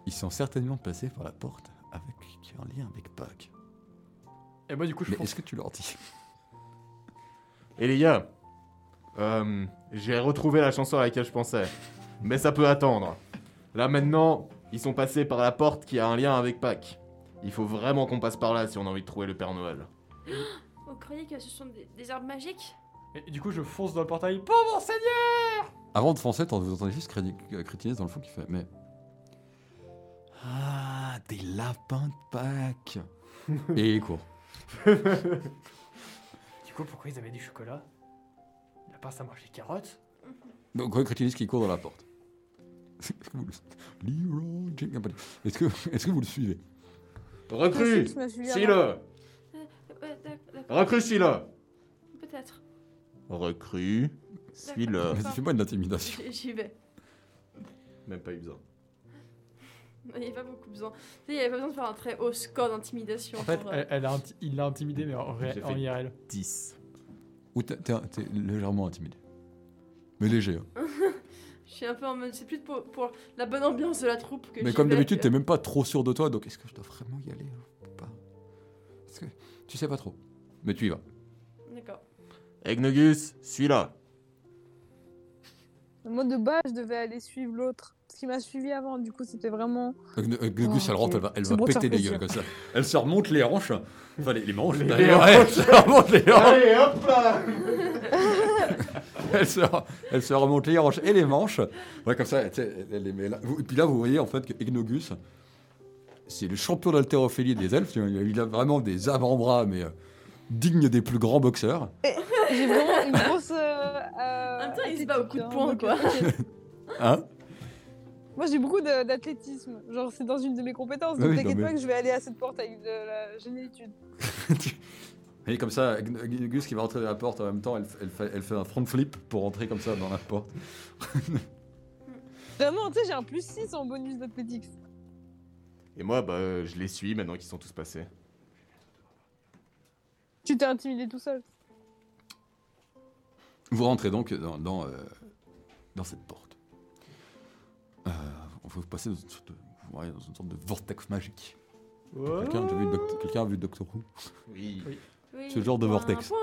Speaker 1: Ils sont certainement passés par la porte avec, qui est en lien avec Pâques.
Speaker 4: Et moi, du coup, je
Speaker 1: Mais
Speaker 4: fonce.
Speaker 1: est-ce que tu leur dis
Speaker 2: Et les gars, euh, j'ai retrouvé la chanson à laquelle je pensais. Mais ça peut attendre. Là maintenant, ils sont passés par la porte qui a un lien avec Pâques. Il faut vraiment qu'on passe par là si on a envie de trouver le Père Noël.
Speaker 9: Vous croyez que ce sont des, des arbres magiques
Speaker 4: Et du coup, je fonce dans le portail. Pour mon seigneur
Speaker 1: Avant de foncer, t'en- vous entendez juste Créti- euh, Crétinès dans le fond qui fait Mais. Ah, des lapins de Pâques Et il court.
Speaker 4: Du coup, pourquoi ils avaient du chocolat Il a pas ça marché carotte
Speaker 1: Donc, ouais, Crétinès qui court dans la porte. Est-ce que vous le... Leroy Jenkins. Est-ce que, est-ce que vous le suivez
Speaker 2: Recrue
Speaker 5: Je me souviens avant.
Speaker 2: Suis-le
Speaker 9: Ouais, d'ac- d'accord,
Speaker 2: Recrue, suis-le
Speaker 9: peut-être.
Speaker 2: Recrue, suis-le.
Speaker 1: Vas-y, fais-moi de l'intimidation.
Speaker 9: J'y j'y vais.
Speaker 2: Même pas eu besoin.
Speaker 9: Il n'y a pas beaucoup besoin. Tu sais, Il n'y avait pas besoin de faire un très haut score d'intimidation.
Speaker 4: En fait,
Speaker 9: pour, euh,
Speaker 4: elle, elle a inti- il l'a intimidé, mais en, ré-
Speaker 2: J'ai fait
Speaker 4: en IRL.
Speaker 2: 10.
Speaker 1: Ou t'es, t'es- t'es légèrement intimidé. Mais léger. hein.
Speaker 9: Je suis un peu en mode. C'est plus pour, pour la bonne ambiance de la troupe que
Speaker 1: Mais
Speaker 9: j'y
Speaker 1: comme
Speaker 9: vais,
Speaker 1: d'habitude,
Speaker 9: que-
Speaker 1: t'es même pas trop sûr de toi, donc est-ce que je dois vraiment y aller ou pas Est-ce que... Tu sais pas trop. Mais tu y vas.
Speaker 9: D'accord.
Speaker 2: Egnogus, suis-le
Speaker 5: Moi, de base, je devais aller suivre l'autre. Parce qu'il m'a suivi avant, du coup, c'était vraiment.
Speaker 1: Gne- euh, Gugus,
Speaker 5: Oh,
Speaker 1: elle rentre,
Speaker 5: ok.
Speaker 1: elle va, elle
Speaker 5: C'est
Speaker 1: va
Speaker 5: bon de
Speaker 1: péter
Speaker 5: faire
Speaker 1: des gueules comme ça. Elle se remonte les hanches. Enfin, les, les manches.
Speaker 2: Les
Speaker 1: d'ailleurs.
Speaker 2: hanches.
Speaker 1: Elle se remonte les hanches.
Speaker 2: Allez,
Speaker 4: hein.
Speaker 2: hop là
Speaker 1: Elle se, re- elle se remonte les hanches et les manches. Ouais, comme ça, tu sais, elle, elle les met là. Vous- Et puis là, vous voyez en fait que Ignogus, c'est le champion d'haltérophilie des elfes. tu vois, Il a vraiment des avant-bras, mais euh, dignes des plus grands boxeurs.
Speaker 5: J'ai vraiment une grosse. euh,
Speaker 9: En même temps, il se bat au coup de poing, quoi.
Speaker 1: Hein
Speaker 5: Moi, j'ai beaucoup de- d'athlétisme. Genre, c'est dans une de mes compétences.
Speaker 1: Oui,
Speaker 5: Donc,
Speaker 1: non,
Speaker 5: t'inquiète
Speaker 1: mais-
Speaker 5: pas que je vais aller à cette porte avec de la génitude.
Speaker 1: Et comme ça, Ignogus qui va rentrer dans la porte en même temps, elle, f- elle fait, elle fait un front flip pour rentrer comme ça dans la porte.
Speaker 5: Vraiment, tu sais, j'ai un plus 6 en bonus d'athlétique.
Speaker 2: Et moi, bah, euh, je les suis maintenant qu'ils sont tous passés.
Speaker 5: Tu t'es intimidé tout seul.
Speaker 1: Vous rentrez donc dans, dans, euh, dans cette porte. Euh, vous passez dans une sorte de, vous voyez, dans une sorte de vortex magique. Quelqu'un a, vu Doct- quelqu'un a vu Doctor Who
Speaker 2: Oui.
Speaker 9: Oui, euh,
Speaker 1: Ce genre de
Speaker 9: point,
Speaker 1: vortex.
Speaker 9: point.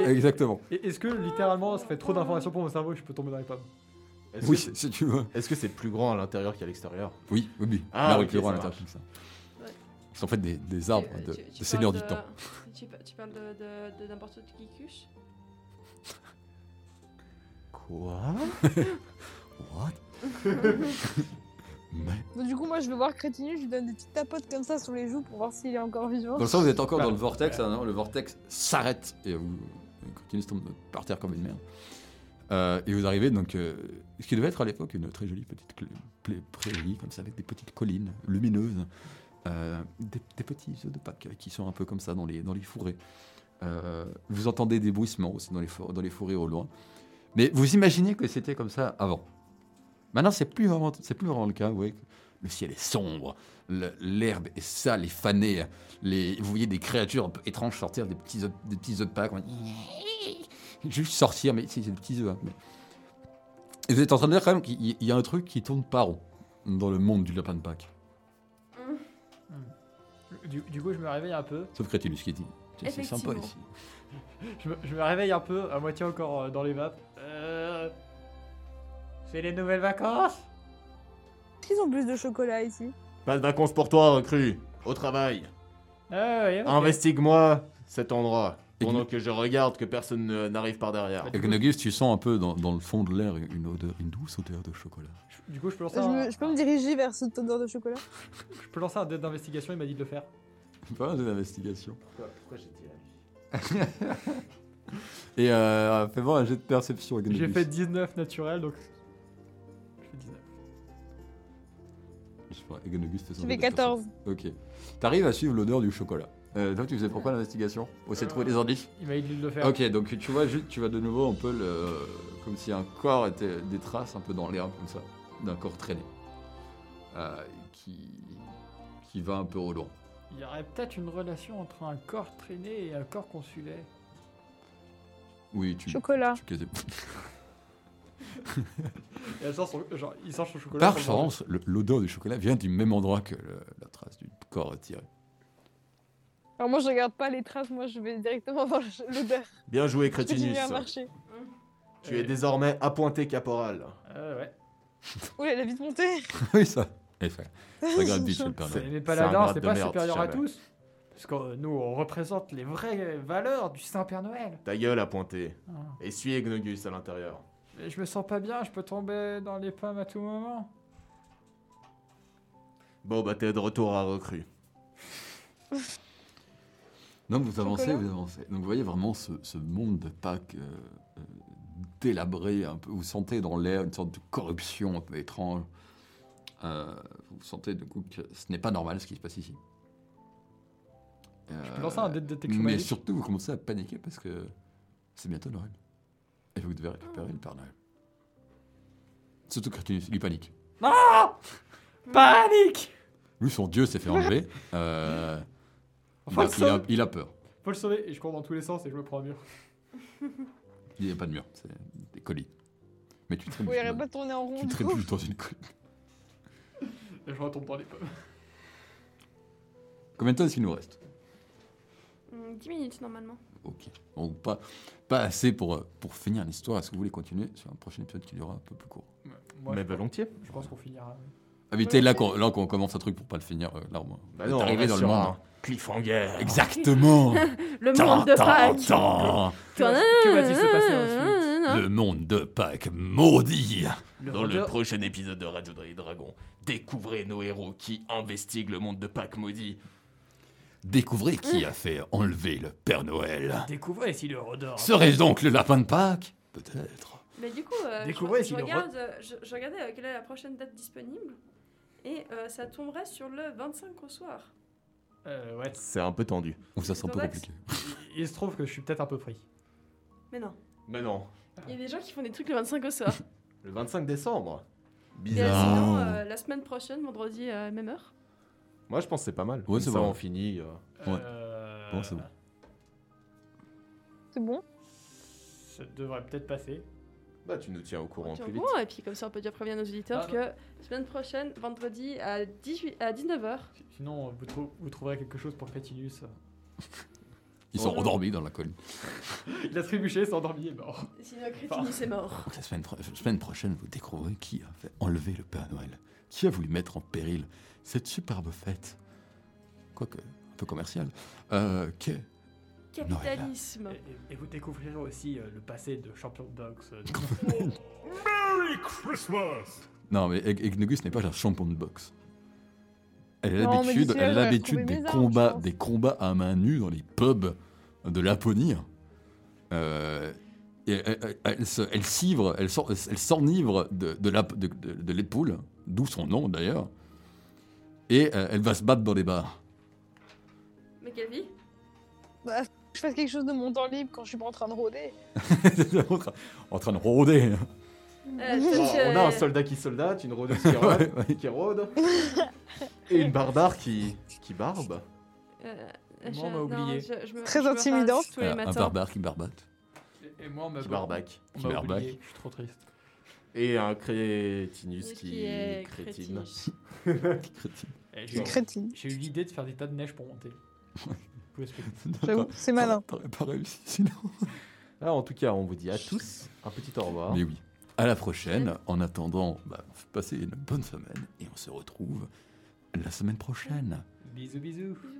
Speaker 4: Et- et-
Speaker 1: Exactement.
Speaker 4: et Est-ce que littéralement, ça fait trop d'informations pour mon cerveau et je peux tomber dans les pommes
Speaker 2: Est-ce
Speaker 1: Oui,
Speaker 2: que c'est-
Speaker 1: si tu veux.
Speaker 2: est-ce que c'est plus grand à l'intérieur qu'à l'extérieur
Speaker 1: Oui, oui, oui.
Speaker 2: Ah,
Speaker 1: Là,
Speaker 2: ok,
Speaker 1: reculons à
Speaker 2: ça
Speaker 1: l'intérieur
Speaker 2: marche.
Speaker 1: comme ça.
Speaker 9: Ouais.
Speaker 1: C'est en fait des, des arbres
Speaker 9: Euh, Tu-
Speaker 1: de,
Speaker 9: tu- tu
Speaker 1: de seigneurs
Speaker 9: parles
Speaker 1: du
Speaker 9: de-
Speaker 1: temps.
Speaker 9: Tu, pa- tu parles de, de, de n'importe qui cuche
Speaker 1: Quoi What Mais.
Speaker 5: Donc, du coup, moi, je vais voir Crétinus, je lui donne des petites tapotes comme ça sur les joues pour voir s'il est encore vivant.
Speaker 1: Dans le sens, vous êtes encore dans le vortex, hein, non le vortex s'arrête et vous continuez tombe par terre comme une merde. Euh, et vous arrivez donc, euh, ce qui devait être à l'époque une très jolie petite clé- plé- prairie, comme ça, avec des petites collines lumineuses, euh, des, des petits œufs de Pâques euh, qui sont un peu comme ça dans les, dans les fourrés. Euh, vous entendez des bruissements aussi dans les, for- dans les fourrés au loin. Mais vous imaginez que c'était comme ça avant. Maintenant, c'est plus vraiment, c'est plus vraiment le cas. Vous voyez que le ciel est sombre, le- l'herbe est sale et fanée. Les, vous voyez des créatures un peu étranges sortir des petits œufs, des petits œufs de Pâques. Juste sortir, mais c'est c'est des petits œufs. hein, mais- Et vous êtes en train de dire quand même qu'il y- il y a un truc qui tourne pas rond dans le monde du lapin de Pâques.
Speaker 4: Du, du coup, je me réveille un peu.
Speaker 1: Sauf Crétinus qui dit C'est- C'est sympa
Speaker 9: Effectivement.
Speaker 1: ici.
Speaker 4: Je me, je me réveille un peu, à moitié encore euh, dans les vapes. Euh, C'est les nouvelles vacances
Speaker 5: Ils ont plus de chocolat ici.
Speaker 2: Pas de vacances pour toi, recrue. Au travail.
Speaker 4: Ah ouais, ok.
Speaker 2: Investigue-moi cet endroit.
Speaker 1: Et
Speaker 2: Pendant que je regarde que personne ne- n'arrive par derrière.
Speaker 1: Et Gnogus, tu sens un peu dans, dans le fond de l'air une odeur, une douce odeur de chocolat.
Speaker 4: Je- Du coup, je peux lancer,
Speaker 5: je,
Speaker 4: un,
Speaker 5: me- je peux me diriger vers cette odeur de chocolat
Speaker 4: je peux lancer un dé d'investigation, il m'a dit de le faire.
Speaker 1: Pas mal de l'investigation.
Speaker 2: Pourquoi, j'ai dit
Speaker 1: Et euh, fais voir un jet de perception à Gnogus.
Speaker 4: J'ai fait 19 naturel, donc... Je fais 19.
Speaker 1: Je sais pas, et Gnogus fait son
Speaker 5: Je
Speaker 1: jet
Speaker 5: fais
Speaker 1: de
Speaker 5: 14.
Speaker 1: perception. Ok. T'arrives à suivre l'odeur du chocolat. Euh, toi, tu faisais pourquoi l'investigation Pour essayer de
Speaker 4: Euh.
Speaker 1: trouver des indices
Speaker 4: Il m'a dit de le faire.
Speaker 1: Ok, donc tu vois, juste, tu vois de nouveau un peu le, comme si un corps était des traces un peu dans l'herbe comme ça, d'un corps traîné, Euh, qui qui va un peu au loin.
Speaker 4: Il y aurait peut-être une relation entre un corps traîné et un corps consulé.
Speaker 1: Oui, tu.
Speaker 5: Chocolat.
Speaker 1: tu quasi-
Speaker 4: Et elle sort son, genre, il sort son chocolat.
Speaker 1: Par
Speaker 4: pour le manger.
Speaker 1: chance, le- l'odeur du chocolat vient du même endroit que le- la trace du corps tiré.
Speaker 5: Alors moi, je regarde pas les traces, moi, je vais directement voir le- l'odeur.
Speaker 2: Bien joué,
Speaker 5: Je
Speaker 2: Crétinus.
Speaker 5: continue à marcher.
Speaker 2: Tu es désormais appointé caporal.
Speaker 4: Euh, ouais.
Speaker 5: Ouh, elle a vite monté.
Speaker 1: oui, ça. Effet. Ça gratte vite chez le Père
Speaker 4: C'est-
Speaker 1: Noël.
Speaker 4: Mais
Speaker 2: C'est un
Speaker 4: Paladin,
Speaker 2: grade
Speaker 4: c'est
Speaker 2: de
Speaker 4: pas
Speaker 2: merde,
Speaker 4: supérieur à
Speaker 2: jamais.
Speaker 4: tous. Parce que euh, nous, on représente les vraies valeurs du Saint-Père Noël.
Speaker 2: Ta gueule appointée.
Speaker 4: Ah.
Speaker 2: Et suis Egnogus à l'intérieur.
Speaker 4: Mais je me sens pas bien, je peux tomber dans les pommes à tout moment.
Speaker 2: Bon, bah t'es de retour à recrue.
Speaker 1: Donc vous avancez,
Speaker 5: Chocolat.
Speaker 1: vous avancez. Donc vous voyez vraiment ce, ce monde de Pâques euh, euh, délabré, un peu. Vous sentez dans l'air une sorte de corruption un peu étrange. Euh, vous sentez du coup que ce n'est pas normal ce qui se passe ici.
Speaker 4: Je
Speaker 1: Euh,
Speaker 4: peux lancer un
Speaker 10: Euh,
Speaker 4: dé de détection
Speaker 1: mais
Speaker 4: magique.
Speaker 1: surtout vous commencez à paniquer parce que c'est bientôt Noël. Et vous devez récupérer le Père Noël. Surtout Crétinus, il panique.
Speaker 4: Panique
Speaker 1: Lui, son dieu s'est fait enlever. Euh, il,
Speaker 4: Faut
Speaker 1: a,
Speaker 4: le,
Speaker 1: il, a,
Speaker 4: sauver.
Speaker 1: il a peur.
Speaker 4: Faut le sauver. Et je cours dans tous les sens et je me prends un mur.
Speaker 1: Il n'y a pas de mur, c'est des colis. Mais tu
Speaker 5: Vous
Speaker 1: trébuches,
Speaker 5: irez
Speaker 1: dans,
Speaker 5: pas tourner en rond.
Speaker 1: tu
Speaker 5: du coup.
Speaker 1: trébuches dans une colline.
Speaker 4: Et je retombe dans les pommes.
Speaker 1: Combien de temps est-ce qu'il nous reste
Speaker 9: Hmm, 10 minutes normalement.
Speaker 1: Ok. Bon, pas, pas assez pour, euh, pour finir l'histoire. Est-ce que vous voulez continuer sur un prochain épisode qui durera un peu plus court
Speaker 4: Ouais, moi,
Speaker 2: Mais
Speaker 4: je, pense-
Speaker 2: volontiers.
Speaker 4: je pense qu'on finira.
Speaker 1: Évitez là qu'on là qu'on commence un truc pour pas le finir. euh, Là, au moins.
Speaker 2: Bah
Speaker 1: Vous
Speaker 2: non,
Speaker 1: êtes
Speaker 2: on
Speaker 1: arrivé
Speaker 2: reste
Speaker 1: dans le
Speaker 2: sur
Speaker 1: monde.
Speaker 2: un Cliffhanger.
Speaker 1: Exactement
Speaker 9: Le monde de
Speaker 1: Tan, tan,
Speaker 9: Pâques
Speaker 1: tan.
Speaker 4: Que va-
Speaker 9: Hmm,
Speaker 4: que va-t-il se passer ensuite
Speaker 1: Le monde de Pâques maudit
Speaker 4: Le
Speaker 2: Dans le
Speaker 4: vendeur-
Speaker 2: prochain épisode de Radio Dra- Dragon, découvrez nos héros qui investiguent le monde de Pâques maudit.
Speaker 1: Découvrez qui a fait enlever le Père Noël.
Speaker 4: Découvrez si le redor.
Speaker 1: Serait-ce donc le lapin de Pâques Peut-être.
Speaker 9: Mais du coup, euh, je,
Speaker 4: Découvrez
Speaker 9: je
Speaker 4: si le re-
Speaker 9: regarde, euh, je, je regardais euh, quelle est la prochaine date disponible. Et euh, ça tomberait sur le 25 au soir.
Speaker 4: Euh, ouais.
Speaker 2: C'est un peu tendu.
Speaker 1: Ou ça sent un peu
Speaker 9: Thorax.
Speaker 1: compliqué.
Speaker 4: Il se trouve que je suis peut-être un peu pris.
Speaker 9: Mais non.
Speaker 2: Mais non,
Speaker 9: Il y a des gens qui font des trucs le 25 au soir.
Speaker 2: le 25 décembre.
Speaker 9: Et, euh, sinon, euh, la semaine prochaine, vendredi, euh, même heure.
Speaker 2: Moi je pense que c'est pas mal.
Speaker 1: Ouais,
Speaker 2: Comme
Speaker 1: c'est
Speaker 2: ça
Speaker 1: vrai.
Speaker 2: on finit. euh,
Speaker 1: Ouais.
Speaker 4: Euh,
Speaker 1: Bon, c'est bon.
Speaker 5: C'est bon.
Speaker 4: Ça devrait peut-être passer.
Speaker 2: Bah tu nous tiens au courant
Speaker 9: Tiens,
Speaker 2: plus vite.
Speaker 9: bon, et puis comme ça, on peut déjà prévenir nos auditeurs
Speaker 4: Ah,
Speaker 9: que semaine prochaine, vendredi à, 18, à 19h.
Speaker 4: Sinon, euh, vous, trou- vous trouverez quelque chose pour Crétinus.
Speaker 1: Ils sont
Speaker 9: Ouais.
Speaker 1: endormis dans la colline.
Speaker 4: Il a trébuché, s'est endormi et mort.
Speaker 9: Sinon, Crétini, c'est mort.
Speaker 1: Donc la semaine, pro- la semaine prochaine, vous découvrez qui a fait enlever le Père Noël. Qui a voulu mettre en péril cette superbe fête, quoique un peu commerciale, euh, qu'est
Speaker 9: Ok. capitalisme.
Speaker 10: Et, et- et vous découvrirez aussi euh, le passé de champion de boxe. euh,
Speaker 7: Merry Christmas!
Speaker 1: Non, mais Eg- Egnogus n'est pas un champion de boxe. Elle a
Speaker 5: Non, mais
Speaker 1: l'habitude,
Speaker 5: d'ici là,
Speaker 1: elle
Speaker 5: elle
Speaker 1: a
Speaker 5: va
Speaker 1: l'habitude
Speaker 5: trouver
Speaker 1: des
Speaker 5: mes armes,
Speaker 1: combats,
Speaker 5: je pense.
Speaker 1: des combats à main nue dans les pubs de Laponie. Euh, et elle, elle- elle se- elle s'ivre, elle s'en- elle s'enivre de, de la- de- de- de l'épaule, d'où son nom d'ailleurs. Et euh, elle va se battre dans les bars.
Speaker 9: Mais quelle vie
Speaker 5: Bah, faut que je fasse quelque chose de mon temps libre quand je suis pas en train de rôder.
Speaker 1: en train- en train de rôder.
Speaker 9: Euh,
Speaker 2: Alors,
Speaker 9: peut-être que-
Speaker 2: Oh, on a un soldat qui soldate, une rôdeuse qui rôde,
Speaker 1: Ouais, ouais.
Speaker 2: qui rôde, et une barbare qui, qui barbe.
Speaker 9: Euh,
Speaker 4: Moi,
Speaker 9: je-
Speaker 4: on m'a
Speaker 9: non,
Speaker 4: oublié.
Speaker 9: je- je me-
Speaker 5: Très
Speaker 9: je me
Speaker 5: intimidant.
Speaker 9: rince
Speaker 2: Euh,
Speaker 9: tous les
Speaker 1: euh, un
Speaker 9: matins.
Speaker 1: barbare qui barbate.
Speaker 4: Et, et moi, on m'a
Speaker 2: Qui barbac.
Speaker 4: on
Speaker 1: qui
Speaker 4: m'a
Speaker 1: barbac.
Speaker 4: oublié, je suis trop triste.
Speaker 2: Et un crétinus
Speaker 9: Ce
Speaker 2: qui,
Speaker 9: qui est
Speaker 2: crétine.
Speaker 9: crétinus.
Speaker 4: Eh,
Speaker 10: et
Speaker 5: C'est
Speaker 10: Eh, j'ai-
Speaker 5: crétin.
Speaker 10: J'ai eu l'idée de faire des tas de neige pour monter. Vous respectez.
Speaker 5: J'avoue, c'est malin.
Speaker 1: T'aurais pas réussi sinon.
Speaker 2: Alors, en tout cas, on vous dit à tous un petit au revoir.
Speaker 1: Mais oui. À la prochaine. En attendant, bah, passez une bonne semaine et on se retrouve la semaine prochaine.
Speaker 10: Bisous, bisous.
Speaker 9: Bisous.